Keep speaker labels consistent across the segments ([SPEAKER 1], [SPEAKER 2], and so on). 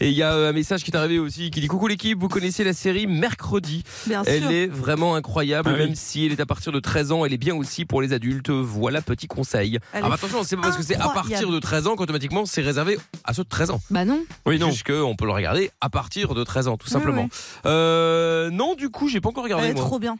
[SPEAKER 1] Et il y a euh, un message qui est arrivé aussi qui dit Coucou l'équipe, vous connaissez la série Mercredi.
[SPEAKER 2] Bien
[SPEAKER 1] Elle
[SPEAKER 2] sûr.
[SPEAKER 1] est vraiment incroyable,
[SPEAKER 3] Ah oui.
[SPEAKER 1] même si elle est à partir de 13 ans, elle est bien aussi pour les adultes. Voilà petit conseil.
[SPEAKER 2] Elle
[SPEAKER 1] Alors
[SPEAKER 2] est
[SPEAKER 1] attention, c'est pas parce que c'est à partir
[SPEAKER 2] incroyable.
[SPEAKER 1] de 13 ans qu'automatiquement c'est réservé à ceux de 13 ans.
[SPEAKER 4] Bah non.
[SPEAKER 3] Oui, non.
[SPEAKER 1] Juste qu'on peut le regarder à partir de 13 ans, tout
[SPEAKER 2] Oui,
[SPEAKER 1] simplement.
[SPEAKER 2] oui.
[SPEAKER 1] Euh, non, du coup, j'ai pas encore
[SPEAKER 2] Elle
[SPEAKER 1] regardé.
[SPEAKER 2] est
[SPEAKER 1] moi.
[SPEAKER 2] trop bien.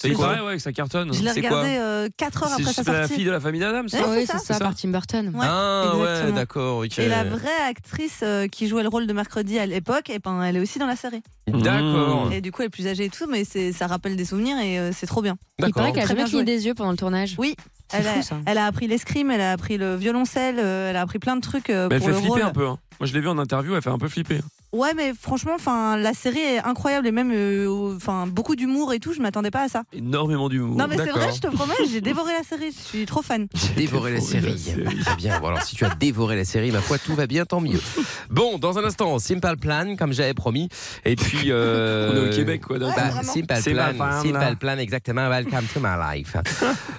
[SPEAKER 1] C'est
[SPEAKER 3] C'est
[SPEAKER 1] quoi
[SPEAKER 3] vrai, ouais, que ça cartonne.
[SPEAKER 2] Je l'ai
[SPEAKER 1] C'est quoi
[SPEAKER 2] regardée 4 heures
[SPEAKER 3] C'est
[SPEAKER 2] après sa
[SPEAKER 3] juste la
[SPEAKER 2] sortie.
[SPEAKER 3] fille de la famille d'Adam, ça
[SPEAKER 2] Ouais,
[SPEAKER 4] oui,
[SPEAKER 2] c'est ça.
[SPEAKER 4] c'est ça,
[SPEAKER 3] C'est ça.
[SPEAKER 4] par Tim Burton.
[SPEAKER 2] Ouais,
[SPEAKER 1] ah ouais,
[SPEAKER 2] exactement.
[SPEAKER 1] d'accord. ok.
[SPEAKER 2] Et la vraie actrice euh, qui jouait le rôle de mercredi à l'époque, et ben, elle est aussi dans la série.
[SPEAKER 1] D'accord.
[SPEAKER 2] Et du coup, elle est plus âgée et tout, mais c'est- ça rappelle des souvenirs et euh, c'est trop bien.
[SPEAKER 4] Il
[SPEAKER 1] D'accord.
[SPEAKER 4] paraît qu'elle a
[SPEAKER 2] Très bien
[SPEAKER 4] jamais
[SPEAKER 2] joué.
[SPEAKER 4] cligné des yeux pendant le tournage.
[SPEAKER 2] Oui.
[SPEAKER 4] C'est
[SPEAKER 2] Elle
[SPEAKER 4] fou,
[SPEAKER 2] a,
[SPEAKER 4] ça.
[SPEAKER 2] elle a appris l'escrime, elle a appris le violoncelle, euh, elle a appris plein de trucs euh,
[SPEAKER 3] Mais elle
[SPEAKER 2] pour
[SPEAKER 3] fait
[SPEAKER 2] le rôle.
[SPEAKER 3] flipper un peu. hein. Moi, je l'ai vu en interview, elle fait un peu flipper. hein.
[SPEAKER 2] Ouais, mais franchement, enfin, la série est incroyable et même, euh, au- enfin, beaucoup d'humour et tout. Je m'attendais pas à ça.
[SPEAKER 3] Énormément d'humour.
[SPEAKER 2] non, mais c'est
[SPEAKER 1] d'accord.
[SPEAKER 2] vrai, je te promets, j'ai dévoré la série. Je suis trop fan.
[SPEAKER 1] Dévorer la série. Très bien. Bon, alors, si tu as dévoré la série, ma foi, tout va bien, tant mieux. Bon, dans un instant, Simple Plan, comme j'avais promis. Et puis. euh,
[SPEAKER 3] On est au Québec, quoi. donc.
[SPEAKER 1] bah,
[SPEAKER 2] vraiment.
[SPEAKER 1] simple
[SPEAKER 3] Simple
[SPEAKER 1] plan,
[SPEAKER 3] plan,
[SPEAKER 1] simple
[SPEAKER 3] là.
[SPEAKER 1] plan, exactement. Welcome to my life.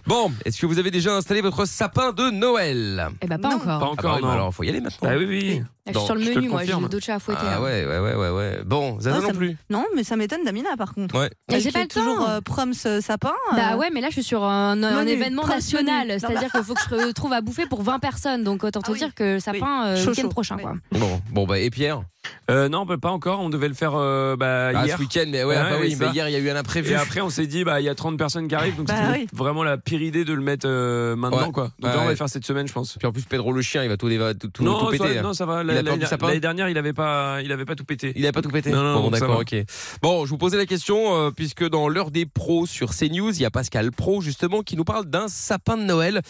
[SPEAKER 1] Bon, est-ce que vous avez déjà installé votre sapin de Noël
[SPEAKER 4] Eh bah pas
[SPEAKER 2] Non.
[SPEAKER 4] encore.
[SPEAKER 3] Pas
[SPEAKER 1] Ah bah
[SPEAKER 3] encore,
[SPEAKER 1] oui,
[SPEAKER 3] non.
[SPEAKER 1] bah Alors, faut y aller maintenant.
[SPEAKER 3] Bah oui, oui.
[SPEAKER 4] Là, je
[SPEAKER 1] Non,
[SPEAKER 4] suis sur le
[SPEAKER 3] je te
[SPEAKER 4] menu,
[SPEAKER 3] le
[SPEAKER 4] moi, j'ai
[SPEAKER 3] confirme.
[SPEAKER 4] d'autres chats à fouetter. hein. Ah,
[SPEAKER 1] Ah
[SPEAKER 4] là.
[SPEAKER 1] ouais, ouais, ouais, ouais, ouais. Bon, Zaza
[SPEAKER 2] Ouais, ça
[SPEAKER 1] non
[SPEAKER 2] me-
[SPEAKER 1] plus.
[SPEAKER 2] Non, mais ça m'étonne Damina par contre.
[SPEAKER 1] Ouais.
[SPEAKER 4] Mais
[SPEAKER 2] Elle
[SPEAKER 4] j'ai
[SPEAKER 2] qui
[SPEAKER 4] pas
[SPEAKER 2] est
[SPEAKER 4] le temps.
[SPEAKER 2] toujours euh, proms euh, sapin. euh,
[SPEAKER 4] Bah ouais, mais là je suis sur un, un
[SPEAKER 2] Menu,
[SPEAKER 4] événement
[SPEAKER 2] prince
[SPEAKER 4] national,
[SPEAKER 2] menu.
[SPEAKER 4] c'est-à-dire qu'il faut que je trouve à bouffer pour 20 personnes, donc autant te
[SPEAKER 2] bah. Ah oui.
[SPEAKER 4] dire que ça
[SPEAKER 2] Oui.
[SPEAKER 4] peint euh,
[SPEAKER 2] Chaud,
[SPEAKER 4] week-end
[SPEAKER 2] chaud.
[SPEAKER 4] prochain.
[SPEAKER 2] Oui.
[SPEAKER 4] Quoi.
[SPEAKER 1] Bon, bon, bah, et Pierre
[SPEAKER 3] Euh, non, bah, pas encore. On devait le faire euh, bah,
[SPEAKER 1] Ah,
[SPEAKER 3] hier.
[SPEAKER 1] ce week-end, mais ouais,
[SPEAKER 3] Ouais,
[SPEAKER 1] ah bah
[SPEAKER 3] ouais,
[SPEAKER 1] oui,
[SPEAKER 3] c'est
[SPEAKER 1] mais
[SPEAKER 3] ça.
[SPEAKER 1] hier, il y a eu un imprévu.
[SPEAKER 3] Et après, on s'est dit, bah, il y a 30 personnes qui arrivent, donc
[SPEAKER 2] Bah
[SPEAKER 3] c'était
[SPEAKER 2] oui.
[SPEAKER 3] vraiment la pire idée de le mettre euh, maintenant,
[SPEAKER 1] Ouais.
[SPEAKER 3] quoi. Donc là,
[SPEAKER 1] Ouais.
[SPEAKER 3] on va le faire cette semaine, je pense.
[SPEAKER 1] Puis en plus, Pedro le chien, il va tout, il va tout, tout- tout
[SPEAKER 3] non, ça,
[SPEAKER 1] péter. hein.
[SPEAKER 3] va- non, ça va.
[SPEAKER 1] Il a
[SPEAKER 3] La-
[SPEAKER 1] peur du
[SPEAKER 3] L'année
[SPEAKER 1] sapin
[SPEAKER 3] l'année dernière, il avait pas, il avait pas tout pété.
[SPEAKER 1] Il a pas tout pété.
[SPEAKER 3] Non, non,
[SPEAKER 1] bon,
[SPEAKER 3] non, ça
[SPEAKER 1] d'accord,
[SPEAKER 3] va.
[SPEAKER 1] ok. Bon, je vous posais la question euh, puisque dans l'heure des pros sur CNews, il y a Pascal Pro justement qui nous parle d'un sapin de Noël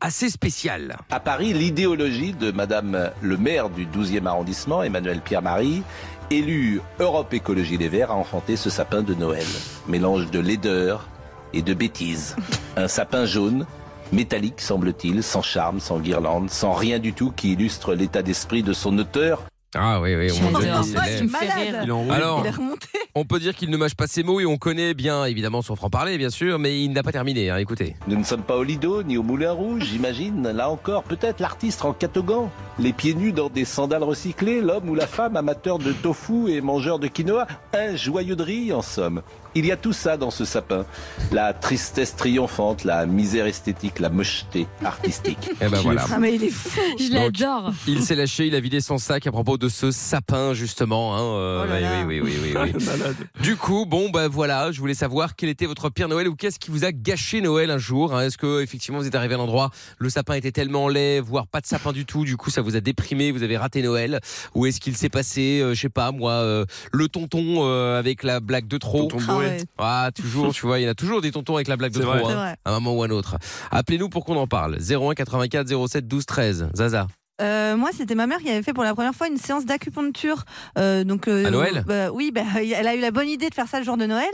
[SPEAKER 1] assez spécial.
[SPEAKER 5] À Paris, l'idéologie de Madame le maire du 12e arrondissement, Emmanuel Pierre-Marie, élue Europe Écologie Les Verts, a enfanté ce sapin de Noël. Mélange de laideur et de bêtise. Un sapin jaune, métallique semble-t-il, sans charme, sans guirlande, sans rien du tout qui illustre l'état d'esprit de son auteur.
[SPEAKER 1] Ah oui, oui.
[SPEAKER 4] J'adore.
[SPEAKER 1] On,
[SPEAKER 4] J'adore.
[SPEAKER 1] c'est
[SPEAKER 2] Ouais, il
[SPEAKER 1] l'air.
[SPEAKER 2] est malade.
[SPEAKER 4] Il est
[SPEAKER 3] Il est en roue.
[SPEAKER 1] Alors,
[SPEAKER 2] Il est remonté.
[SPEAKER 1] on peut dire qu'il ne mâche pas ses mots et on connaît bien évidemment son franc-parler, bien sûr, mais il n'a pas terminé. hein, écoutez.
[SPEAKER 5] Nous ne sommes pas au Lido ni au Moulin Rouge, j'imagine. Là encore, peut-être l'artiste en catogan, les pieds nus dans des sandales recyclées, l'homme ou la femme amateur de tofu et mangeur de quinoa, un joyeux de riz en somme. Il y a tout ça dans ce sapin. La tristesse triomphante, la misère esthétique, la mocheté artistique.
[SPEAKER 1] Eh ben voilà.
[SPEAKER 2] Ah, mais il est fou.
[SPEAKER 4] Je
[SPEAKER 1] Donc,
[SPEAKER 4] l'adore.
[SPEAKER 1] Il s'est lâché, il a vidé son sac à propos de ce sapin justement. hein, euh,
[SPEAKER 2] Oh là
[SPEAKER 1] oui,
[SPEAKER 2] là.
[SPEAKER 1] oui, oui, oui, oui, oui.
[SPEAKER 3] Malade.
[SPEAKER 1] Du coup, bon, bah voilà, je voulais savoir quel était votre pire Noël ou qu'est-ce qui vous a gâché Noël un jour. hein. Est-ce que effectivement vous êtes arrivé à l'endroit, le sapin était tellement laid, voire pas de sapin du tout, du coup ça vous a déprimé, vous avez raté Noël, ou est-ce qu'il s'est passé, euh, je sais pas moi, euh, le tonton euh, avec la blague de trop.
[SPEAKER 3] Tonton
[SPEAKER 2] Ah
[SPEAKER 3] bourré.
[SPEAKER 2] ouais,
[SPEAKER 1] Ah toujours, tu vois, il y en a toujours des tontons avec la blague de
[SPEAKER 3] C'est
[SPEAKER 1] trop,
[SPEAKER 3] vrai.
[SPEAKER 2] c'est
[SPEAKER 1] hein,
[SPEAKER 2] vrai.
[SPEAKER 1] à un moment ou à un autre. Appelez-nous pour qu'on en parle. 01 84 07 12 13. Zaza.
[SPEAKER 2] Euh, moi, c'était ma mère qui avait fait pour la première fois une séance d'acupuncture. Euh, donc, euh,
[SPEAKER 1] À Noël
[SPEAKER 2] bah, Oui, bah, elle a eu la bonne idée de faire ça le jour de Noël.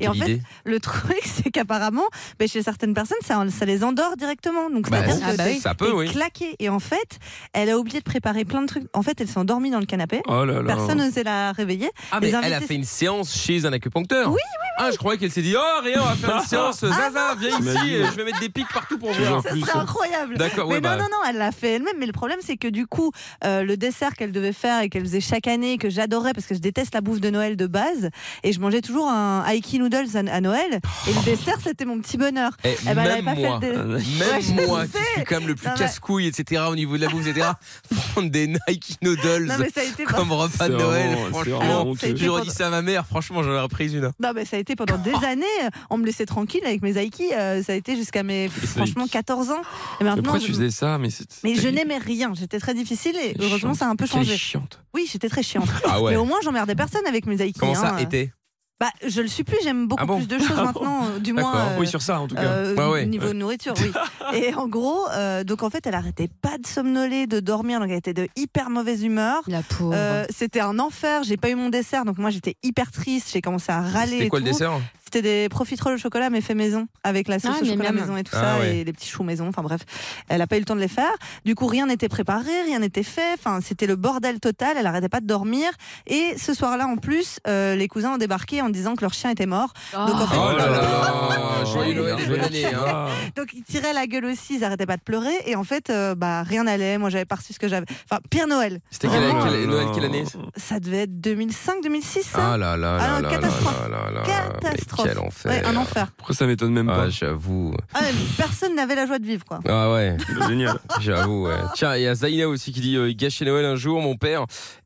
[SPEAKER 2] Et en
[SPEAKER 1] Quelle
[SPEAKER 2] fait,
[SPEAKER 1] idée.
[SPEAKER 2] Le truc, c'est qu'apparemment, bah, chez certaines personnes, ça, ça les endort directement. Donc,
[SPEAKER 1] Bah,
[SPEAKER 2] c'est-à-dire
[SPEAKER 4] bon. Ah
[SPEAKER 2] que
[SPEAKER 4] bah
[SPEAKER 2] t'es-
[SPEAKER 4] oui.
[SPEAKER 1] ça peut,
[SPEAKER 2] t'es
[SPEAKER 1] oui.
[SPEAKER 2] claqué. Et en fait, elle a oublié de préparer plein de trucs. En fait, elle s'est endormie dans le canapé.
[SPEAKER 3] Oh là là.
[SPEAKER 2] Personne n'osait la réveiller.
[SPEAKER 1] Ah, mais
[SPEAKER 2] Les
[SPEAKER 1] elle a
[SPEAKER 2] invités-
[SPEAKER 1] fait une séance chez un acupuncteur
[SPEAKER 2] Oui,
[SPEAKER 1] Ah, je croyais qu'elle s'est dit Oh, rien, on va faire une séance, Zaza, viens ici,
[SPEAKER 3] T'imagines
[SPEAKER 2] euh,
[SPEAKER 1] et je vais mettre des pics partout pour
[SPEAKER 3] Toujours
[SPEAKER 1] voir.
[SPEAKER 2] Ça
[SPEAKER 3] plus.
[SPEAKER 2] serait incroyable.
[SPEAKER 1] euh, D'accord, ouais,
[SPEAKER 2] mais
[SPEAKER 1] bah.
[SPEAKER 2] non, non, non, elle l'a fait elle-même. Mais le problème, c'est que du coup, euh, le dessert qu'elle devait faire et qu'elle faisait chaque année, que j'adorais parce que je déteste la bouffe de Noël de base, et je mangeais toujours un Aiki Noodles à, à Noël, et le dessert, c'était mon petit bonheur.
[SPEAKER 1] Eh,
[SPEAKER 2] Eh ben, elle avait
[SPEAKER 1] même
[SPEAKER 2] pas
[SPEAKER 1] moi,
[SPEAKER 2] fait le dé- Ouais, je
[SPEAKER 1] même moi, qui
[SPEAKER 2] sais.
[SPEAKER 1] suis quand même le plus
[SPEAKER 2] Non, mais-
[SPEAKER 1] casse-couille, etc., au niveau de la bouffe, etc., prendre des Nike Noodles
[SPEAKER 2] Non, mais ça a été
[SPEAKER 1] comme repas de
[SPEAKER 3] C'est
[SPEAKER 1] Noël,
[SPEAKER 3] vraiment- c'est
[SPEAKER 1] franchement.
[SPEAKER 3] vraiment
[SPEAKER 2] Alors,
[SPEAKER 3] honteux.
[SPEAKER 2] c'est-
[SPEAKER 1] J'aurais dit ça à ma mère, franchement, j'en aurais pris une.
[SPEAKER 2] Non, mais ça a été pendant des années. On me laissait tranquille avec mes Aiki. euh, ça a été jusqu'à mes,
[SPEAKER 3] Les
[SPEAKER 2] franchement,
[SPEAKER 3] Aiki.
[SPEAKER 2] 14 ans. Et
[SPEAKER 3] Mais
[SPEAKER 2] maintenant,
[SPEAKER 3] Pourquoi tu
[SPEAKER 2] je,
[SPEAKER 3] faisais ça Mais, c'est-
[SPEAKER 2] mais je
[SPEAKER 3] t'es-
[SPEAKER 2] n'aimais rien. J'étais très difficile et
[SPEAKER 3] t'es
[SPEAKER 2] heureusement,
[SPEAKER 3] chiante.
[SPEAKER 2] ça a un peu
[SPEAKER 3] Quelle
[SPEAKER 2] changé.
[SPEAKER 3] chiante.
[SPEAKER 2] Oui, j'étais très chiante.
[SPEAKER 1] Ah ouais.
[SPEAKER 2] Mais au moins, j'emmerdais personne avec mes Aiki.
[SPEAKER 1] Comment ça,
[SPEAKER 2] hein.
[SPEAKER 1] été
[SPEAKER 2] Bah, je le suis plus. J'aime beaucoup
[SPEAKER 1] Ah bon
[SPEAKER 2] plus de choses maintenant, euh, du moins.
[SPEAKER 1] D'accord.
[SPEAKER 2] euh,
[SPEAKER 3] Oui, sur ça en tout cas.
[SPEAKER 2] euh,
[SPEAKER 1] Ouais, ouais.
[SPEAKER 2] niveau de nourriture, oui. Et en gros, euh, donc en fait, elle arrêtait pas de somnoler, de dormir, donc elle était de hyper mauvaise humeur.
[SPEAKER 4] La pauvre.
[SPEAKER 2] Euh, c'était un enfer, j'ai pas eu mon dessert, donc moi j'étais hyper triste, j'ai commencé à râler.
[SPEAKER 1] C'était
[SPEAKER 2] et
[SPEAKER 1] quoi le
[SPEAKER 2] tout.
[SPEAKER 1] dessert
[SPEAKER 2] C'était des profiteroles au chocolat, mais fait maison, avec la sauce
[SPEAKER 4] Ah,
[SPEAKER 2] au
[SPEAKER 4] mais
[SPEAKER 2] chocolat
[SPEAKER 4] miam.
[SPEAKER 2] maison et tout
[SPEAKER 1] Ah
[SPEAKER 2] ça,
[SPEAKER 1] ouais.
[SPEAKER 2] et les petits choux maison. Enfin bref, elle n'a pas eu le temps de les faire. Du coup, rien n'était préparé, rien n'était fait. Enfin, c'était le bordel total. Elle arrêtait pas de dormir. Et ce soir-là, en plus, euh, les cousins ont débarqué en disant que leur chien était mort. Donc, en fait,
[SPEAKER 1] Oh là là là Joyeux Noël et bonne année hein.
[SPEAKER 2] Donc ils tiraient la gueule aussi, ils arrêtaient pas de pleurer et en fait euh, bah rien n'allait, moi j'avais pas reçu ce que j'avais. Enfin pire Noël,
[SPEAKER 1] C'était
[SPEAKER 3] Ah.
[SPEAKER 1] quelle,
[SPEAKER 2] Oh
[SPEAKER 1] quelle- Noël quelle année
[SPEAKER 2] ça devait être 2005 2006 ça.
[SPEAKER 1] Ah là là
[SPEAKER 2] Ah
[SPEAKER 1] là
[SPEAKER 2] non,
[SPEAKER 1] là
[SPEAKER 2] catastrophe.
[SPEAKER 1] là là là là.
[SPEAKER 2] Catastrophe.
[SPEAKER 1] Mais quel enfer.
[SPEAKER 2] Ouais, un enfer.
[SPEAKER 3] Pourquoi ça m'étonne même pas
[SPEAKER 1] Ah, j'avoue.
[SPEAKER 2] Ah, mais personne n'avait la joie de vivre quoi.
[SPEAKER 1] Ah ouais,
[SPEAKER 3] Génial.
[SPEAKER 1] j'avoue. ouais. Tiens, il y a Zaina aussi qui dit euh, gâcher Noël un jour, mon père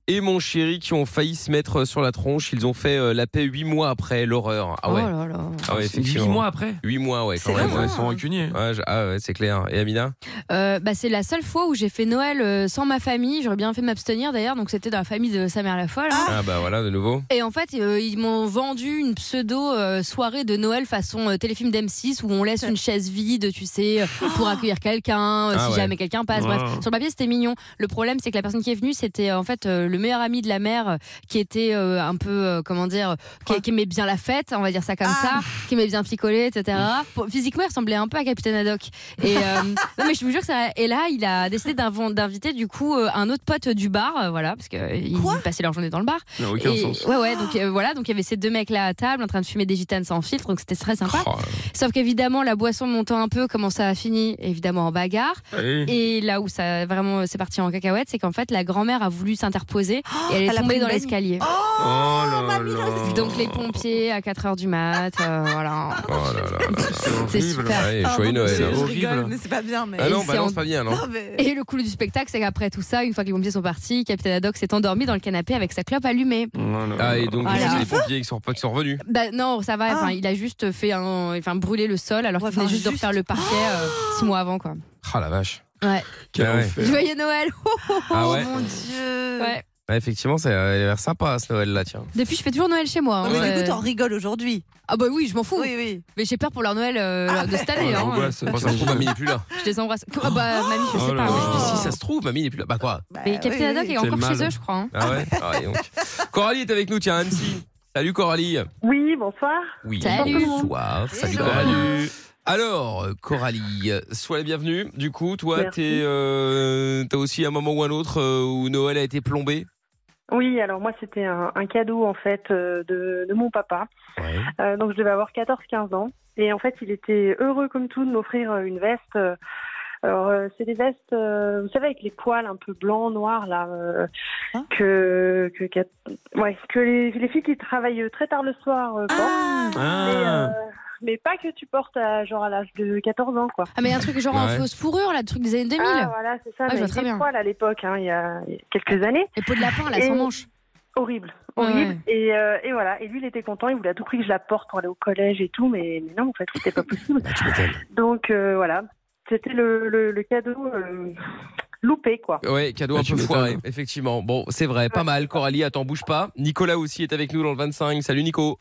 [SPEAKER 1] et mon chéri qui ont failli se mettre euh, sur la tronche. Ils ont fait euh, la paix huit mois après l'horreur. Ah ouais,
[SPEAKER 4] Oh là là.
[SPEAKER 1] ah ouais effectivement.
[SPEAKER 3] Huit mois après
[SPEAKER 1] Huit mois, ouais, quand
[SPEAKER 2] C'est
[SPEAKER 1] même.
[SPEAKER 2] long,
[SPEAKER 1] ouais.
[SPEAKER 3] Ils sont rancuniers.
[SPEAKER 1] Ouais, je- ah ouais, c'est clair. Et Amina
[SPEAKER 4] Euh, bah, c'est la seule fois où j'ai fait Noël euh, sans ma famille. J'aurais bien fait de m'abstenir d'ailleurs. Donc c'était dans la famille de sa mère la folle. hein.
[SPEAKER 1] Ah bah voilà, de nouveau.
[SPEAKER 4] Et en fait, euh, ils m'ont vendu une pseudo euh, soirée de Noël façon euh, téléfilm d'M6 où on laisse une chaise vide, tu sais, euh,
[SPEAKER 2] Oh.
[SPEAKER 4] pour accueillir quelqu'un, euh,
[SPEAKER 1] Ah
[SPEAKER 4] si
[SPEAKER 1] ouais.
[SPEAKER 4] jamais quelqu'un passe. Bref,
[SPEAKER 3] Ah.
[SPEAKER 4] sur le papier, c'était mignon. Le problème, c'est que la personne qui est venue, c'était euh, en fait euh, le meilleur ami de la mère euh, qui était euh, un peu, euh, comment dire, qui,
[SPEAKER 2] Quoi
[SPEAKER 4] qui aimait bien la fête, on va dire ça comme
[SPEAKER 2] Ah.
[SPEAKER 4] ça, qui aimait bien picoler, etc. Pour- physiquement, il ressemblait un peu à Capitaine Haddock. Et, euh, non, mais je vous jure que ça. Et là, il a décidé d'invon- d'inviter du coup euh, un autre pote du bar, euh, voilà, parce qu'ils
[SPEAKER 2] Quoi
[SPEAKER 4] passaient leur journée dans le bar.
[SPEAKER 3] Ça n'a aucun
[SPEAKER 4] Et-
[SPEAKER 3] sens.
[SPEAKER 4] Ouais, ouais, donc euh, voilà, donc il y avait ces deux mecs là à table en train de fumer des gitanes sans filtre, donc c'était très sympa.
[SPEAKER 1] Oh,
[SPEAKER 4] Sauf qu'évidemment, la boisson montant un peu, comment ça a fini Évidemment en bagarre.
[SPEAKER 3] Allez.
[SPEAKER 4] Et là où ça a vraiment euh, c'est parti en cacahuète, c'est qu'en fait la grand-mère a voulu s'interposer et elle est
[SPEAKER 2] elle a pris
[SPEAKER 4] tombée
[SPEAKER 2] une
[SPEAKER 4] dans
[SPEAKER 2] baigne.
[SPEAKER 4] l'escalier.
[SPEAKER 3] Oh là
[SPEAKER 2] mamie,
[SPEAKER 3] là.
[SPEAKER 4] Donc les pompiers à 4h du mat, euh, voilà.
[SPEAKER 1] oh là là.
[SPEAKER 4] C'est
[SPEAKER 3] horrible.
[SPEAKER 4] super.
[SPEAKER 1] Ouais,
[SPEAKER 2] Pardon,
[SPEAKER 1] joyeux Noël.
[SPEAKER 2] je-
[SPEAKER 1] hein.
[SPEAKER 2] Je
[SPEAKER 3] Horrible.
[SPEAKER 2] rigole, mais c'est pas bien. Mais...
[SPEAKER 1] Ah non,
[SPEAKER 4] Et
[SPEAKER 1] bah
[SPEAKER 4] c'est
[SPEAKER 1] non,
[SPEAKER 4] en-
[SPEAKER 1] c'est pas bien, non
[SPEAKER 2] Non, mais-
[SPEAKER 4] Et le clou du spectacle, c'est qu'après tout ça, une fois que les pompiers sont partis, Capitaine Haddock s'est endormi dans le canapé avec sa clope allumée.
[SPEAKER 3] Oh là là.
[SPEAKER 1] Ah, et donc,
[SPEAKER 4] Ah,
[SPEAKER 1] du
[SPEAKER 4] il y
[SPEAKER 1] coup,
[SPEAKER 4] a
[SPEAKER 1] c'est
[SPEAKER 4] un
[SPEAKER 1] les pompiers qui sont, pas- qui sont revenus.
[SPEAKER 4] Bah non, ça va.
[SPEAKER 2] Ah.
[SPEAKER 4] Enfin, il a juste fait un, enfin brûlé le sol alors
[SPEAKER 2] Ouais,
[SPEAKER 4] qu'il venait
[SPEAKER 2] enfin,
[SPEAKER 4] juste de
[SPEAKER 2] juste. Oh
[SPEAKER 4] refaire le parquet euh, six mois avant quoi.
[SPEAKER 1] Ah la vache.
[SPEAKER 4] Ouais.
[SPEAKER 3] Quel
[SPEAKER 1] Ah ouais.
[SPEAKER 3] enfer.
[SPEAKER 4] Joyeux Noël.
[SPEAKER 1] Ah ouais.
[SPEAKER 2] Oh Mon dieu.
[SPEAKER 4] Ouais.
[SPEAKER 1] Ouais, Bah, effectivement, ça a l'air sympa ce Noël-là, tiens.
[SPEAKER 4] Depuis, je fais toujours Noël chez moi.
[SPEAKER 2] Non,
[SPEAKER 4] hein.
[SPEAKER 2] mais
[SPEAKER 4] Euh,
[SPEAKER 2] du coup, t'en rigoles aujourd'hui.
[SPEAKER 4] Ah bah oui, je m'en fous.
[SPEAKER 2] Oui, oui.
[SPEAKER 4] Mais j'ai peur pour leur Noël euh,
[SPEAKER 2] Ah,
[SPEAKER 4] de cette
[SPEAKER 3] Oh,
[SPEAKER 4] année. hein.
[SPEAKER 3] l'angoisse.
[SPEAKER 1] Moi, ça se trouve, mamie n'est plus là.
[SPEAKER 4] Je les embrasse. Ah bah mamie, je
[SPEAKER 3] Oh
[SPEAKER 4] sais
[SPEAKER 3] là là.
[SPEAKER 4] pas. mais-
[SPEAKER 1] Je dis, si ça se trouve, mamie n'est plus là. Bah quoi
[SPEAKER 2] Bah,
[SPEAKER 4] Mais
[SPEAKER 2] oui,
[SPEAKER 4] Captain Haddock
[SPEAKER 2] oui,
[SPEAKER 4] est
[SPEAKER 3] C'est le
[SPEAKER 4] encore chez
[SPEAKER 3] mal.
[SPEAKER 4] eux, je crois. hein.
[SPEAKER 1] Ah ouais Ah, et donc. Coralie est avec nous, tiens, à Annecy. Salut Coralie.
[SPEAKER 6] Oui, bonsoir.
[SPEAKER 1] Oui,
[SPEAKER 4] Salut.
[SPEAKER 1] bonsoir. Salut
[SPEAKER 2] Hello.
[SPEAKER 1] Coralie. Alors, euh, Coralie, euh, sois la bienvenue. Du coup, toi,
[SPEAKER 6] Merci.
[SPEAKER 1] t'es, euh, t'as aussi un moment ou un autre euh, où Noël a été plombé.
[SPEAKER 6] Oui, alors moi c'était un, un cadeau en fait euh, de, de mon papa. Euh, donc je devais avoir 14-15 ans. Et en fait il était heureux comme tout de m'offrir euh, une veste. euh, Alors euh, c'est des vestes, euh, vous savez, avec les poils un peu blancs, noirs là, euh,
[SPEAKER 4] Ah.
[SPEAKER 2] Hein
[SPEAKER 6] que, que, qu'a- ouais, que les, les filles qui travaillent très tard le soir euh, portent.
[SPEAKER 2] Ah,
[SPEAKER 6] Mais, euh,
[SPEAKER 3] Ah.
[SPEAKER 6] mais pas que tu portes à, genre à l'âge de 14 ans quoi.
[SPEAKER 4] Ah mais un truc genre en
[SPEAKER 1] Ouais.
[SPEAKER 4] fausse fourrure, là, le truc des années 2000.
[SPEAKER 6] Ah voilà, c'est ça.
[SPEAKER 4] Ah, je
[SPEAKER 6] mais
[SPEAKER 4] vois très
[SPEAKER 6] des
[SPEAKER 4] bien.
[SPEAKER 6] poils à l'époque, hein, il y a il y a quelques années.
[SPEAKER 4] Les peaux de lapin, là, sans
[SPEAKER 6] Et-
[SPEAKER 4] manches.
[SPEAKER 6] Horrible,
[SPEAKER 4] Ouais,
[SPEAKER 6] horrible. Et, euh, et voilà, et lui il était content, il voulait à tout prix que je la porte pour aller au collège et tout, mais, mais non, en fait, c'était pas possible.
[SPEAKER 1] Bah, tu m'étonnes.
[SPEAKER 6] Donc euh, voilà, c'était le, le, le cadeau euh, loupé, quoi.
[SPEAKER 1] Ouais, cadeau un
[SPEAKER 3] Ah, tu
[SPEAKER 1] peu
[SPEAKER 3] m'étonnes.
[SPEAKER 1] foiré, effectivement. Bon, c'est vrai, pas mal. Coralie, attends, bouge pas. Nicolas aussi est avec nous dans le 25. Salut Nico.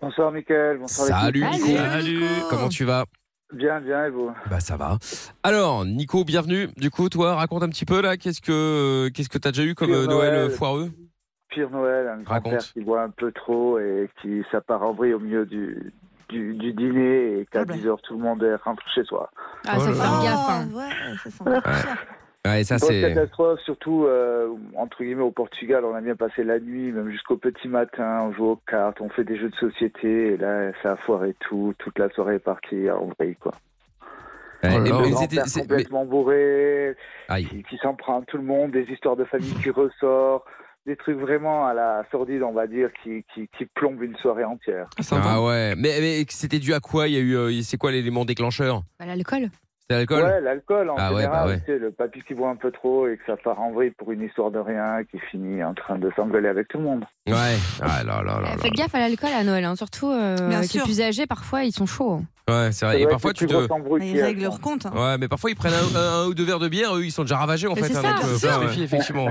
[SPEAKER 7] Bonsoir Mickaël, bonsoir l'équipe.
[SPEAKER 1] Salut Nico.
[SPEAKER 3] Salut.
[SPEAKER 1] Comment tu vas
[SPEAKER 7] Bien, bien, et vous
[SPEAKER 1] Bah ça va. Alors, Nico, bienvenue. Du coup, toi, raconte un petit peu là, qu'est-ce que qu'est-ce que t'as déjà eu comme
[SPEAKER 7] Pire
[SPEAKER 1] euh, Noël
[SPEAKER 7] Noël.
[SPEAKER 1] euh, foireux
[SPEAKER 7] Pire Noël, un bah grand-père
[SPEAKER 1] Raconte.
[SPEAKER 7] qui boit un peu trop et qui ça part en vrille au milieu du, du, du dîner et qu'à
[SPEAKER 2] Ah
[SPEAKER 1] ben.
[SPEAKER 2] bah.
[SPEAKER 7] 10h tout le monde est- rentre chez soi.
[SPEAKER 4] Ah,
[SPEAKER 3] Oh
[SPEAKER 4] ça
[SPEAKER 3] là
[SPEAKER 4] faut
[SPEAKER 3] là.
[SPEAKER 4] faire
[SPEAKER 2] Oh,
[SPEAKER 4] gaffe. hein.
[SPEAKER 2] ouais, ça sent pas cher.
[SPEAKER 1] Ouais, ça
[SPEAKER 7] Grosse
[SPEAKER 1] c'est.
[SPEAKER 7] catastrophe, surtout euh, entre guillemets au Portugal, on a bien passé la nuit, même jusqu'au petit matin, on joue aux cartes, on fait des jeux de société et là ça a foiré tout, toute la soirée est partie en vrille quoi.
[SPEAKER 1] Ouais,
[SPEAKER 3] Oh là
[SPEAKER 1] mais-
[SPEAKER 3] là.
[SPEAKER 1] mais
[SPEAKER 7] Le
[SPEAKER 1] c'était-
[SPEAKER 7] grand-père
[SPEAKER 1] c'est- mais-
[SPEAKER 7] complètement bourré,
[SPEAKER 1] Aïe.
[SPEAKER 7] qui, qui s'en prend à tout le monde, des histoires de famille qui ressortent, des trucs vraiment à la sordide, on va dire, qui, qui, qui plombent une soirée entière.
[SPEAKER 3] Ah, sympa.
[SPEAKER 1] Ah ouais, mais, mais c'était dû à quoi Il y a eu, euh, c'est quoi l'élément déclencheur
[SPEAKER 4] Bah, l'alcool.
[SPEAKER 1] C'était l'alcool
[SPEAKER 7] Ouais, l'alcool en
[SPEAKER 1] Ah ouais,
[SPEAKER 7] général,
[SPEAKER 1] bah ouais.
[SPEAKER 7] tu sais, le papy qui boit un peu trop et que ça part en vrille pour une histoire de rien, qui finit en train de s'engueuler avec tout le monde.
[SPEAKER 1] Ouais. Ah là là là.
[SPEAKER 4] Euh,
[SPEAKER 1] là.
[SPEAKER 4] Faites gaffe à l'alcool à Noël, hein. surtout euh,
[SPEAKER 2] Bien
[SPEAKER 4] avec les
[SPEAKER 2] sûr.
[SPEAKER 4] plus âgés, parfois ils sont chauds. hein.
[SPEAKER 1] Ouais, c'est
[SPEAKER 7] C'est
[SPEAKER 1] vrai. Et
[SPEAKER 7] vrai
[SPEAKER 1] parfois
[SPEAKER 7] que c'est
[SPEAKER 1] tu
[SPEAKER 7] plus
[SPEAKER 1] te.
[SPEAKER 7] gros embrouilles qu'il y
[SPEAKER 2] Ah, Ils
[SPEAKER 7] a,
[SPEAKER 2] règlent
[SPEAKER 7] quoi.
[SPEAKER 2] leur compte. hein.
[SPEAKER 1] Ouais, mais parfois ils prennent un, un- un ou deux verres de bière, eux ils sont déjà ravagés en
[SPEAKER 4] Mais
[SPEAKER 1] fait.
[SPEAKER 4] c'est
[SPEAKER 1] hein,
[SPEAKER 4] ça,
[SPEAKER 1] donc
[SPEAKER 4] c'est
[SPEAKER 1] euh, faut se
[SPEAKER 3] sûr.
[SPEAKER 1] méfier, effectivement.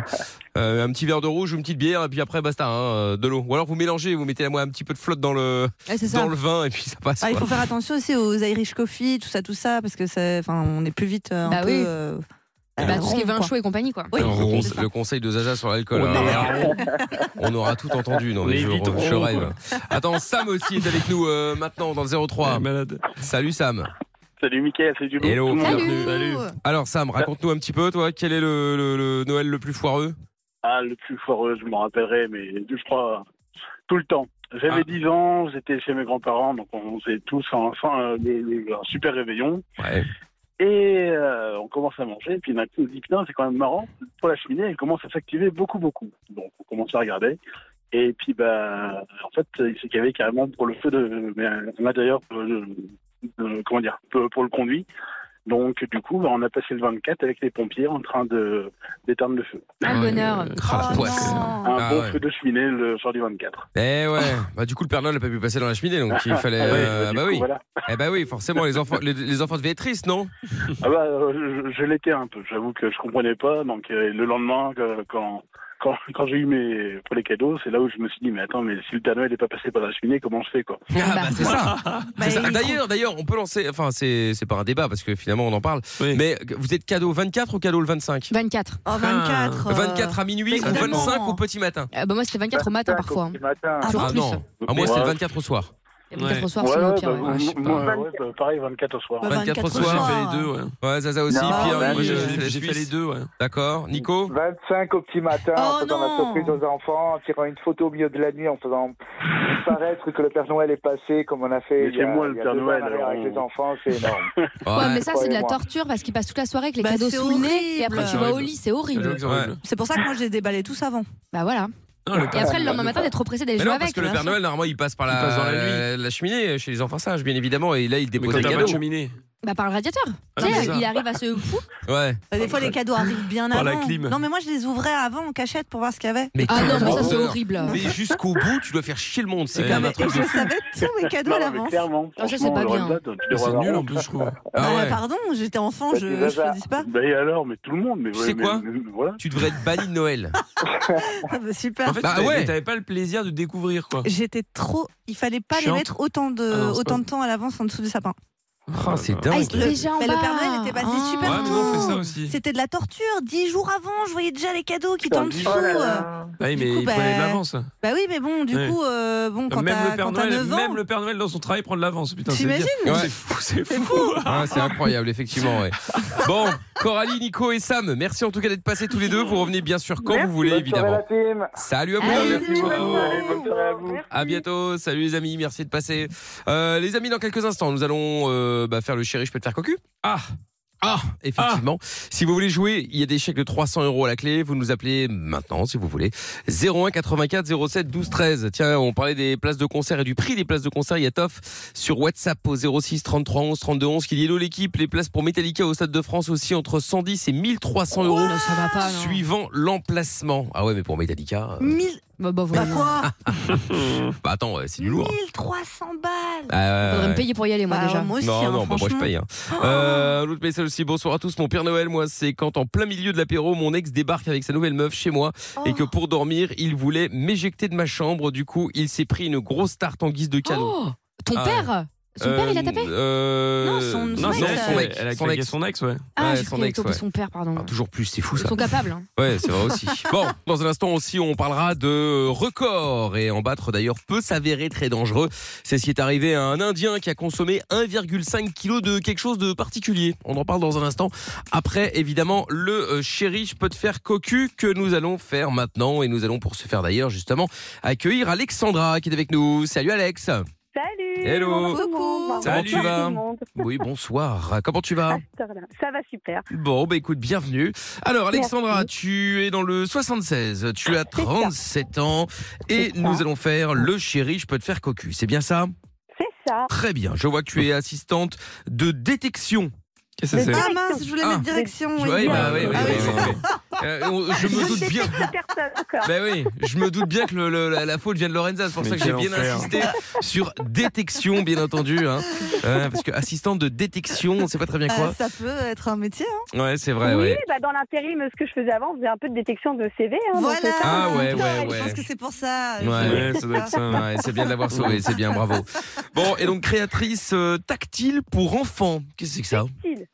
[SPEAKER 1] Euh, un petit verre de rouge ou une petite bière et puis après basta, hein, euh, de l'eau. Ou alors vous mélangez, vous mettez la moi un petit peu de flotte dans le
[SPEAKER 4] Ouais, c'est ça.
[SPEAKER 1] dans le vin et puis ça passe.
[SPEAKER 2] Ah, il
[SPEAKER 1] quoi.
[SPEAKER 2] faut faire attention aussi aux Irish coffee, tout ça, tout ça, parce que c'est, enfin, on est plus vite euh, un
[SPEAKER 4] Bah
[SPEAKER 2] peu
[SPEAKER 4] oui.
[SPEAKER 2] euh,
[SPEAKER 4] Bah, tout ce qui est vin chaud et compagnie, quoi.
[SPEAKER 2] Oui,
[SPEAKER 1] le,
[SPEAKER 2] ok,
[SPEAKER 1] conse-
[SPEAKER 2] c'est ça.
[SPEAKER 1] le conseil de Zaza sur l'alcool.
[SPEAKER 3] On
[SPEAKER 1] hein.
[SPEAKER 3] est-
[SPEAKER 1] Alors, On aura tout entendu. Non, mais
[SPEAKER 3] Les
[SPEAKER 1] je,
[SPEAKER 3] vitrons,
[SPEAKER 1] je rêve. Attends, Sam aussi est avec nous euh, maintenant dans le 03.
[SPEAKER 3] malade.
[SPEAKER 1] Salut Sam.
[SPEAKER 8] Salut Mickaël, salut Dubo.
[SPEAKER 1] Hello.
[SPEAKER 8] Tout le monde.
[SPEAKER 4] Salut.
[SPEAKER 1] Alors Sam, raconte-nous un petit peu, toi, quel est le, le- le Noël le plus foireux
[SPEAKER 4] Oh,
[SPEAKER 8] Ah, le plus foireux, je m'en rappellerai, mais je crois euh, tout le temps. J'avais
[SPEAKER 1] Ah.
[SPEAKER 8] 10 ans, j'étais chez mes grands-parents, donc on s'est tous en, enfin, euh, le- le- un super réveillon.
[SPEAKER 1] Ouais.
[SPEAKER 8] Et euh, on commence à manger, puis d'un coup on se dit putain, c'est quand même marrant, pour la cheminée, elle commence à s'activer beaucoup, beaucoup. Donc on commence à regarder. Et puis, bah, en fait, il s'est qu'il y avait carrément pour le feu de, mais à l'intérieur, euh, de- comment dire, pour pour le conduit. Donc, du coup, bah, on a passé le 24 avec les pompiers en train de d'éteindre le feu.
[SPEAKER 4] Ah, le bonheur.
[SPEAKER 1] Ah, la poisse.
[SPEAKER 8] Un
[SPEAKER 1] Ah
[SPEAKER 8] bon
[SPEAKER 1] ouais.
[SPEAKER 8] feu de cheminée le soir du 24.
[SPEAKER 1] Eh ouais. Bah, du coup, le Père Noël n'a pas pu passer dans la cheminée, donc il fallait.
[SPEAKER 8] Ah ouais,
[SPEAKER 1] euh,
[SPEAKER 8] du
[SPEAKER 1] bah
[SPEAKER 8] coup,
[SPEAKER 1] oui.
[SPEAKER 8] voilà.
[SPEAKER 1] Eh bah oui, forcément, les enfants, les, les enfants devaient être tristes, non
[SPEAKER 8] Ah bah, euh, je, je l'étais un peu. J'avoue que je comprenais pas. Donc euh, le lendemain, euh, quand quand, quand j'ai eu mes pour les cadeaux, c'est là où je me suis dit mais attends, mais si le Père Noël n'est pas passé par la cheminée, comment je fais quoi
[SPEAKER 1] Ah bah, c'est ça.
[SPEAKER 2] Bah,
[SPEAKER 1] C'est ça.
[SPEAKER 2] il-
[SPEAKER 1] D'ailleurs, d'ailleurs, on peut lancer. Enfin, c'est c'est pas un débat parce que finalement on en parle.
[SPEAKER 3] Oui.
[SPEAKER 1] Mais vous êtes cadeau 24 ou cadeau le 25
[SPEAKER 4] 24.
[SPEAKER 2] Oh, 24. euh,
[SPEAKER 1] 24 à minuit ou
[SPEAKER 2] exactement.
[SPEAKER 1] 25 au petit matin
[SPEAKER 4] Euh, bah, moi, c'était 24 au matin parfois. hein.
[SPEAKER 7] Petit matin.
[SPEAKER 4] Toujours
[SPEAKER 1] Ah
[SPEAKER 4] plus.
[SPEAKER 1] non, à moi
[SPEAKER 8] Ouais.
[SPEAKER 1] c'est le 24 au soir.
[SPEAKER 4] Et 24 au soir,
[SPEAKER 8] Ouais,
[SPEAKER 4] sinon au
[SPEAKER 8] ouais,
[SPEAKER 4] pire.
[SPEAKER 8] bah,
[SPEAKER 4] ouais.
[SPEAKER 8] moi,
[SPEAKER 3] ouais, je sais pas.
[SPEAKER 8] moi, ouais, bah, pareil, 24 au soir.
[SPEAKER 1] 24 au
[SPEAKER 3] Moi, j'ai
[SPEAKER 1] soir.
[SPEAKER 3] fait les deux, ouais.
[SPEAKER 1] Ouais, Zaza aussi,
[SPEAKER 7] Non,
[SPEAKER 1] Pierre,
[SPEAKER 7] bah,
[SPEAKER 1] euh,
[SPEAKER 3] Moi, j'ai-
[SPEAKER 1] c'est la
[SPEAKER 3] j'ai fait les
[SPEAKER 1] Suisse.
[SPEAKER 3] deux, ouais.
[SPEAKER 1] D'accord, Nico
[SPEAKER 7] 25 au petit matin,
[SPEAKER 2] Oh
[SPEAKER 7] en faisant la
[SPEAKER 2] non.
[SPEAKER 7] surprise aux enfants, en tirant une photo au milieu de la nuit, en faisant paraître que le Père Noël est passé, comme on a fait
[SPEAKER 8] Mais
[SPEAKER 7] il y a,
[SPEAKER 8] c'est moi, le
[SPEAKER 7] il y a
[SPEAKER 8] Père
[SPEAKER 7] deux ans en
[SPEAKER 8] Noël,
[SPEAKER 7] arrière avec
[SPEAKER 8] alors.
[SPEAKER 7] les enfants, c'est énorme.
[SPEAKER 1] Ouais.
[SPEAKER 4] Ouais, mais ça, c'est de la
[SPEAKER 7] Croyez-moi.
[SPEAKER 4] torture parce qu'il passe toute la soirée avec les
[SPEAKER 2] Bah,
[SPEAKER 4] cadeaux
[SPEAKER 2] c'est
[SPEAKER 4] sous le nez.
[SPEAKER 2] horrible.
[SPEAKER 4] Et après, tu
[SPEAKER 3] C'est
[SPEAKER 4] vas au
[SPEAKER 3] horrible.
[SPEAKER 4] lit, c'est
[SPEAKER 3] Les
[SPEAKER 4] horrible.
[SPEAKER 3] deux, c'est horrible.
[SPEAKER 2] C'est pour ça que moi j'ai déballé tous avant.
[SPEAKER 4] Bah voilà.
[SPEAKER 3] Non, le
[SPEAKER 4] Et
[SPEAKER 3] père-
[SPEAKER 4] après, le lendemain matin, t'es trop pressé d'aller
[SPEAKER 1] Mais
[SPEAKER 4] jouer
[SPEAKER 1] non, parce
[SPEAKER 4] avec.
[SPEAKER 1] que le Père Noël, normalement, il passe par la,
[SPEAKER 3] Il passe dans la nuit.
[SPEAKER 1] la- la cheminée chez les enfants sages, bien évidemment, et là, il
[SPEAKER 3] Mais
[SPEAKER 1] dépose
[SPEAKER 3] quand
[SPEAKER 1] les
[SPEAKER 3] t'as pas de
[SPEAKER 1] cadeaux.
[SPEAKER 3] cheminée,
[SPEAKER 4] Bah par le radiateur.
[SPEAKER 3] Ah,
[SPEAKER 4] tu sais,
[SPEAKER 3] c'est ça.
[SPEAKER 4] il arrive à se fou.
[SPEAKER 1] Ouais.
[SPEAKER 2] Bah, des fois les cadeaux arrivent bien
[SPEAKER 3] Ah, Par la
[SPEAKER 2] avant.
[SPEAKER 3] clim.
[SPEAKER 2] Non mais moi je les ouvrais avant en cachette pour voir ce qu'il y avait.
[SPEAKER 1] Mais
[SPEAKER 4] Ah non, mais ça, c'est
[SPEAKER 1] horreur.
[SPEAKER 4] horrible.
[SPEAKER 1] Mais jusqu'au bout, tu dois faire chier le monde, c'est
[SPEAKER 3] Ouais.
[SPEAKER 1] quand
[SPEAKER 2] Non,
[SPEAKER 1] même un
[SPEAKER 2] mais- et
[SPEAKER 1] truc.
[SPEAKER 2] je savais tous mes cadeaux
[SPEAKER 8] Non,
[SPEAKER 2] à
[SPEAKER 8] mais
[SPEAKER 2] l'avance.
[SPEAKER 8] clairement,
[SPEAKER 4] Ah, ça, c'est
[SPEAKER 8] franchement,
[SPEAKER 4] pas
[SPEAKER 8] le
[SPEAKER 4] bien.
[SPEAKER 8] résultat, tu devrais
[SPEAKER 3] c'est
[SPEAKER 8] avoir
[SPEAKER 3] nul en
[SPEAKER 8] honte.
[SPEAKER 3] plus, je trouve.
[SPEAKER 1] Ah
[SPEAKER 2] Bah,
[SPEAKER 1] ouais.
[SPEAKER 2] Pardon, j'étais enfant, je
[SPEAKER 7] Vas-y,
[SPEAKER 2] ne
[SPEAKER 7] vas-y.
[SPEAKER 2] choisissais pas.
[SPEAKER 8] Bah et alors, mais tout le monde, mais
[SPEAKER 1] Tu
[SPEAKER 8] ouais,
[SPEAKER 1] sais
[SPEAKER 8] mais-
[SPEAKER 1] quoi
[SPEAKER 8] mais- mais voilà.
[SPEAKER 1] Tu devrais être banni de Noël.
[SPEAKER 2] Ah bah, super.
[SPEAKER 3] En fait,
[SPEAKER 1] Bah
[SPEAKER 3] t'avais-
[SPEAKER 1] ouais.
[SPEAKER 3] t'avais pas le plaisir de découvrir, quoi.
[SPEAKER 2] J'étais trop. Il fallait pas les
[SPEAKER 3] Chiante.
[SPEAKER 2] mettre autant de,
[SPEAKER 3] Ah non, c'est
[SPEAKER 2] autant
[SPEAKER 3] pas- Oh,
[SPEAKER 2] de temps à l'avance en dessous du sapin.
[SPEAKER 1] Ah, c'est
[SPEAKER 4] Ah,
[SPEAKER 1] dingue.
[SPEAKER 4] il était déjà en
[SPEAKER 2] Mais
[SPEAKER 4] bas.
[SPEAKER 2] le Père Noël était passé
[SPEAKER 4] Ah.
[SPEAKER 2] super
[SPEAKER 3] Ouais, nous on fait ça
[SPEAKER 2] tôt.
[SPEAKER 3] aussi.
[SPEAKER 2] C'était de la torture. Dix jours avant, je voyais déjà les cadeaux qui étaient en dessous.
[SPEAKER 7] Oh là là.
[SPEAKER 3] Oui,
[SPEAKER 2] Du
[SPEAKER 3] mais
[SPEAKER 2] coup,
[SPEAKER 3] il prenait
[SPEAKER 2] bah,
[SPEAKER 3] de l'avance.
[SPEAKER 2] Bah oui, mais bon, du
[SPEAKER 3] Ouais.
[SPEAKER 2] coup, euh, bon, quand
[SPEAKER 3] Même
[SPEAKER 2] t'as
[SPEAKER 3] le Père
[SPEAKER 2] quand t'as
[SPEAKER 3] Noël,
[SPEAKER 2] 9 ans,
[SPEAKER 3] même le Père Noël dans son travail prend de l'avance. Putain, c'est
[SPEAKER 2] T'imagines
[SPEAKER 3] dire.
[SPEAKER 1] Ouais.
[SPEAKER 3] C'est fou, c'est
[SPEAKER 2] c'est
[SPEAKER 3] fou.
[SPEAKER 2] fou.
[SPEAKER 1] Ah, c'est incroyable, effectivement. Ouais. Bon, Coralie, Nico et Sam, merci en tout cas d'être passés tous les deux. Vous revenez bien sûr quand vous voulez,
[SPEAKER 7] Bonne soirée,
[SPEAKER 1] évidemment.
[SPEAKER 7] la team.
[SPEAKER 1] Salut à vous.
[SPEAKER 4] Allez,
[SPEAKER 1] deux.
[SPEAKER 4] bisous.
[SPEAKER 7] bonne soirée à vous.
[SPEAKER 1] À bientôt, salut les amis, merci de passer. Euh, les amis, dans quelques instants, nous allons euh, bah, faire le chéri, je peux te faire cocu
[SPEAKER 3] Ah,
[SPEAKER 1] Ah, effectivement. Si vous voulez jouer, il y a des chèques de 300 euros à la clé. Vous nous appelez maintenant, si vous voulez. 01 84 07 12 13. Tiens, on parlait des places de concert et du prix des places de concert. Il y a Toff sur WhatsApp au 06 33 11 32 11 qui dit Hello l'équipe. Les places pour Metallica au Stade de France aussi entre 110 et 1300 euros.
[SPEAKER 4] Non, ça va pas. non.
[SPEAKER 1] Suivant l'emplacement. Ah ouais, mais pour Metallica, euh,
[SPEAKER 2] Mille-
[SPEAKER 4] Bah, bah
[SPEAKER 2] Bah
[SPEAKER 4] voilà.
[SPEAKER 2] quoi
[SPEAKER 1] bah attends, ouais, c'est du lourd.
[SPEAKER 2] 1300 balles.
[SPEAKER 1] Ah ouais, ouais,
[SPEAKER 4] Faudrait me
[SPEAKER 1] ouais.
[SPEAKER 4] payer pour y aller, moi
[SPEAKER 2] Bah,
[SPEAKER 4] déjà.
[SPEAKER 2] Moi aussi,
[SPEAKER 1] Non,
[SPEAKER 2] hein,
[SPEAKER 1] non, bah, moi je
[SPEAKER 2] franchement.
[SPEAKER 1] paye. hein. Euh, un autre message aussi, bonsoir à tous. Mon Père Noël, moi, c'est quand en plein milieu de l'apéro, mon ex débarque avec sa nouvelle meuf chez moi et
[SPEAKER 4] Oh.
[SPEAKER 1] que pour dormir, il voulait m'éjecter de ma chambre. Du coup, il s'est pris une grosse tarte en guise de cadeau.
[SPEAKER 4] Oh, ton
[SPEAKER 1] Ah ouais.
[SPEAKER 4] père Son père, il a tapé
[SPEAKER 1] Euh,
[SPEAKER 2] Non, son-
[SPEAKER 1] non,
[SPEAKER 2] son
[SPEAKER 3] non,
[SPEAKER 2] ex,
[SPEAKER 1] non,
[SPEAKER 3] c'est-
[SPEAKER 1] son mec.
[SPEAKER 3] Elle a
[SPEAKER 1] son
[SPEAKER 3] claqué
[SPEAKER 1] ex.
[SPEAKER 3] son ex, ouais.
[SPEAKER 4] euh, Ah,
[SPEAKER 1] ouais,
[SPEAKER 4] j'ai
[SPEAKER 1] son
[SPEAKER 4] cru
[SPEAKER 1] ex,
[SPEAKER 4] que
[SPEAKER 1] ouais.
[SPEAKER 4] son père, pardon.
[SPEAKER 1] Ah, toujours plus, c'est fou
[SPEAKER 4] Ils
[SPEAKER 1] ça.
[SPEAKER 4] sont capables. hein.
[SPEAKER 1] Ouais, c'est vrai aussi. Bon, dans un instant aussi, on parlera de record. Et en battre d'ailleurs peut s'avérer très dangereux. C'est ce qui est arrivé à un Indien qui a consommé 1,5 kg de quelque chose de particulier. On en parle dans un instant. Après, évidemment, le euh, chéri, je peux te faire cocu que nous allons faire maintenant. Et nous allons, pour ce faire d'ailleurs, justement, accueillir Alexandra qui est avec nous. Salut Alex.
[SPEAKER 9] Salut
[SPEAKER 1] Hello.
[SPEAKER 9] bonjour tout le monde.
[SPEAKER 2] Coucou.
[SPEAKER 1] Salut,
[SPEAKER 9] Bonsoir
[SPEAKER 1] tu vas
[SPEAKER 9] tout le monde.
[SPEAKER 1] Oui, bonsoir. Comment tu vas
[SPEAKER 9] Ah, cette heure-là. Ça va super.
[SPEAKER 1] Bon, bah écoute, bienvenue. Alors, Alexandra, tu es dans le 76, tu as 37 ans et
[SPEAKER 9] C'est ça.
[SPEAKER 1] nous allons faire le chéri, je peux te faire cocu. C'est bien ça
[SPEAKER 9] C'est ça.
[SPEAKER 1] Très bien. Je vois que tu es assistante de détection.
[SPEAKER 3] Qu'est-ce que
[SPEAKER 9] Mais-
[SPEAKER 3] c'est
[SPEAKER 2] Ah mince, je voulais
[SPEAKER 1] Ah.
[SPEAKER 2] mettre direction. oui.
[SPEAKER 1] Ouais, bah oui, oui,
[SPEAKER 2] Ah
[SPEAKER 1] oui,
[SPEAKER 2] oui,
[SPEAKER 1] oui, oui. Euh, on- je me doute
[SPEAKER 9] sais
[SPEAKER 1] bien.
[SPEAKER 9] pas cette personne encore.
[SPEAKER 1] Bah oui, je me doute bien que le- le- la, la faute vient de Lorenza, c'est pour
[SPEAKER 3] Mais
[SPEAKER 1] ça que j'ai
[SPEAKER 3] quel
[SPEAKER 1] bien
[SPEAKER 3] enfer.
[SPEAKER 1] insisté sur détection, bien entendu, hein. Euh, parce que assistante de détection, on sait pas très bien
[SPEAKER 2] Euh,
[SPEAKER 1] quoi.
[SPEAKER 2] ça peut être un métier. hein.
[SPEAKER 1] Ouais, c'est vrai,
[SPEAKER 9] Ah, oui,
[SPEAKER 1] ouais.
[SPEAKER 9] bah, dans l'intérim, ce que je faisais avant, on faisait un peu de détection de CV. Hein, donc
[SPEAKER 2] Voilà.
[SPEAKER 9] c'est ça.
[SPEAKER 1] Ah ouais, ouais,
[SPEAKER 2] Je
[SPEAKER 1] ouais.
[SPEAKER 2] pense que c'est pour ça.
[SPEAKER 1] Ouais.
[SPEAKER 3] Ouais, ça doit être ça. ouais.
[SPEAKER 1] Ouais, c'est bien de l'avoir sauvé, c'est bien, bravo. Bon, et donc créatrice euh, tactile pour enfants. Qu'est-ce que c'est que ça
[SPEAKER 9] Tactile.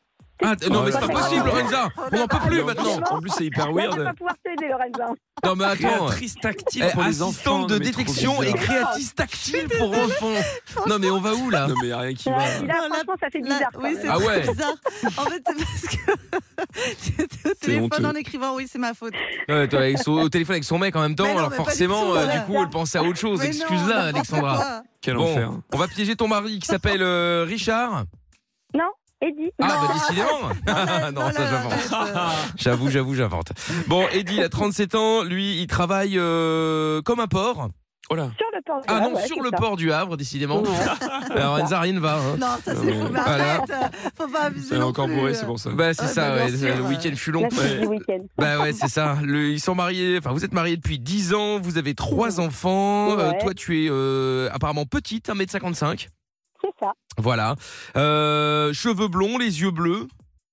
[SPEAKER 1] Ah, t- non, mais c'est pas
[SPEAKER 9] Ouais.
[SPEAKER 1] possible, Lorenza
[SPEAKER 2] Oh,
[SPEAKER 1] On n'en peut plus maintenant
[SPEAKER 3] En plus, c'est hyper
[SPEAKER 9] Là, je vais
[SPEAKER 3] weird.
[SPEAKER 9] pas pouvoir t'aider, Lorenza.
[SPEAKER 1] Non, mais attends
[SPEAKER 3] Créatrice tactile
[SPEAKER 1] Eh,
[SPEAKER 3] pour les enfants.
[SPEAKER 1] Assistante de
[SPEAKER 3] non, mais trop
[SPEAKER 1] détection et
[SPEAKER 3] bizarre.
[SPEAKER 1] créatrice
[SPEAKER 2] Ah,
[SPEAKER 1] tactile pour enfants Non, mais on va où là
[SPEAKER 3] Non, mais y a rien qui
[SPEAKER 9] Ouais,
[SPEAKER 3] va.
[SPEAKER 9] et là,
[SPEAKER 2] Non, là-
[SPEAKER 9] Ah, franchement, ça fait
[SPEAKER 2] Là,
[SPEAKER 9] bizarre. quand
[SPEAKER 2] oui,
[SPEAKER 9] même.
[SPEAKER 2] c'est
[SPEAKER 1] Ah ouais.
[SPEAKER 2] très bizarre. En fait, c'est parce que j'étais au téléphone
[SPEAKER 3] honteux.
[SPEAKER 2] en écrivant oui, c'est ma faute.
[SPEAKER 1] Ouais, t'es avec son- au téléphone avec son mec en même temps,
[SPEAKER 2] Mais non,
[SPEAKER 1] alors
[SPEAKER 2] mais pas du
[SPEAKER 1] forcément,
[SPEAKER 2] tout,
[SPEAKER 1] euh,
[SPEAKER 2] voilà.
[SPEAKER 1] du coup, elle pensait à autre chose.
[SPEAKER 2] Mais non,
[SPEAKER 1] Excuse-la,
[SPEAKER 2] n'importe
[SPEAKER 1] Alexandra.
[SPEAKER 2] quoi.
[SPEAKER 3] Quel
[SPEAKER 1] Bon,
[SPEAKER 3] enfer.
[SPEAKER 1] on va piéger ton mari qui s'appelle euh, Richard.
[SPEAKER 9] Eddie.
[SPEAKER 1] Ah,
[SPEAKER 9] Non.
[SPEAKER 1] bah décidément Ah,
[SPEAKER 2] la-
[SPEAKER 1] Non,
[SPEAKER 2] dans
[SPEAKER 1] ça
[SPEAKER 2] la-
[SPEAKER 1] j'invente.
[SPEAKER 2] euh,
[SPEAKER 1] J'avoue, j'avoue, j'invente. Bon, Eddie, il a 37 ans, lui, il travaille euh, comme un porc.
[SPEAKER 3] Oh là.
[SPEAKER 9] Sur le port.
[SPEAKER 1] Ah non,
[SPEAKER 9] ouais,
[SPEAKER 1] sur
[SPEAKER 9] c'est
[SPEAKER 1] le
[SPEAKER 9] ça.
[SPEAKER 1] port du Havre, décidément.
[SPEAKER 9] Ouais.
[SPEAKER 1] Alors, Enza, rien ne va. hein.
[SPEAKER 2] Non, ça c'est
[SPEAKER 3] mais-
[SPEAKER 2] fou, mais
[SPEAKER 1] Voilà.
[SPEAKER 2] arrête, euh, faut pas abuser.
[SPEAKER 3] Elle est
[SPEAKER 2] non
[SPEAKER 3] encore
[SPEAKER 2] plus,
[SPEAKER 3] bourrée,
[SPEAKER 2] euh.
[SPEAKER 3] c'est pour ça.
[SPEAKER 1] Bah, c'est
[SPEAKER 2] Ouais,
[SPEAKER 1] ça,
[SPEAKER 2] bah, bien
[SPEAKER 1] ouais,
[SPEAKER 2] sûr,
[SPEAKER 1] le
[SPEAKER 2] ouais.
[SPEAKER 1] week-end fut long.
[SPEAKER 9] La suite du week-end.
[SPEAKER 1] Bah ouais, c'est ça. Le- ils sont mariés, enfin, vous êtes mariés depuis 10 ans, vous avez trois enfants. Euh,
[SPEAKER 9] Ouais.
[SPEAKER 1] toi, tu es euh, apparemment petite, 1m55.
[SPEAKER 9] C'est ça.
[SPEAKER 1] Voilà. Euh, cheveux blonds, les yeux bleus.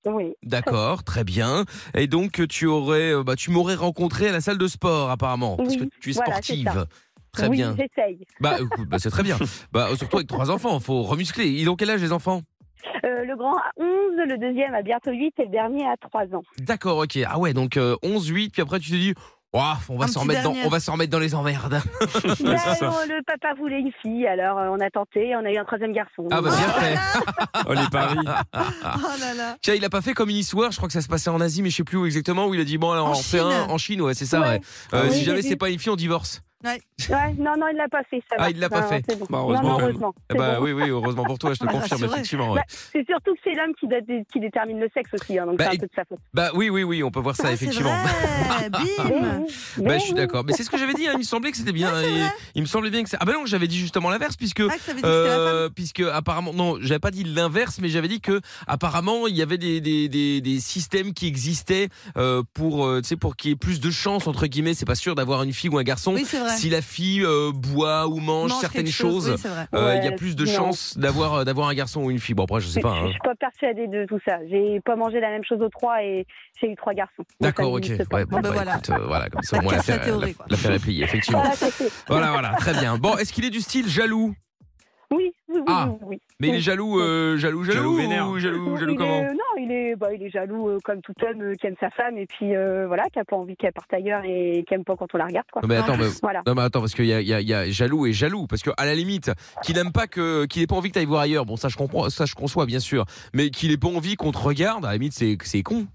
[SPEAKER 9] Oui.
[SPEAKER 1] D'accord, très bien. Et donc tu aurais, euh, bah, tu m'aurais rencontré à la salle de sport apparemment, parce que
[SPEAKER 9] Oui,
[SPEAKER 1] tu es
[SPEAKER 9] voilà,
[SPEAKER 1] sportive.
[SPEAKER 9] c'est ça.
[SPEAKER 1] très
[SPEAKER 9] oui,
[SPEAKER 1] bien.
[SPEAKER 9] J'essaye.
[SPEAKER 1] Bah, écoute, bah, c'est très bien. Bah, surtout avec trois enfants, faut remuscler. Ils ont quel âge les enfants
[SPEAKER 9] Euh, le grand a 11, le deuxième a bientôt 8 et le dernier a 3 ans.
[SPEAKER 1] D'accord, ok. Ah ouais, donc euh, 11, 8, puis après tu te dis, Ouah, on va
[SPEAKER 2] Un
[SPEAKER 1] s'en
[SPEAKER 2] petit
[SPEAKER 1] remettre dans,
[SPEAKER 2] dernier.
[SPEAKER 1] on va s'en remettre dans les emmerdes.
[SPEAKER 9] Bah,
[SPEAKER 3] ça.
[SPEAKER 9] non, le papa voulait une fille, alors euh, on a tenté, on a eu un troisième garçon.
[SPEAKER 1] Ah bah bien fait.
[SPEAKER 3] Oh, les paris.
[SPEAKER 2] Oh là là.
[SPEAKER 1] Tiens, il a pas fait comme une histoire. Je crois que ça se passait en Asie, mais je sais plus où exactement. Où il a dit bon, alors
[SPEAKER 2] En
[SPEAKER 1] on en fait
[SPEAKER 2] Chine.
[SPEAKER 1] un en Chine, ouais, c'est ça.
[SPEAKER 9] Ouais.
[SPEAKER 1] ouais. Euh,
[SPEAKER 9] Oui,
[SPEAKER 1] si
[SPEAKER 9] j'ai
[SPEAKER 1] jamais
[SPEAKER 9] vu.
[SPEAKER 1] c'est pas une fille, on divorce.
[SPEAKER 9] Ouais, non, non, il l'a pas fait. Ça
[SPEAKER 1] Ah,
[SPEAKER 9] va.
[SPEAKER 1] il l'a pas
[SPEAKER 9] Non,
[SPEAKER 1] fait.
[SPEAKER 9] c'est bon.
[SPEAKER 3] Bah,
[SPEAKER 9] Non,
[SPEAKER 3] heureusement,
[SPEAKER 9] non,
[SPEAKER 3] quand même.
[SPEAKER 9] heureusement.
[SPEAKER 1] Eh
[SPEAKER 9] C'est
[SPEAKER 1] bah
[SPEAKER 9] bon.
[SPEAKER 1] oui, oui, heureusement pour toi, je te
[SPEAKER 2] On est
[SPEAKER 1] confirme
[SPEAKER 2] rassurés.
[SPEAKER 1] effectivement. ouais.
[SPEAKER 9] C'est surtout que c'est l'homme qui, doit dé- qui détermine le sexe aussi, hein, donc
[SPEAKER 1] Bah,
[SPEAKER 9] c'est
[SPEAKER 1] et-
[SPEAKER 9] un peu de sa faute.
[SPEAKER 1] Bah oui, oui, oui, on peut voir ça
[SPEAKER 2] Ah, c'est
[SPEAKER 1] effectivement.
[SPEAKER 2] vrai. Bim.
[SPEAKER 9] Mais
[SPEAKER 1] Bah, je suis
[SPEAKER 9] oui.
[SPEAKER 1] d'accord. Mais c'est ce que j'avais dit. hein. Il me semblait que c'était bien.
[SPEAKER 2] Ouais, c'est
[SPEAKER 1] il,
[SPEAKER 2] vrai.
[SPEAKER 1] il me semblait bien que ça. Ah bah non, j'avais dit justement l'inverse puisque.
[SPEAKER 2] Ah, que ça veut dire que c'était la femme.
[SPEAKER 1] euh, puisque apparemment non j'avais pas dit l'inverse mais j'avais dit que apparemment il y avait des, des, des, des systèmes qui existaient euh, pour euh, tu sais pour qu'il y ait plus de chance entre guillemets c'est pas sûr d'avoir une fille ou un garçon
[SPEAKER 2] Oui, c'est vrai.
[SPEAKER 1] si la fille euh, boit ou mange,
[SPEAKER 2] Mange
[SPEAKER 1] certaines
[SPEAKER 2] quelque chose,
[SPEAKER 1] choses
[SPEAKER 2] oui, c'est vrai.
[SPEAKER 1] euh, il y a
[SPEAKER 9] Ouais,
[SPEAKER 1] plus de
[SPEAKER 9] non.
[SPEAKER 1] chances d'avoir euh, d'avoir un garçon ou une fille bon après je sais pas
[SPEAKER 9] Je
[SPEAKER 1] hein.
[SPEAKER 9] suis pas persuadée de tout ça. J'ai pas mangé la même chose aux trois et j'ai eu trois garçons. Donc, ça
[SPEAKER 1] d'accord ok
[SPEAKER 9] n'existe pas.
[SPEAKER 1] ouais
[SPEAKER 2] Bon,
[SPEAKER 1] bon
[SPEAKER 2] bah,
[SPEAKER 1] bah,
[SPEAKER 2] voilà.
[SPEAKER 1] écoute, euh, voilà comme ça
[SPEAKER 2] Ça
[SPEAKER 1] au moins
[SPEAKER 2] casse la
[SPEAKER 1] l'affaire la,
[SPEAKER 2] théorie, quoi.
[SPEAKER 1] l'affaire est pliée effectivement
[SPEAKER 9] Voilà, Ah, c'est fait.
[SPEAKER 1] voilà voilà très bien bon est-ce qu'il est du style jaloux
[SPEAKER 9] Oui, oui, oui,
[SPEAKER 1] Ah.
[SPEAKER 9] oui, oui.
[SPEAKER 1] mais il est jaloux euh, jaloux jaloux
[SPEAKER 3] Jaloux vénère.
[SPEAKER 1] ou jaloux
[SPEAKER 9] Oui,
[SPEAKER 1] jaloux
[SPEAKER 9] il
[SPEAKER 1] comment
[SPEAKER 9] est- Non, il est, bah, il est jaloux euh, comme tout homme euh, qui aime sa femme et puis euh, voilà, qui a pas envie qu'elle parte ailleurs et qui aime pas quand on la regarde. Quoi.
[SPEAKER 1] non Ah, mais attends mais-
[SPEAKER 9] Voilà.
[SPEAKER 1] non mais attends parce qu'il y a, il y a- il y a jaloux et jaloux parce que à la limite qu'il aime pas que qu'il ait pas envie que t'ailles voir ailleurs bon ça je comprends ça je conçois bien sûr mais qu'il ait pas envie qu'on te regarde à la limite c'est c'est con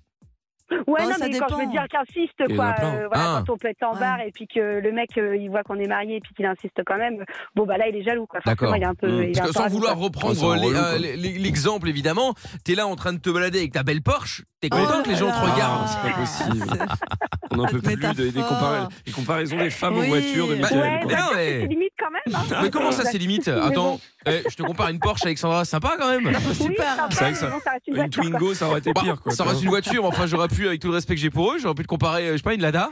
[SPEAKER 9] Ouais,
[SPEAKER 2] Non,
[SPEAKER 9] non,
[SPEAKER 2] Ah, ça
[SPEAKER 9] mais quand
[SPEAKER 2] dépend.
[SPEAKER 9] je veux dire qu'insiste,
[SPEAKER 3] Il y en a
[SPEAKER 9] quoi,
[SPEAKER 3] plein.
[SPEAKER 9] euh, voilà,
[SPEAKER 1] Ah.
[SPEAKER 9] quand on peut être en
[SPEAKER 2] Ouais.
[SPEAKER 9] bar et puis que le mec euh, il voit qu'on est marié et puis qu'il insiste quand même, bon bah là il est jaloux, quoi.
[SPEAKER 1] D'accord. Mmh.
[SPEAKER 9] Forcément, il est un peu.
[SPEAKER 3] Mm.
[SPEAKER 9] il est
[SPEAKER 1] Parce
[SPEAKER 9] un
[SPEAKER 1] que
[SPEAKER 9] peu
[SPEAKER 1] sans
[SPEAKER 9] ravi,
[SPEAKER 1] vouloir
[SPEAKER 9] quoi.
[SPEAKER 3] Ils sont
[SPEAKER 1] reprendre les-
[SPEAKER 3] relous,
[SPEAKER 1] euh,
[SPEAKER 3] quoi.
[SPEAKER 1] les- les- l'exemple évidemment, t'es là en train de te balader avec ta belle Porsche, t'es
[SPEAKER 2] Oh
[SPEAKER 1] content que les
[SPEAKER 2] là
[SPEAKER 1] gens te
[SPEAKER 2] là.
[SPEAKER 1] regardent.
[SPEAKER 3] c'est pas possible.
[SPEAKER 2] Ah,
[SPEAKER 3] On n'en peut plus
[SPEAKER 2] Cette
[SPEAKER 3] de- des,
[SPEAKER 2] métaphore.
[SPEAKER 3] compara- des comparaisons des femmes
[SPEAKER 2] Oui.
[SPEAKER 3] aux voitures de
[SPEAKER 2] Bah,
[SPEAKER 3] Michael.
[SPEAKER 9] Ouais,
[SPEAKER 1] Mais
[SPEAKER 3] quoi.
[SPEAKER 1] non,
[SPEAKER 9] C'est
[SPEAKER 1] mais,
[SPEAKER 9] limite quand même. Hein.
[SPEAKER 1] mais comment ça c'est limite Attends, eh, je te compare une Porsche Alexandra, sympa quand même.
[SPEAKER 2] c'est Super.
[SPEAKER 3] C'est vrai que ça-
[SPEAKER 9] reste
[SPEAKER 3] Une
[SPEAKER 9] voiture, quoi.
[SPEAKER 3] Twingo, ça aurait été
[SPEAKER 1] Bah,
[SPEAKER 3] pire. Quoi,
[SPEAKER 1] ça reste une voiture, mais enfin j'aurais pu avec tout le respect que j'ai pour eux, j'aurais pu te comparer, euh, je sais pas une Lada.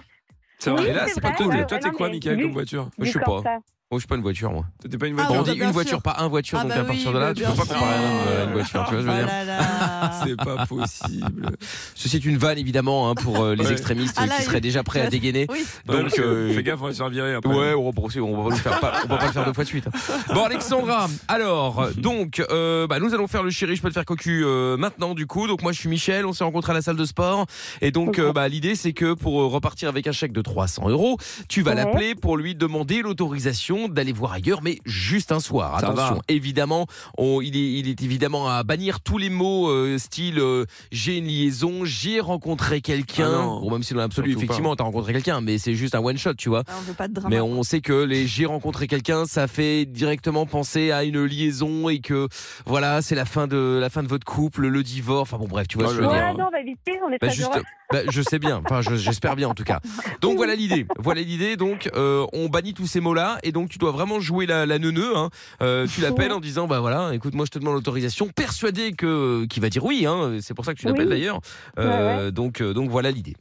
[SPEAKER 3] C'est
[SPEAKER 9] Oui,
[SPEAKER 3] vrai.
[SPEAKER 1] Et là,
[SPEAKER 9] c'est
[SPEAKER 1] c'est pas
[SPEAKER 9] vrai,
[SPEAKER 1] cool.
[SPEAKER 9] ouais,
[SPEAKER 3] Toi,
[SPEAKER 9] ouais,
[SPEAKER 3] t'es
[SPEAKER 9] non,
[SPEAKER 3] quoi,
[SPEAKER 9] mais
[SPEAKER 3] Michael,
[SPEAKER 9] vu-
[SPEAKER 3] comme voiture
[SPEAKER 1] je
[SPEAKER 9] vu
[SPEAKER 1] sais pas.
[SPEAKER 9] comme ça.
[SPEAKER 1] Moi je suis pas une voiture moi.
[SPEAKER 3] T'étais pas une
[SPEAKER 2] Ah,
[SPEAKER 1] Bon,
[SPEAKER 3] voiture.
[SPEAKER 1] on
[SPEAKER 2] bah,
[SPEAKER 1] dit
[SPEAKER 2] bien
[SPEAKER 1] une voiture
[SPEAKER 2] sûr.
[SPEAKER 1] pas un voiture
[SPEAKER 2] Ah,
[SPEAKER 1] donc
[SPEAKER 2] bah
[SPEAKER 1] à partir
[SPEAKER 2] oui,
[SPEAKER 1] de là
[SPEAKER 2] bah,
[SPEAKER 1] tu peux
[SPEAKER 2] bien
[SPEAKER 1] pas comparer
[SPEAKER 2] sûr.
[SPEAKER 1] à une voiture, Ah, tu vois, je veux
[SPEAKER 2] Oh
[SPEAKER 1] dire.
[SPEAKER 2] là là.
[SPEAKER 3] C'est pas possible.
[SPEAKER 1] Ceci est une vanne évidemment hein, pour euh, les
[SPEAKER 3] Ouais.
[SPEAKER 1] extrémistes
[SPEAKER 2] Ah,
[SPEAKER 1] euh,
[SPEAKER 2] là,
[SPEAKER 1] qui
[SPEAKER 2] il-
[SPEAKER 1] seraient déjà prêts à dégainer.
[SPEAKER 2] Oui,
[SPEAKER 1] Donc,
[SPEAKER 3] Donc,
[SPEAKER 1] euh,
[SPEAKER 3] Bah, fais gaffe, on va se faire virer après.
[SPEAKER 1] Ouais, on va, on va le faire pas, on va pas le faire deux fois de suite. Bon, Alexandra, alors, donc, euh, bah, nous allons faire le chéri, je peux le faire cocu euh, maintenant, du coup. Donc, moi, je suis Michel, on s'est rencontrés à la salle de sport. Et donc, euh, bah, l'idée, c'est que pour euh, repartir avec un chèque de 300 euros, tu vas
[SPEAKER 9] Ouais.
[SPEAKER 1] l'appeler pour lui demander l'autorisation d'aller voir ailleurs, mais juste un soir.
[SPEAKER 3] Ça
[SPEAKER 1] Attention,
[SPEAKER 3] va.
[SPEAKER 1] évidemment, on- il, est, il est évidemment à bannir tous les mots euh, style euh, j'ai une liaison, j'ai rencontré quelqu'un.
[SPEAKER 3] Ah non.
[SPEAKER 1] bon, même si dans l'absolu,
[SPEAKER 3] Surtout pas.
[SPEAKER 1] effectivement, t'as rencontré quelqu'un, mais c'est juste un one shot, tu vois.
[SPEAKER 2] Ah, on veut pas de drama.
[SPEAKER 1] Mais on sait que les j'ai rencontré quelqu'un, ça fait directement penser à une liaison et que voilà, c'est la fin de la fin de votre couple, le divorce. Enfin bon, bref, tu vois ce que je veux
[SPEAKER 3] Ouais,
[SPEAKER 1] dire. hein.
[SPEAKER 9] Voilà, non, on va éviter, on est
[SPEAKER 1] Bah,
[SPEAKER 9] très
[SPEAKER 1] juste,
[SPEAKER 9] heureux.
[SPEAKER 1] bah, je sais bien. Enfin, je- j'espère bien en tout cas. Donc voilà l'idée. Voilà l'idée. Donc euh, on bannit tous ces mots-là et donc tu dois vraiment jouer la, la neuneu. Hein. Euh, tu l'appelles en disant bah voilà, écoute, moi je te demande l'autorisation, persuadé que qu'il va dire oui. Hein. C'est pour ça que tu l'appelles
[SPEAKER 9] Oui.
[SPEAKER 1] d'ailleurs. Euh, Donc euh, donc voilà l'idée.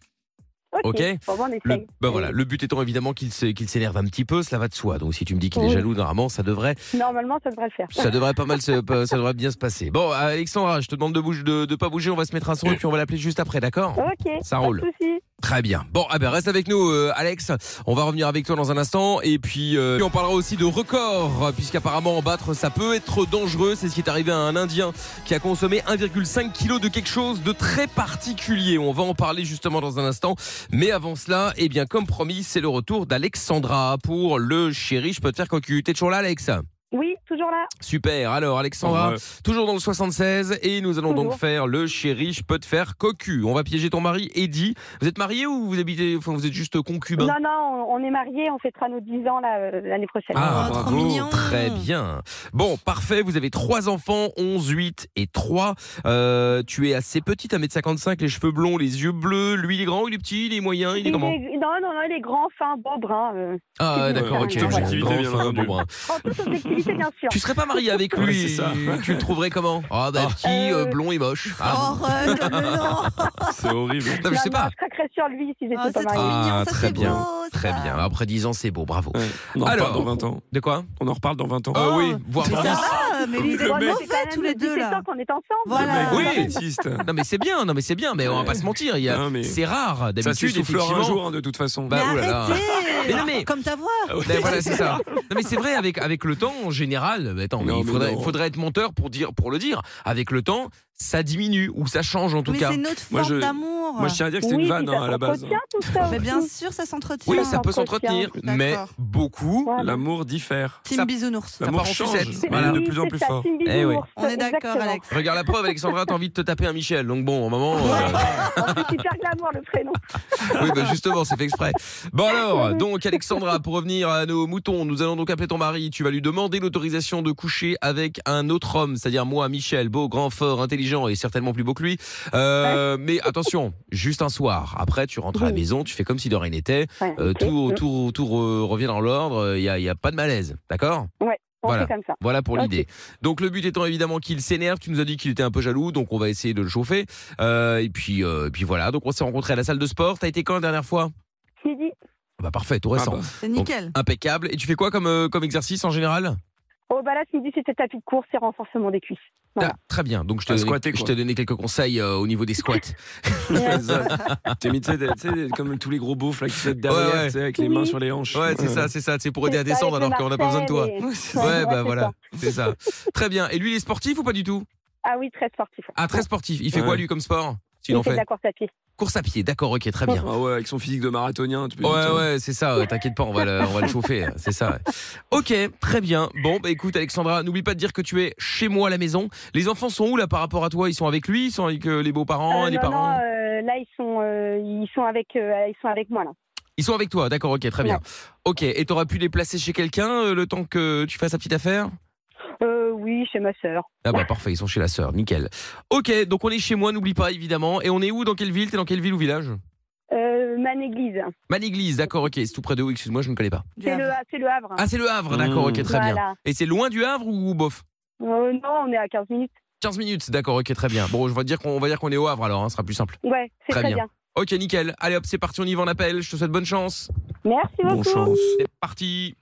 [SPEAKER 1] Ok.
[SPEAKER 9] Bon, bah, on
[SPEAKER 1] Le,
[SPEAKER 9] essaye.
[SPEAKER 1] bah voilà, le but étant évidemment qu'il se- qu'il s'énerve un petit peu, cela va de soi. Donc si tu me dis qu'il est
[SPEAKER 9] Oui.
[SPEAKER 1] jaloux, normalement, ça devrait,
[SPEAKER 9] Normalement, ça devrait le faire.
[SPEAKER 1] ça devrait pas mal, se, pas- ça devrait bien se passer. Bon, Alexandra, je te demande de, bouge, de, de pas bouger, on va se mettre un son et puis on va l'appeler juste après, d'accord
[SPEAKER 9] Ok.
[SPEAKER 1] Ça
[SPEAKER 9] pas de
[SPEAKER 1] roule.
[SPEAKER 9] soucis.
[SPEAKER 1] Très bien. Bon, ah ben reste avec nous, euh, Alex. On va revenir avec toi dans un instant. Et puis, euh, puis on parlera aussi de record, puisqu'apparemment, en battre, ça peut être dangereux. C'est ce qui est arrivé à un Indien qui a consommé 1,5 kg de quelque chose de très particulier. On va en parler justement dans un instant. Mais avant cela, eh bien, comme promis, c'est le retour d'Alexandra pour le chéri. Je peux te faire cocu. T'es toujours là, Alex
[SPEAKER 9] Oui, toujours là.
[SPEAKER 1] Super. Alors, Alexandra,
[SPEAKER 3] Ouais.
[SPEAKER 1] toujours dans le 76. Et nous allons donc
[SPEAKER 9] Toujours.
[SPEAKER 1] faire le chéri. Je peux te faire cocu. On va piéger ton mari, Eddy. Vous êtes marié ou vous habitez, enfin, vous êtes juste concubin
[SPEAKER 9] Non, non, on on est mariés, on fêtera nos 10 ans là, euh, l'année prochaine.
[SPEAKER 1] Ah,
[SPEAKER 2] Oh, trop
[SPEAKER 1] bravo,
[SPEAKER 2] mignon.
[SPEAKER 1] très bien. Bon, parfait, vous avez trois enfants, 11, 8 et 3. Euh, tu es assez petite, 1m55, les cheveux blonds, les yeux bleus. Lui, il est grand, il est petit, il est moyen, il est comment
[SPEAKER 9] non, non, non, il est grand, fin, bon, brun. euh.
[SPEAKER 1] Ah,
[SPEAKER 9] il est
[SPEAKER 1] d'accord,
[SPEAKER 9] grand,
[SPEAKER 1] ok.
[SPEAKER 9] il est
[SPEAKER 1] bon,
[SPEAKER 3] objectivité,
[SPEAKER 1] grand,
[SPEAKER 3] bien
[SPEAKER 1] fin,
[SPEAKER 3] entendu.
[SPEAKER 1] bon, brun.
[SPEAKER 9] En toute objectivité, bien sûr.
[SPEAKER 1] Tu serais pas marié avec
[SPEAKER 3] Ouais,
[SPEAKER 1] lui
[SPEAKER 3] c'est ça.
[SPEAKER 1] Tu le trouverais comment Ah, bah, petit, euh,
[SPEAKER 9] Euh,
[SPEAKER 1] blond et moche. Ah.
[SPEAKER 2] Oh, euh, non, non, non.
[SPEAKER 3] C'est horrible.
[SPEAKER 1] Non, mais je
[SPEAKER 9] Non,
[SPEAKER 1] sais
[SPEAKER 9] non,
[SPEAKER 1] pas.
[SPEAKER 9] Je craquerais sur lui si j'étais
[SPEAKER 2] Oh,
[SPEAKER 9] pas
[SPEAKER 2] c'est
[SPEAKER 9] mariée.
[SPEAKER 2] trop
[SPEAKER 1] Ah,
[SPEAKER 2] mignon, ça
[SPEAKER 1] très
[SPEAKER 2] c'est
[SPEAKER 1] bien,
[SPEAKER 2] beau.
[SPEAKER 1] Très
[SPEAKER 2] ça.
[SPEAKER 1] bien, après 10 ans, c'est beau, bravo.
[SPEAKER 3] Ouais. On en
[SPEAKER 1] Alors.
[SPEAKER 3] reparle dans 20 ans.
[SPEAKER 1] De quoi
[SPEAKER 3] On en reparle dans 20 ans.
[SPEAKER 1] Ah oui, voire
[SPEAKER 2] Mais
[SPEAKER 1] dans
[SPEAKER 2] Oh, ça va, Ah, mais vous êtes
[SPEAKER 9] Bon, non,
[SPEAKER 2] mauvais
[SPEAKER 9] c'est quand même
[SPEAKER 2] tous les deux
[SPEAKER 9] 17
[SPEAKER 2] là.
[SPEAKER 9] ans qu'on est ensemble.
[SPEAKER 2] Voilà.
[SPEAKER 1] Oui.
[SPEAKER 3] Le mec autiste.
[SPEAKER 1] Non mais c'est bien, non mais c'est bien, mais on va
[SPEAKER 3] Ouais.
[SPEAKER 1] pas se mentir, il y a-
[SPEAKER 3] Non, mais-
[SPEAKER 1] c'est rare
[SPEAKER 3] Ça se
[SPEAKER 1] d'habitude
[SPEAKER 3] soufflera un
[SPEAKER 1] effectivement.
[SPEAKER 3] jour, hein, de toute façon.
[SPEAKER 1] Bah,
[SPEAKER 2] mais
[SPEAKER 1] oulala.
[SPEAKER 2] arrêtez
[SPEAKER 1] Mais non, mais-
[SPEAKER 2] Eh, oh, Comme ta voix
[SPEAKER 1] Ben voilà, c'est ça. Non, mais c'est vrai, avec, avec le temps, en général, ben attends, mais
[SPEAKER 3] Non,
[SPEAKER 1] il
[SPEAKER 3] mais
[SPEAKER 1] faudrait,
[SPEAKER 3] non.
[SPEAKER 1] faudrait être menteur pour, dire, pour le dire. Avec le temps, ça diminue ou ça change en tout
[SPEAKER 2] Mais
[SPEAKER 1] cas.
[SPEAKER 2] c'est notre
[SPEAKER 3] Moi,
[SPEAKER 2] forme
[SPEAKER 3] je-
[SPEAKER 2] d'amour.
[SPEAKER 3] Moi, je tiens à dire que c'était
[SPEAKER 9] oui,
[SPEAKER 3] une vanne
[SPEAKER 9] puis ça
[SPEAKER 3] hein, à la base.
[SPEAKER 9] s'entretient, tout ça
[SPEAKER 2] Mais bien
[SPEAKER 9] aussi.
[SPEAKER 2] sûr, ça s'entretient.
[SPEAKER 1] Oui, ça peut
[SPEAKER 9] Entretien.
[SPEAKER 1] s'entretenir, mais
[SPEAKER 2] D'accord.
[SPEAKER 1] beaucoup.
[SPEAKER 9] Voilà.
[SPEAKER 3] L'amour diffère.
[SPEAKER 2] Team
[SPEAKER 1] ça-
[SPEAKER 2] bisounours.
[SPEAKER 1] Ça
[SPEAKER 3] L'amour
[SPEAKER 1] part en
[SPEAKER 3] change.
[SPEAKER 1] sucette.
[SPEAKER 9] C'est-
[SPEAKER 1] Voilà.
[SPEAKER 9] oui,
[SPEAKER 3] De plus en
[SPEAKER 9] c'est
[SPEAKER 3] plus
[SPEAKER 9] ça,
[SPEAKER 3] fort.
[SPEAKER 9] Team
[SPEAKER 1] Eh oui.
[SPEAKER 9] Bisounours,
[SPEAKER 2] On est d'accord,
[SPEAKER 9] exactement.
[SPEAKER 2] Alex.
[SPEAKER 1] Regarde la preuve, Alexandra, t'as envie de te taper un Michel. Donc bon, au moment. euh,
[SPEAKER 9] En plus, il perd l'amour, le prénom.
[SPEAKER 1] oui, ben justement, c'est fait exprès. Bon alors, donc Alexandra, pour revenir à nos moutons, nous allons donc appeler ton mari. Tu vas lui demander l'autorisation de coucher avec un autre homme, c'est-à-dire moi, Michel, beau, grand, fort, intelligent et certainement plus beau que lui. Euh, Mais attention, juste un soir. Après, tu rentres à la
[SPEAKER 9] Oui.
[SPEAKER 1] maison, tu fais comme si de rien n'était.
[SPEAKER 9] Ouais,
[SPEAKER 1] Euh,
[SPEAKER 9] ok.
[SPEAKER 1] tout, tout, tout re- revient dans l'ordre. Il n'y a, y a pas de malaise, d'accord
[SPEAKER 9] On
[SPEAKER 1] voilà.
[SPEAKER 9] fait comme ça.
[SPEAKER 1] voilà pour
[SPEAKER 9] Ok.
[SPEAKER 1] l'idée. Donc le but étant évidemment qu'il s'énerve. Tu nous as dit qu'il était un peu jaloux, donc on va essayer de le chauffer. Euh, et puis, euh, et puis voilà. Donc on s'est rencontrés à la salle de sport. T'as été quand la dernière fois
[SPEAKER 9] Il dit,
[SPEAKER 1] bah parfait, tout récent.
[SPEAKER 3] Ah bah.
[SPEAKER 2] C'est nickel.
[SPEAKER 1] Impeccable. Et tu fais quoi comme, euh, comme exercice en général
[SPEAKER 9] oh, bah là, ce midi, c'était tapis de course et renforcement des cuisses. Voilà.
[SPEAKER 1] Ah, Très bien. Donc je t'ai
[SPEAKER 3] Ah,
[SPEAKER 1] donné,
[SPEAKER 3] squatter,
[SPEAKER 1] je
[SPEAKER 3] quoi.
[SPEAKER 1] t'ai donné quelques conseils euh, au niveau des squats.
[SPEAKER 3] T'es mis, tu sais, des- tu sais, comme tous les gros beaufs là, qui se mettent
[SPEAKER 1] Ouais, ouais.
[SPEAKER 3] derrière, tu sais, avec les mains
[SPEAKER 9] Oui.
[SPEAKER 3] sur les hanches.
[SPEAKER 1] Ouais, c'est ça, c'est ça. C'est pour aider à
[SPEAKER 9] C'est ça,
[SPEAKER 1] descendre
[SPEAKER 9] avec
[SPEAKER 1] alors
[SPEAKER 9] le
[SPEAKER 1] qu'on n'a pas besoin de toi.
[SPEAKER 9] Marcel et-
[SPEAKER 1] Ouais, bah
[SPEAKER 9] c'est
[SPEAKER 1] voilà,
[SPEAKER 9] ça.
[SPEAKER 1] c'est ça. Très bien. Et lui, il est sportif ou pas du tout
[SPEAKER 9] Ah oui, très sportif.
[SPEAKER 1] Ah, très sportif. Il fait
[SPEAKER 3] Ouais.
[SPEAKER 1] quoi lui comme sport S'il
[SPEAKER 9] Il
[SPEAKER 1] en
[SPEAKER 9] fait de
[SPEAKER 1] fait
[SPEAKER 9] la course à pied.
[SPEAKER 1] Course à pied, d'accord, ok, très bien.
[SPEAKER 3] Ah ouais, avec son physique de marathonien, tu peux dire,
[SPEAKER 1] Ouais,
[SPEAKER 3] tiens,
[SPEAKER 1] ouais, c'est ça, euh, t'inquiète pas, on va le, on va le chauffer, hein, c'est ça. ouais. Ok, très bien. Bon, bah écoute, Alexandra, n'oublie pas de dire que tu es chez moi à la maison. Les enfants sont où là par rapport à toi Ils sont avec lui Ils sont avec euh, les beaux-parents,
[SPEAKER 9] Euh,
[SPEAKER 1] les
[SPEAKER 9] non,
[SPEAKER 1] parents
[SPEAKER 9] non, euh, là, ils sont, euh, ils, sont avec, euh, ils sont avec moi. Là.
[SPEAKER 1] Ils sont avec toi, d'accord, ok, très bien.
[SPEAKER 9] Ouais.
[SPEAKER 1] Ok, et t'auras pu les placer chez quelqu'un euh, le temps que tu fasses ta petite affaire
[SPEAKER 9] Euh, oui, chez ma sœur.
[SPEAKER 1] Ah bah parfait, ils sont chez la sœur, nickel. Ok, donc on est chez moi, n'oublie pas évidemment. Et on est où Dans quelle ville T'es dans quelle ville ou village
[SPEAKER 9] Euh, Manéglise.
[SPEAKER 1] Manéglise, d'accord, ok, c'est tout près de où Excuse-moi, je ne connais pas.
[SPEAKER 9] C'est le, c'est le Havre.
[SPEAKER 1] Ah, c'est le Havre, d'accord,
[SPEAKER 3] Mmh.
[SPEAKER 1] ok, très bien.
[SPEAKER 9] voilà.
[SPEAKER 1] Et c'est loin du Havre ou bof
[SPEAKER 9] Euh, non, on est à 15 minutes.
[SPEAKER 1] 15 minutes, d'accord, ok, très bien. Bon, je vais dire qu'on on va dire qu'on est au Havre alors, hein, ce sera plus simple.
[SPEAKER 9] Ouais, c'est
[SPEAKER 1] Très
[SPEAKER 9] très,
[SPEAKER 1] bien.
[SPEAKER 9] bien.
[SPEAKER 1] Ok, nickel. Allez hop, c'est parti, on y va en appel. Je te souhaite bonne chance.
[SPEAKER 9] Merci beaucoup.
[SPEAKER 3] Bon chance.
[SPEAKER 1] C'est parti.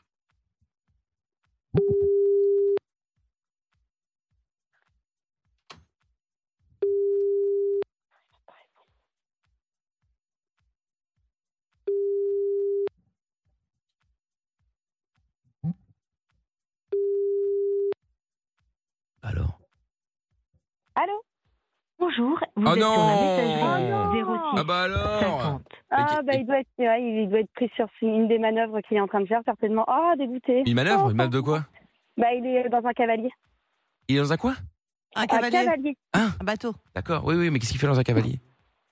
[SPEAKER 1] Alors.
[SPEAKER 9] Allô
[SPEAKER 10] Bonjour, vous
[SPEAKER 1] Oh
[SPEAKER 10] êtes sur la
[SPEAKER 1] non
[SPEAKER 10] messagerie
[SPEAKER 1] Ah
[SPEAKER 10] 06
[SPEAKER 1] bah alors
[SPEAKER 10] 50.
[SPEAKER 9] Ah,
[SPEAKER 1] qui-
[SPEAKER 9] bah, il doit, être, ouais, il doit être pris sur une des manœuvres qu'il est en train de faire, certainement. Ah, dégoûté.
[SPEAKER 1] Il manœuvre Il manœuvre de quoi
[SPEAKER 9] Bah, il est dans un cavalier.
[SPEAKER 1] Il est dans un quoi
[SPEAKER 2] Un
[SPEAKER 9] Un
[SPEAKER 2] cavalier,
[SPEAKER 9] cavalier.
[SPEAKER 1] Hein
[SPEAKER 2] un bateau.
[SPEAKER 1] D'accord, oui, oui, mais qu'est-ce qu'il fait dans un cavalier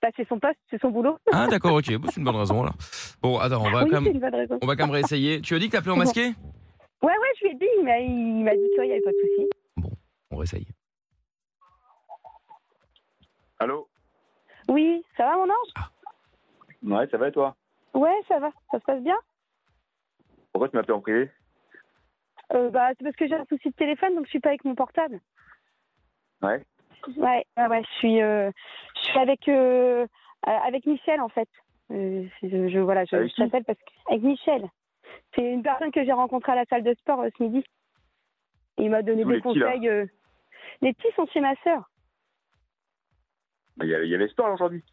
[SPEAKER 9] Bah, c'est son poste, c'est son boulot.
[SPEAKER 1] Ah d'accord, ok, Bon, c'est une bonne raison alors. Bon, attends, on va
[SPEAKER 9] oui,
[SPEAKER 1] quand
[SPEAKER 9] c'est
[SPEAKER 1] même,
[SPEAKER 9] une bonne raison.
[SPEAKER 1] on va quand même réessayer. Tu as dit que t'appelais en masqué
[SPEAKER 9] Ouais, ouais, je lui ai dit, il m'a, il m'a dit que il n'y avait pas de souci.
[SPEAKER 1] On réessaye.
[SPEAKER 7] Allô
[SPEAKER 9] Oui, ça va, mon ange
[SPEAKER 1] Ah.
[SPEAKER 7] Ouais, ça va et toi
[SPEAKER 9] Ouais, ça va, ça se passe bien
[SPEAKER 7] Pourquoi tu m'appelles en privé
[SPEAKER 9] euh, Bah, c'est parce que j'ai un souci de téléphone, donc je suis pas avec mon portable.
[SPEAKER 7] Ouais.
[SPEAKER 9] Ouais, ouais, ouais, je suis, euh, je suis avec, euh, euh, avec Michel, en fait. Euh, c'est- je, je- voilà, je,
[SPEAKER 7] Avec
[SPEAKER 9] je
[SPEAKER 7] qui
[SPEAKER 9] t'appelle parce que. Avec Michel. C'est une personne que j'ai rencontrée à la salle de sport euh, ce midi. Il m'a donné
[SPEAKER 7] Tous
[SPEAKER 9] des
[SPEAKER 7] les petits, là.
[SPEAKER 9] conseils. euh. Les petits sont chez ma sœur.
[SPEAKER 7] Bah, Il y, avait- il y avait sport là, aujourd'hui.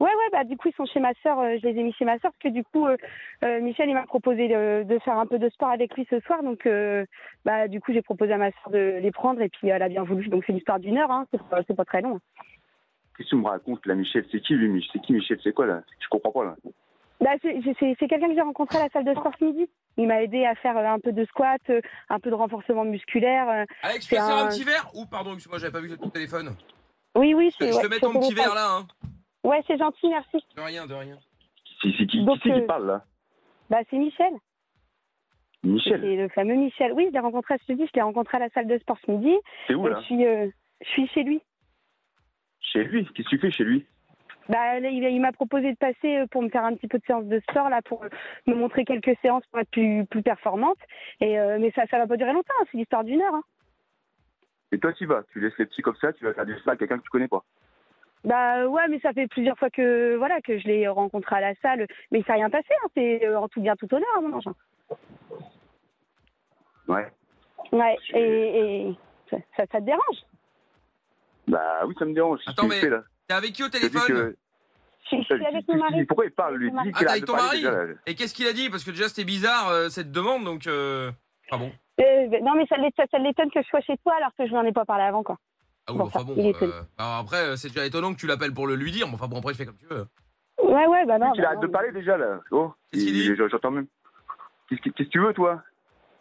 [SPEAKER 9] Ouais, ouais, bah du coup, ils sont chez ma sœur, euh, je les ai mis chez ma sœur, parce que du coup, euh, euh, Michel, il m'a proposé de, de faire un peu de sport avec lui ce soir, donc euh, bah du coup, j'ai proposé à ma sœur de les prendre, et puis elle a bien voulu, donc c'est l'histoire d'une heure, hein, c'est pas, c'est pas très long.
[SPEAKER 11] Qu'est-ce que tu me racontes là, Michel C'est qui lui Mich- C'est qui Michel C'est quoi là Je comprends pas là.
[SPEAKER 9] Bah, c'est- c'est c'est- c'est quelqu'un que j'ai rencontré à la salle de sport ce midi. Il m'a aidé à faire euh, un peu de squat, euh, un peu de renforcement musculaire. euh,
[SPEAKER 1] Alex,
[SPEAKER 9] c'est un-
[SPEAKER 1] verre Ou pardon, excuse-moi, j'avais pas vu ton téléphone.
[SPEAKER 9] Oui, oui,
[SPEAKER 1] Je
[SPEAKER 9] c'est.
[SPEAKER 1] te
[SPEAKER 9] ouais,
[SPEAKER 1] mets
[SPEAKER 9] c'est
[SPEAKER 1] ton
[SPEAKER 9] pour
[SPEAKER 1] petit
[SPEAKER 9] le faire.
[SPEAKER 1] verre, là, hein.
[SPEAKER 9] Ouais, c'est gentil, merci.
[SPEAKER 1] De rien, de rien.
[SPEAKER 11] C'est c'est qui,
[SPEAKER 9] Donc,
[SPEAKER 11] qui, c'est qui
[SPEAKER 9] euh,
[SPEAKER 11] parle là
[SPEAKER 9] Bah, c'est Michel.
[SPEAKER 11] Michel
[SPEAKER 9] C'est le fameux Michel. Oui, je l'ai rencontré ce midi, je l'ai rencontré à la salle de sport ce midi.
[SPEAKER 11] C'est où
[SPEAKER 9] Et
[SPEAKER 11] là
[SPEAKER 9] je suis, euh, je suis chez lui.
[SPEAKER 11] Chez lui Qu'est-ce que tu fais chez lui
[SPEAKER 9] Bah, là, il il m'a proposé de passer euh, pour me faire un petit peu de séance de sport, là, pour euh, me montrer quelques séances pour être plus, plus performante. Et, euh, mais ça ça va pas durer longtemps, hein, c'est l'histoire d'une heure. hein.
[SPEAKER 11] Et toi, tu y vas Tu laisses les petits comme ça, tu vas faire du spa à quelqu'un que tu connais pas.
[SPEAKER 9] Bah euh, ouais, mais ça fait plusieurs fois que voilà que je l'ai rencontré à la salle, mais il s'est rien passé. Hein, c'est euh, en tout bien tout honneur, hein, mon ange.
[SPEAKER 11] Ouais.
[SPEAKER 9] Ouais, et, et ça, ça, ça te dérange
[SPEAKER 11] Bah oui, ça me dérange. Attends, mais.
[SPEAKER 1] T'es avec qui au
[SPEAKER 11] téléphone
[SPEAKER 9] Je suis avec mon mari.
[SPEAKER 11] Pourquoi il parle lui Dis
[SPEAKER 1] Ah,
[SPEAKER 11] qu'il
[SPEAKER 1] t'es
[SPEAKER 11] a
[SPEAKER 1] avec
[SPEAKER 11] de
[SPEAKER 1] ton
[SPEAKER 11] parler
[SPEAKER 1] mari
[SPEAKER 11] déjà, là.
[SPEAKER 1] Et qu'est-ce qu'il a dit Parce que déjà, c'était bizarre euh, cette demande, donc. euh, Ah bon
[SPEAKER 9] Euh, bah, non, mais ça l'é- ça- ça l'étonne que je sois chez toi alors que je n'en ai pas parlé avant, quoi.
[SPEAKER 1] Ah oui,
[SPEAKER 9] Bon,
[SPEAKER 1] enfin
[SPEAKER 9] enfin,
[SPEAKER 1] bon.
[SPEAKER 9] il est
[SPEAKER 1] euh, bah, après, euh, c'est déjà étonnant que tu l'appelles pour le lui dire, mais enfin bon, après, je fais comme tu veux. euh.
[SPEAKER 9] Ouais, ouais, bah non.
[SPEAKER 11] Dis qu'il
[SPEAKER 9] bah
[SPEAKER 11] arrête
[SPEAKER 9] non,
[SPEAKER 11] de parler déjà là. Oh, il- j'entends même. Qu'est-ce que qu'est-ce que tu veux toi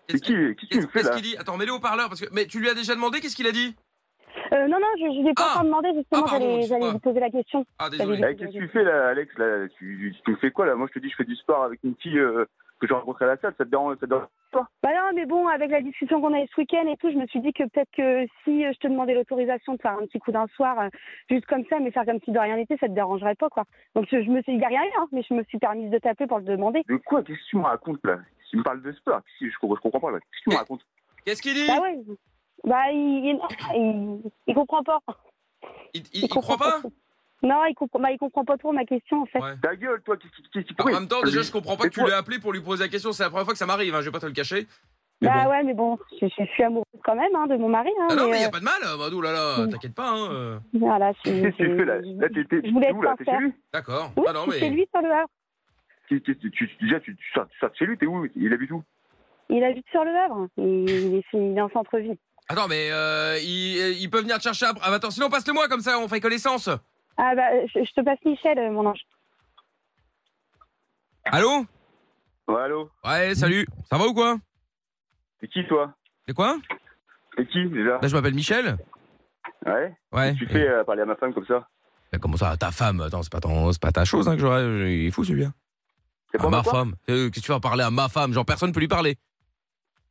[SPEAKER 11] C'est qui Qu'est-ce que tu me fais
[SPEAKER 1] Qu'est-ce
[SPEAKER 11] là
[SPEAKER 1] qu'il dit Attends, mets-le au parleur, parce que. Mais tu lui as déjà demandé, qu'est-ce qu'il a dit
[SPEAKER 9] Euh, non, non, je ne
[SPEAKER 1] Ah
[SPEAKER 9] vais pas encore demander, justement, j'allais j'allais vous poser la question. J'allais vous
[SPEAKER 11] Eh,
[SPEAKER 9] poser
[SPEAKER 11] Qu'est-ce
[SPEAKER 9] la
[SPEAKER 11] que tu fais là, Alex là tu, tu me fais quoi là Moi, je te dis, je fais du sport avec une fille euh, que j'ai rencontrée à la salle. Ça te dérange, ça te dérange pas
[SPEAKER 9] Bah non, mais bon, avec la discussion qu'on a eu ce week-end et tout, je me suis dit que peut-être que si euh, je te demandais l'autorisation de faire un petit coup d'un soir, euh, juste comme ça, mais faire comme si de rien n'était, ça te dérangerait pas, quoi. Donc je, je me suis dit, il y a rien, eu, hein, mais je me suis permise de taper pour le demander.
[SPEAKER 11] De quoi Qu'est-ce que tu me racontes là Tu me parles de sport Qu'est-ce que- je, comprends- je comprends pas là. Qu'est-ce que tu me racontes
[SPEAKER 1] Qu'est-ce qu'il dit
[SPEAKER 9] Bah ouais. Bah il, il, il, il comprend pas.
[SPEAKER 1] Il, comprend pas
[SPEAKER 9] Non, il comprend, bah, il comprend pas trop ma question, en fait.
[SPEAKER 11] Ta gueule, toi, qu'est-ce qui qu'est-ce qui-
[SPEAKER 1] En même temps, déjà, je comprends pas
[SPEAKER 11] Et
[SPEAKER 1] que tu
[SPEAKER 11] toi
[SPEAKER 1] l'aies appelé pour lui poser la question. C'est la première fois que ça m'arrive, hein, je vais pas te le cacher.
[SPEAKER 9] bah ouais, mais bon, je, je suis amoureuse quand même hein, de mon mari. Hein,
[SPEAKER 1] Ah non, mais y a
[SPEAKER 9] euh,
[SPEAKER 1] pas de mal, Badou, là, là,
[SPEAKER 11] Mm.
[SPEAKER 1] t'inquiète pas. Hein, euh.
[SPEAKER 9] Voilà, je suis-
[SPEAKER 11] Qu'est-ce que tu fais là Là, t'es t'es-
[SPEAKER 9] je voulais
[SPEAKER 11] t'es où là
[SPEAKER 9] être
[SPEAKER 11] T'es chez
[SPEAKER 9] sincère.
[SPEAKER 11] lui
[SPEAKER 1] D'accord. Bah
[SPEAKER 9] Oui,
[SPEAKER 11] Ah non,
[SPEAKER 9] je suis
[SPEAKER 11] mais-
[SPEAKER 9] chez lui sur le Havre.
[SPEAKER 11] Qu'est- qu'est-ce que tu- tu- Déjà, tu tu sors tu sors de chez lui, t'es où Il habite où
[SPEAKER 9] Il habite sur le Havre. Il, il est, il est en centre-ville.
[SPEAKER 1] Attends, mais euh, il, il peut venir te chercher après. Ah, bah, attends, sinon, passe-le-moi, comme ça, on fait connaissance.
[SPEAKER 9] Ah bah, je, je te passe Michel, euh, mon ange.
[SPEAKER 1] Allô
[SPEAKER 11] Ouais, allô
[SPEAKER 1] Ouais, salut. Ça va ou quoi
[SPEAKER 11] T'es qui, toi
[SPEAKER 1] C'est quoi
[SPEAKER 11] T'es qui déjà
[SPEAKER 1] Là, je m'appelle Michel.
[SPEAKER 11] Ouais
[SPEAKER 1] Ouais.
[SPEAKER 11] Tu fais euh, parler à ma femme comme ça
[SPEAKER 1] Bah, comment ça, ta femme Attends, c'est pas, ton- c'est pas ta chose hein, que j'aurais. Il est fou celui-là.
[SPEAKER 11] pas
[SPEAKER 1] À ma
[SPEAKER 11] ma
[SPEAKER 1] femme. Euh, Qu'est-ce que tu vas parler à ma femme Genre, personne peut lui parler.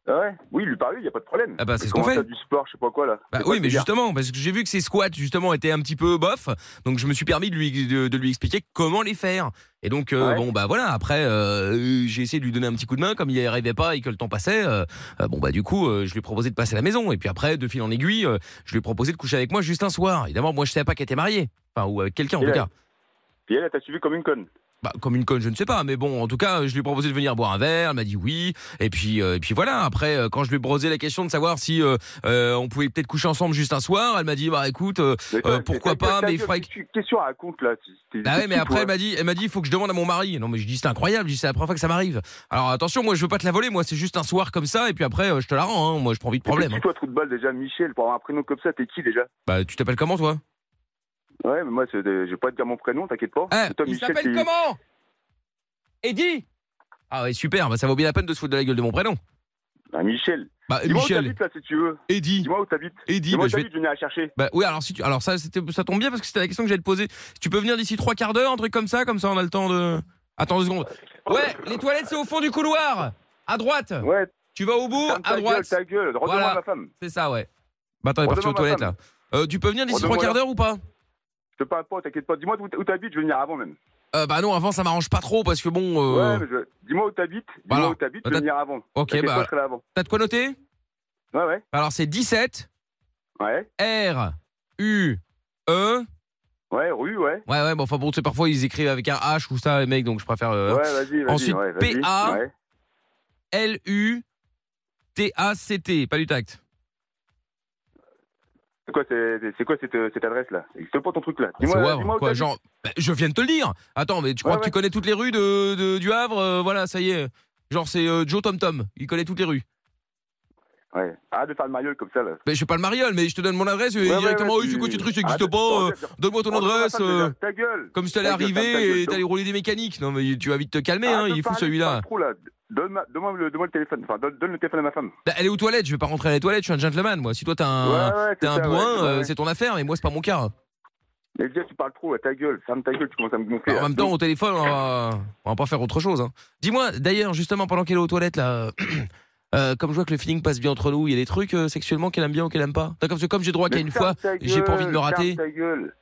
[SPEAKER 11] Ah ouais Oui, lui parler, y a pas de problème.
[SPEAKER 1] Ah bah, c'est ce
[SPEAKER 11] Comment
[SPEAKER 1] qu'on fait.
[SPEAKER 11] ça, du sport, je sais pas quoi là.
[SPEAKER 1] Bah
[SPEAKER 11] C'est quoi
[SPEAKER 1] oui,
[SPEAKER 11] le
[SPEAKER 1] mais
[SPEAKER 11] délire
[SPEAKER 1] justement, parce que j'ai vu que ses squats, justement, étaient un petit peu bof. Donc, je me suis permis de lui, de, de lui expliquer comment les faire. Et donc, euh,
[SPEAKER 11] Ouais.
[SPEAKER 1] bon, bah voilà, après, euh, j'ai essayé de lui donner un petit coup de main. Comme il n'y arrivait pas et que le temps passait, euh, euh, bon, bah du coup, euh, je lui ai proposé de passer à la maison. Et puis après, de fil en aiguille, euh, je lui ai proposé de coucher avec moi juste un soir. Évidemment, moi, je savais pas qu'elle était mariée. Enfin, ou avec quelqu'un, en
[SPEAKER 11] Et
[SPEAKER 1] tout
[SPEAKER 11] elle-
[SPEAKER 1] cas.
[SPEAKER 11] Puis elle, elle t'a suivi comme une conne.
[SPEAKER 1] Bah, comme une conne, je ne sais pas, mais bon, en tout cas, je lui ai proposé de venir boire un verre, elle m'a dit oui, et puis, euh, et puis voilà. Après, euh, quand je lui ai posé la question de savoir si euh, euh, on pouvait peut-être coucher ensemble juste un soir, elle m'a dit bah écoute, euh,
[SPEAKER 11] Mais toi,
[SPEAKER 1] euh, pourquoi
[SPEAKER 11] ta gueule,
[SPEAKER 1] pas,
[SPEAKER 11] ta
[SPEAKER 1] mais il
[SPEAKER 11] gueule,
[SPEAKER 1] faudrait que-
[SPEAKER 11] qu'est-ce que- Qu'est-ce que tu racontes là C'est- c'est-
[SPEAKER 1] Bah ouais,
[SPEAKER 11] c'est
[SPEAKER 1] mais
[SPEAKER 11] qui,
[SPEAKER 1] après
[SPEAKER 11] toi
[SPEAKER 1] elle m'a dit, elle m'a dit, il faut que je demande à mon mari. Non, mais je dis c'est incroyable, je dis c'est la première fois que ça m'arrive. Alors attention, moi je veux pas te la voler, moi c'est juste un soir comme ça, et puis après euh, je te la rends. hein. Moi je prends vite
[SPEAKER 11] Mais
[SPEAKER 1] problème.
[SPEAKER 11] t'es
[SPEAKER 1] hein.
[SPEAKER 11] qui, toi, trou de balle déjà, Michel, pour avoir un prénom comme ça, t'es qui déjà
[SPEAKER 1] Bah tu t'appelles comment toi
[SPEAKER 11] Ouais, mais moi, c'est- je vais pas te dire mon prénom, t'inquiète pas.
[SPEAKER 1] Eh,
[SPEAKER 11] Mais toi,
[SPEAKER 1] il
[SPEAKER 11] Michel,
[SPEAKER 1] s'appelle
[SPEAKER 11] t'es-
[SPEAKER 1] comment Eddie. Ah ouais super, bah ça vaut bien la peine de se foutre de la gueule de mon prénom.
[SPEAKER 11] Bah, Michel.
[SPEAKER 1] Bah
[SPEAKER 11] Dis-moi où
[SPEAKER 1] Michel.
[SPEAKER 11] t'habites là, si tu veux.
[SPEAKER 1] Eddie.
[SPEAKER 11] Dis-moi où t'habites.
[SPEAKER 1] Eddie,
[SPEAKER 11] Dis-moi
[SPEAKER 1] bah,
[SPEAKER 11] où
[SPEAKER 1] je vais-
[SPEAKER 11] t'habites, je vais venir la chercher.
[SPEAKER 1] Bah oui, alors si tu, alors ça, c'était, ça tombe bien parce que c'était la question que j'allais te poser. Tu peux venir d'ici trois quarts d'heure, un truc comme ça, comme ça on a le temps de. Attends deux secondes. Ouais, les toilettes c'est au fond du couloir, à droite.
[SPEAKER 11] Ouais.
[SPEAKER 1] Tu vas au bout,
[SPEAKER 11] Ferme
[SPEAKER 1] à
[SPEAKER 11] ta
[SPEAKER 1] droite.
[SPEAKER 11] gueule, ta gueule. Redonne-moi
[SPEAKER 1] Voilà.
[SPEAKER 11] ma femme.
[SPEAKER 1] C'est ça, ouais. Bah attends, il est parti aux
[SPEAKER 11] Redonne-moi ma
[SPEAKER 1] toilettes là.
[SPEAKER 11] femme.
[SPEAKER 1] Euh, tu peux venir d'ici trois
[SPEAKER 11] Redonne-moi
[SPEAKER 1] quarts
[SPEAKER 11] la-
[SPEAKER 1] d'heure ou pas
[SPEAKER 11] Je te parle pas, t'inquiète pas. Dis-moi où t'habites, je vais venir avant même.
[SPEAKER 1] euh, Bah non, avant ça m'arrange pas trop parce que bon. euh,
[SPEAKER 11] Ouais, mais je- dis-moi où t'habites.
[SPEAKER 1] Voilà.
[SPEAKER 11] Dis-moi où t'habites, je
[SPEAKER 1] Bah,
[SPEAKER 11] vais venir avant.
[SPEAKER 1] Ok,
[SPEAKER 11] T'inquiète
[SPEAKER 1] bah-
[SPEAKER 11] pas, je serai là avant.
[SPEAKER 1] T'as de quoi noter
[SPEAKER 11] Ouais, ouais.
[SPEAKER 1] Alors c'est 17
[SPEAKER 11] Ouais.
[SPEAKER 1] R U E.
[SPEAKER 11] Ouais, rue, ouais.
[SPEAKER 1] Ouais, ouais, bon, enfin bon, tu sais, parfois ils écrivent avec un H ou ça, les mecs, donc je préfère. euh,
[SPEAKER 11] Ouais, vas-y, vas-y.
[SPEAKER 1] Ensuite,
[SPEAKER 11] ouais, vas-y.
[SPEAKER 1] PA.
[SPEAKER 11] Ouais.
[SPEAKER 1] L Ah, U T A C T, pas du tact.
[SPEAKER 11] C'est quoi, c'est c'est quoi cette, cette adresse là Existe pas ton truc là.
[SPEAKER 1] Ah, C'est
[SPEAKER 11] Dis-moi,
[SPEAKER 1] Wavre,
[SPEAKER 11] dis-moi où
[SPEAKER 1] quoi,
[SPEAKER 11] t'habites.
[SPEAKER 1] genre, bah, je viens de te le dire. Attends, mais tu crois
[SPEAKER 11] Ouais,
[SPEAKER 1] que tu
[SPEAKER 11] ouais.
[SPEAKER 1] connais toutes les rues de, de- du Havre euh, Voilà, ça y est. Genre, c'est euh, Joe Tom Tom. Il connaît toutes les rues.
[SPEAKER 11] Ouais. Arrête de faire le mariole comme ça là.
[SPEAKER 1] Mais je suis pas le mariole, mais je te donne mon adresse et
[SPEAKER 11] Ouais, ouais,
[SPEAKER 1] directement.
[SPEAKER 11] ouais,
[SPEAKER 1] oui, c'est
[SPEAKER 11] tu-
[SPEAKER 1] quoi ce truc Ça
[SPEAKER 11] Arrête
[SPEAKER 1] n'existe
[SPEAKER 11] de-
[SPEAKER 1] pas. euh,
[SPEAKER 11] Attends,
[SPEAKER 1] Donne-moi ton
[SPEAKER 11] Prends ta
[SPEAKER 1] adresse.
[SPEAKER 11] femme
[SPEAKER 1] euh,
[SPEAKER 11] déjà, Ta gueule
[SPEAKER 1] comme si t'allais
[SPEAKER 11] Ta gueule, ferme ta
[SPEAKER 1] arriver et
[SPEAKER 11] gueule,
[SPEAKER 1] t'allais
[SPEAKER 11] Joe.
[SPEAKER 1] rouler des mécaniques. Non, mais tu vas vite te calmer,
[SPEAKER 11] Arrête
[SPEAKER 1] hein,
[SPEAKER 11] de
[SPEAKER 1] il faut
[SPEAKER 11] parler,
[SPEAKER 1] celui-là.
[SPEAKER 11] parle trop, là. Donne ma- Donne-moi le, donne-moi le téléphone. Enfin, donne, donne le téléphone à ma femme.
[SPEAKER 1] Bah, elle est aux toilettes, je vais pas rentrer à les toilettes, je suis un gentleman, moi. Si toi t'es un,
[SPEAKER 11] Ouais, ouais,
[SPEAKER 1] t'es
[SPEAKER 11] c'est
[SPEAKER 1] un
[SPEAKER 11] ça,
[SPEAKER 1] bourrin,
[SPEAKER 11] ouais, ouais,
[SPEAKER 1] euh,
[SPEAKER 11] ouais.
[SPEAKER 1] c'est ton affaire, mais moi c'est pas mon cas.
[SPEAKER 11] Mais déjà, tu parles trop, là, ta gueule. Ferme ta gueule, tu commences à me gonfler.
[SPEAKER 1] Alors, en
[SPEAKER 11] là.
[SPEAKER 1] même temps, au téléphone, on va, on va pas faire autre chose. hein. Dis-moi, d'ailleurs, justement, pendant qu'elle est aux toilettes, là, euh, comme je vois que le feeling passe bien entre nous, il y a des trucs euh, sexuellement qu'elle aime bien ou qu'elle aime pas. D'accord, Parce que comme j'ai droit qu'à
[SPEAKER 11] Mais
[SPEAKER 1] une fois,
[SPEAKER 11] ferme ta
[SPEAKER 1] j'ai pas envie de me
[SPEAKER 11] gueule,
[SPEAKER 1] rater.
[SPEAKER 11] ferme ta gueule.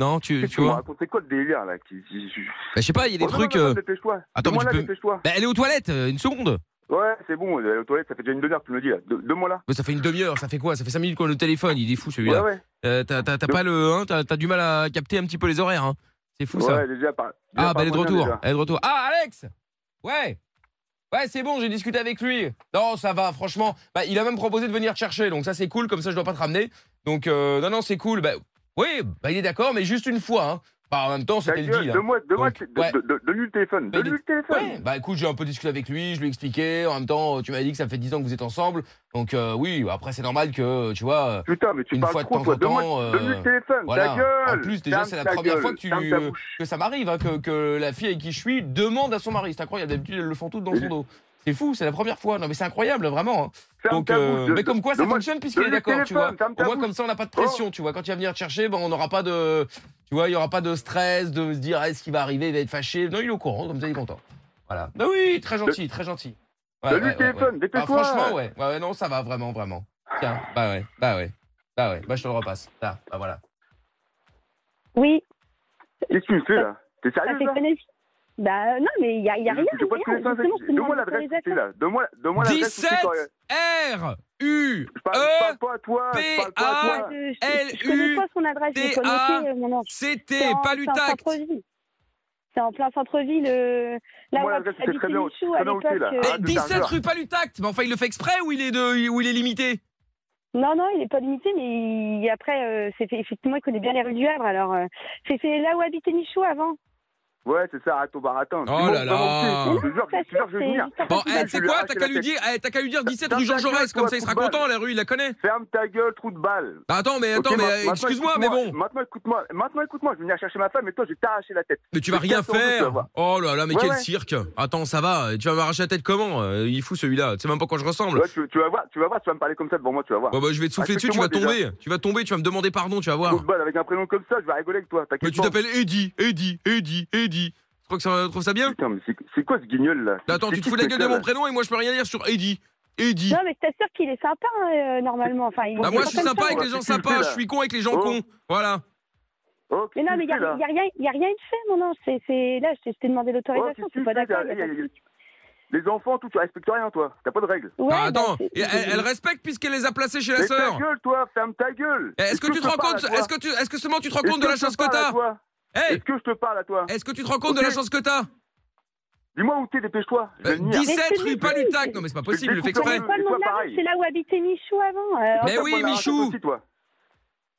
[SPEAKER 1] Non, tu,
[SPEAKER 11] Qu'est-ce
[SPEAKER 1] tu
[SPEAKER 11] que me
[SPEAKER 1] vois.
[SPEAKER 11] racontes C'est quoi le délire, là qui- qui- qui-
[SPEAKER 1] Bah, je sais pas, il y a des
[SPEAKER 11] Oh, non,
[SPEAKER 1] trucs.
[SPEAKER 11] non, non,
[SPEAKER 1] euh,
[SPEAKER 11] dépêche-toi.
[SPEAKER 1] Attends, mais
[SPEAKER 11] Donne-moi
[SPEAKER 1] tu
[SPEAKER 11] là,
[SPEAKER 1] peux.
[SPEAKER 11] dépêche-toi.
[SPEAKER 1] Bah, elle est aux toilettes, euh, une seconde.
[SPEAKER 11] Ouais, c'est bon, elle est aux toilettes, ça fait déjà une demi-heure que tu me le dis, là. De- Donne-moi là.
[SPEAKER 1] Mais ça fait une demi-heure, ça fait quoi Ça fait 5 minutes qu'on a le téléphone, il est fou celui-là.
[SPEAKER 11] Ouais, ouais.
[SPEAKER 1] Euh, t'as, t'as- t'as pas le, hein, t'as, t'as du mal à capter un petit peu les horaires. hein. C'est fou ça.
[SPEAKER 11] Ouais, déjà, par...
[SPEAKER 1] Ah, bah, elle est de retour.
[SPEAKER 11] déjà.
[SPEAKER 1] Elle est de retour. Ah, Alex Ouais Ouais, c'est bon, j'ai discuté avec lui. Non, ça va, franchement. Bah, il a même proposé de venir te chercher, donc ça, c'est cool, comme ça, je dois pas te ramener. Donc, euh, non, non, c'est cool. Bah, oui, bah, il est d'accord, mais juste une fois. Hein. Bah, en même temps,
[SPEAKER 11] Ta
[SPEAKER 1] c'était le
[SPEAKER 11] gueule,
[SPEAKER 1] deal. hein.
[SPEAKER 11] donne-moi, donne-moi,
[SPEAKER 1] Donc,
[SPEAKER 11] de- de-
[SPEAKER 1] ouais.
[SPEAKER 11] de- de- donne-lui le téléphone.
[SPEAKER 1] Mais
[SPEAKER 11] Donne-lui le téléphone.
[SPEAKER 1] Ouais, bah écoute, j'ai un peu discuté avec lui, je lui ai expliqué. En même temps, tu m'as dit que ça fait 10 ans que vous êtes ensemble. Donc euh, oui, après c'est normal que, tu vois,
[SPEAKER 11] Putain, mais tu
[SPEAKER 1] Une
[SPEAKER 11] parles
[SPEAKER 1] fois de
[SPEAKER 11] trop,
[SPEAKER 1] temps
[SPEAKER 11] toi.
[SPEAKER 1] en temps,
[SPEAKER 11] Donne-moi-
[SPEAKER 1] euh,
[SPEAKER 11] Donne-lui le téléphone,
[SPEAKER 1] voilà.
[SPEAKER 11] ta gueule.
[SPEAKER 1] En plus, déjà,
[SPEAKER 11] Ferme
[SPEAKER 1] c'est la
[SPEAKER 11] ta
[SPEAKER 1] première
[SPEAKER 11] gueule,
[SPEAKER 1] fois que, tu,
[SPEAKER 11] ferme ta bouche.
[SPEAKER 1] que ça m'arrive, hein, que, que la fille avec qui je suis demande à son mari. C'est incroyable, d'habitude, elles le font toutes dans son dos. C'est fou, c'est la première fois. Non, mais c'est incroyable, vraiment. hein.
[SPEAKER 11] Ferme
[SPEAKER 1] Donc,
[SPEAKER 11] ta
[SPEAKER 1] euh,
[SPEAKER 11] bouche, de-
[SPEAKER 1] mais comme quoi, ça
[SPEAKER 11] donne-moi-
[SPEAKER 1] fonctionne puisqu'il est
[SPEAKER 11] donne-lui le
[SPEAKER 1] d'accord, tu vois.
[SPEAKER 11] téléphone, ferme
[SPEAKER 1] Au
[SPEAKER 11] ta
[SPEAKER 1] moins,
[SPEAKER 11] bouche.
[SPEAKER 1] comme ça, on n'a pas de
[SPEAKER 11] Oh.
[SPEAKER 1] pression, tu vois. Quand il va venir te chercher, ben, on n'aura pas de. Tu vois, il n'y aura pas de stress, de se dire, est-ce qu'il va arriver, il va être fâché. Non, il est au courant, comme ça, il est content. Voilà. Ben oui, très gentil, très gentil.
[SPEAKER 11] Donne-lui le téléphone,
[SPEAKER 1] ouais.
[SPEAKER 11] dépêche-toi.
[SPEAKER 1] Ah, franchement, ouais. ouais. ouais, non, ça va vraiment, vraiment. Tiens, bah ouais, bah ouais. Bah ouais, bah je te le repasse. Là, bah voilà.
[SPEAKER 9] Oui,
[SPEAKER 11] Qu'est-ce que tu me fais, là T'es
[SPEAKER 9] ça
[SPEAKER 11] sérieux,
[SPEAKER 9] fait
[SPEAKER 11] là
[SPEAKER 9] connaître. Bah non, mais il n'y a, il y a rien.
[SPEAKER 11] Ah, Je sais pas
[SPEAKER 9] il y a
[SPEAKER 11] ce que
[SPEAKER 9] rien.
[SPEAKER 11] c'est, ça,
[SPEAKER 9] Justement, je te
[SPEAKER 11] c'est- Donne-moi
[SPEAKER 9] demande
[SPEAKER 11] l'adresse
[SPEAKER 9] pour les
[SPEAKER 11] que c'est,
[SPEAKER 9] affaires.
[SPEAKER 11] là. Donne-moi donne-moi l'adresse où
[SPEAKER 1] 17
[SPEAKER 11] c'est, quand- Je
[SPEAKER 1] R U
[SPEAKER 11] parle pas à toi, je parle pas à Ah, toi.
[SPEAKER 9] Je-
[SPEAKER 1] L,
[SPEAKER 9] je, je connais
[SPEAKER 1] U,
[SPEAKER 9] pas son adresse, je l'ai
[SPEAKER 1] T, A,
[SPEAKER 9] connotée, euh, mon ange.
[SPEAKER 1] C
[SPEAKER 9] C'est
[SPEAKER 1] T
[SPEAKER 9] en- C'est en
[SPEAKER 1] Palutac.
[SPEAKER 9] centre-ville. C'est en plein centre-ville. euh, Là
[SPEAKER 11] Moi,
[SPEAKER 9] où
[SPEAKER 11] l'adresse,
[SPEAKER 9] habitait
[SPEAKER 11] c'est très bien-
[SPEAKER 9] Michou
[SPEAKER 11] très
[SPEAKER 9] à
[SPEAKER 11] bien où c'est, là.
[SPEAKER 9] l'époque. euh,
[SPEAKER 11] Ah,
[SPEAKER 1] Mais
[SPEAKER 11] de
[SPEAKER 1] 17
[SPEAKER 11] Tarn.
[SPEAKER 1] Eh, rue Palutact. Mais enfin, il le fait exprès ou il est de ou il est limité
[SPEAKER 9] Non, non, il n'est pas limité, mais il- après, euh, c'est fait- effectivement, il connaît bien les rues du Havre. Alors, euh, c'est c'est là où habitait Michou avant.
[SPEAKER 11] Ouais, c'est ça, arrête au baratin.
[SPEAKER 1] Oh
[SPEAKER 11] Dis-moi
[SPEAKER 1] là
[SPEAKER 11] vraiment
[SPEAKER 1] là.
[SPEAKER 11] où c'est, Je te jure, je te jure, je vais
[SPEAKER 9] C'est
[SPEAKER 11] venir.
[SPEAKER 9] juste à
[SPEAKER 1] Bon,
[SPEAKER 9] côté
[SPEAKER 1] eh,
[SPEAKER 9] de
[SPEAKER 1] tu sais
[SPEAKER 11] lui
[SPEAKER 1] quoi
[SPEAKER 11] arraches
[SPEAKER 1] T'as
[SPEAKER 11] la
[SPEAKER 1] qu'à lui
[SPEAKER 11] tête.
[SPEAKER 1] dire, eh, t'as qu'à lui dire 17
[SPEAKER 11] Ferme
[SPEAKER 1] rue
[SPEAKER 11] ta
[SPEAKER 1] Jean
[SPEAKER 11] gueule,
[SPEAKER 1] Jaurès,
[SPEAKER 11] toi,
[SPEAKER 1] comme ça il sera
[SPEAKER 11] football.
[SPEAKER 1] content. La rue, il la connaît.
[SPEAKER 11] Ferme ta gueule, trou de balle.
[SPEAKER 1] Bah, Attends, mais attends,
[SPEAKER 11] Ok, ma-
[SPEAKER 1] mais
[SPEAKER 11] maintenant,
[SPEAKER 1] excuse-moi, mais bon.
[SPEAKER 11] Maintenant, écoute-moi. Maintenant, écoute-moi. Je vais venir chercher ma femme et toi, je vais t'arracher la tête.
[SPEAKER 1] Mais tu vas
[SPEAKER 11] Je
[SPEAKER 1] rien
[SPEAKER 11] casse ton dos, tu vas voir.
[SPEAKER 1] faire. Oh là là, mais
[SPEAKER 11] Ouais,
[SPEAKER 1] quel
[SPEAKER 11] ouais.
[SPEAKER 1] cirque. Attends, ça va. Tu vas m'arracher la tête comment Euh, Il est fou celui-là. Tu sais même pas quoi je ressemble.
[SPEAKER 11] Ouais, Ah, tu, tu vas voir, tu vas voir, tu vas me parler comme ça devant moi, tu vas voir.
[SPEAKER 1] Bon, bah, je vais te souffler dessus, tu vas
[SPEAKER 11] Respecte-moi,
[SPEAKER 1] tomber. Tu vas tomber, tu vas me demander pardon, tu vas voir.
[SPEAKER 11] Trou de balle avec un prénom comme ça, je vais rigoler avec toi.
[SPEAKER 1] Mais
[SPEAKER 11] T'inquiète
[SPEAKER 1] tu
[SPEAKER 11] pas.
[SPEAKER 1] t'appelles Eddie, Eddie, Eddie, Eddie. Tu crois que ça tu trouves ça bien
[SPEAKER 11] Putain, mais c'est- c'est quoi ce guignol là
[SPEAKER 1] Là, Attends,
[SPEAKER 11] C'est
[SPEAKER 1] tu te
[SPEAKER 11] qui
[SPEAKER 1] fous de la
[SPEAKER 11] ce
[SPEAKER 1] gueule de
[SPEAKER 11] mec-là,
[SPEAKER 1] mon prénom et moi je peux rien dire sur Eddie. Eddie.
[SPEAKER 9] Non, mais je t'assure qu'il est sympa, hein, euh, normalement. Enfin, il
[SPEAKER 1] Bah
[SPEAKER 9] il
[SPEAKER 1] moi
[SPEAKER 9] est
[SPEAKER 1] je suis
[SPEAKER 9] pas comme
[SPEAKER 1] sympa
[SPEAKER 9] ça,
[SPEAKER 1] avec
[SPEAKER 9] hein.
[SPEAKER 1] les gens
[SPEAKER 11] Qu'est-ce que tu
[SPEAKER 1] sympas,
[SPEAKER 11] fais, là
[SPEAKER 1] je suis con avec les gens
[SPEAKER 11] Oh.
[SPEAKER 1] cons.
[SPEAKER 11] là
[SPEAKER 1] Voilà.
[SPEAKER 11] Oh,
[SPEAKER 9] Mais non, mais il n'y a,
[SPEAKER 11] qu'est-ce que
[SPEAKER 9] y a rien il y a rien de fait, mon ange. C'est- c'est- Là, je t'ai- je t'ai demandé l'autorisation,
[SPEAKER 11] qu'est-ce
[SPEAKER 9] c'est
[SPEAKER 11] que
[SPEAKER 9] pas
[SPEAKER 11] tu fais,
[SPEAKER 9] d'accord.
[SPEAKER 11] là
[SPEAKER 9] y a pas de
[SPEAKER 11] Y a-
[SPEAKER 9] souci.
[SPEAKER 11] tu fais, là Les enfants, tout, tu respectes rien, toi. T'as pas de règles.
[SPEAKER 9] Ouais,
[SPEAKER 1] Bah,
[SPEAKER 9] bah,
[SPEAKER 1] attends,
[SPEAKER 9] c'est-
[SPEAKER 1] et elle, elle respecte puisqu'elle les a placés chez la
[SPEAKER 11] Mais ta
[SPEAKER 1] sœur.
[SPEAKER 11] gueule, toi, ferme ta gueule.
[SPEAKER 1] Eh, Est-ce que tu
[SPEAKER 11] je
[SPEAKER 1] te rends
[SPEAKER 11] parle à
[SPEAKER 1] compte
[SPEAKER 11] toi
[SPEAKER 1] Est-ce que tu est-ce que seulement tu te rends
[SPEAKER 11] Est-ce
[SPEAKER 1] compte de
[SPEAKER 11] que
[SPEAKER 1] la
[SPEAKER 11] je
[SPEAKER 1] chance
[SPEAKER 11] te
[SPEAKER 1] que
[SPEAKER 11] parle à
[SPEAKER 1] t'as
[SPEAKER 11] toi
[SPEAKER 1] Hey,
[SPEAKER 11] Est-ce que je te parle à toi
[SPEAKER 1] est-ce que tu te rends compte de la
[SPEAKER 11] Ok.
[SPEAKER 1] chance que t'as
[SPEAKER 11] Dis-moi où t'es, dépêche-toi. Je
[SPEAKER 1] Euh,
[SPEAKER 11] vais venir.
[SPEAKER 1] 17
[SPEAKER 9] Mais
[SPEAKER 1] rue
[SPEAKER 9] c'est
[SPEAKER 1] Palutac.
[SPEAKER 9] lui.
[SPEAKER 1] Non mais c'est pas possible, il le fait
[SPEAKER 11] C'est
[SPEAKER 1] exprès.
[SPEAKER 9] C'est quoi le
[SPEAKER 11] Et
[SPEAKER 9] nom
[SPEAKER 11] toi,
[SPEAKER 9] de la rue
[SPEAKER 11] pareil.
[SPEAKER 9] C'est là où habitait Michou avant. euh,
[SPEAKER 11] Toi,
[SPEAKER 1] Mais
[SPEAKER 11] t'as
[SPEAKER 1] oui,
[SPEAKER 11] pas la raconte
[SPEAKER 1] Michou.
[SPEAKER 11] aussi, toi.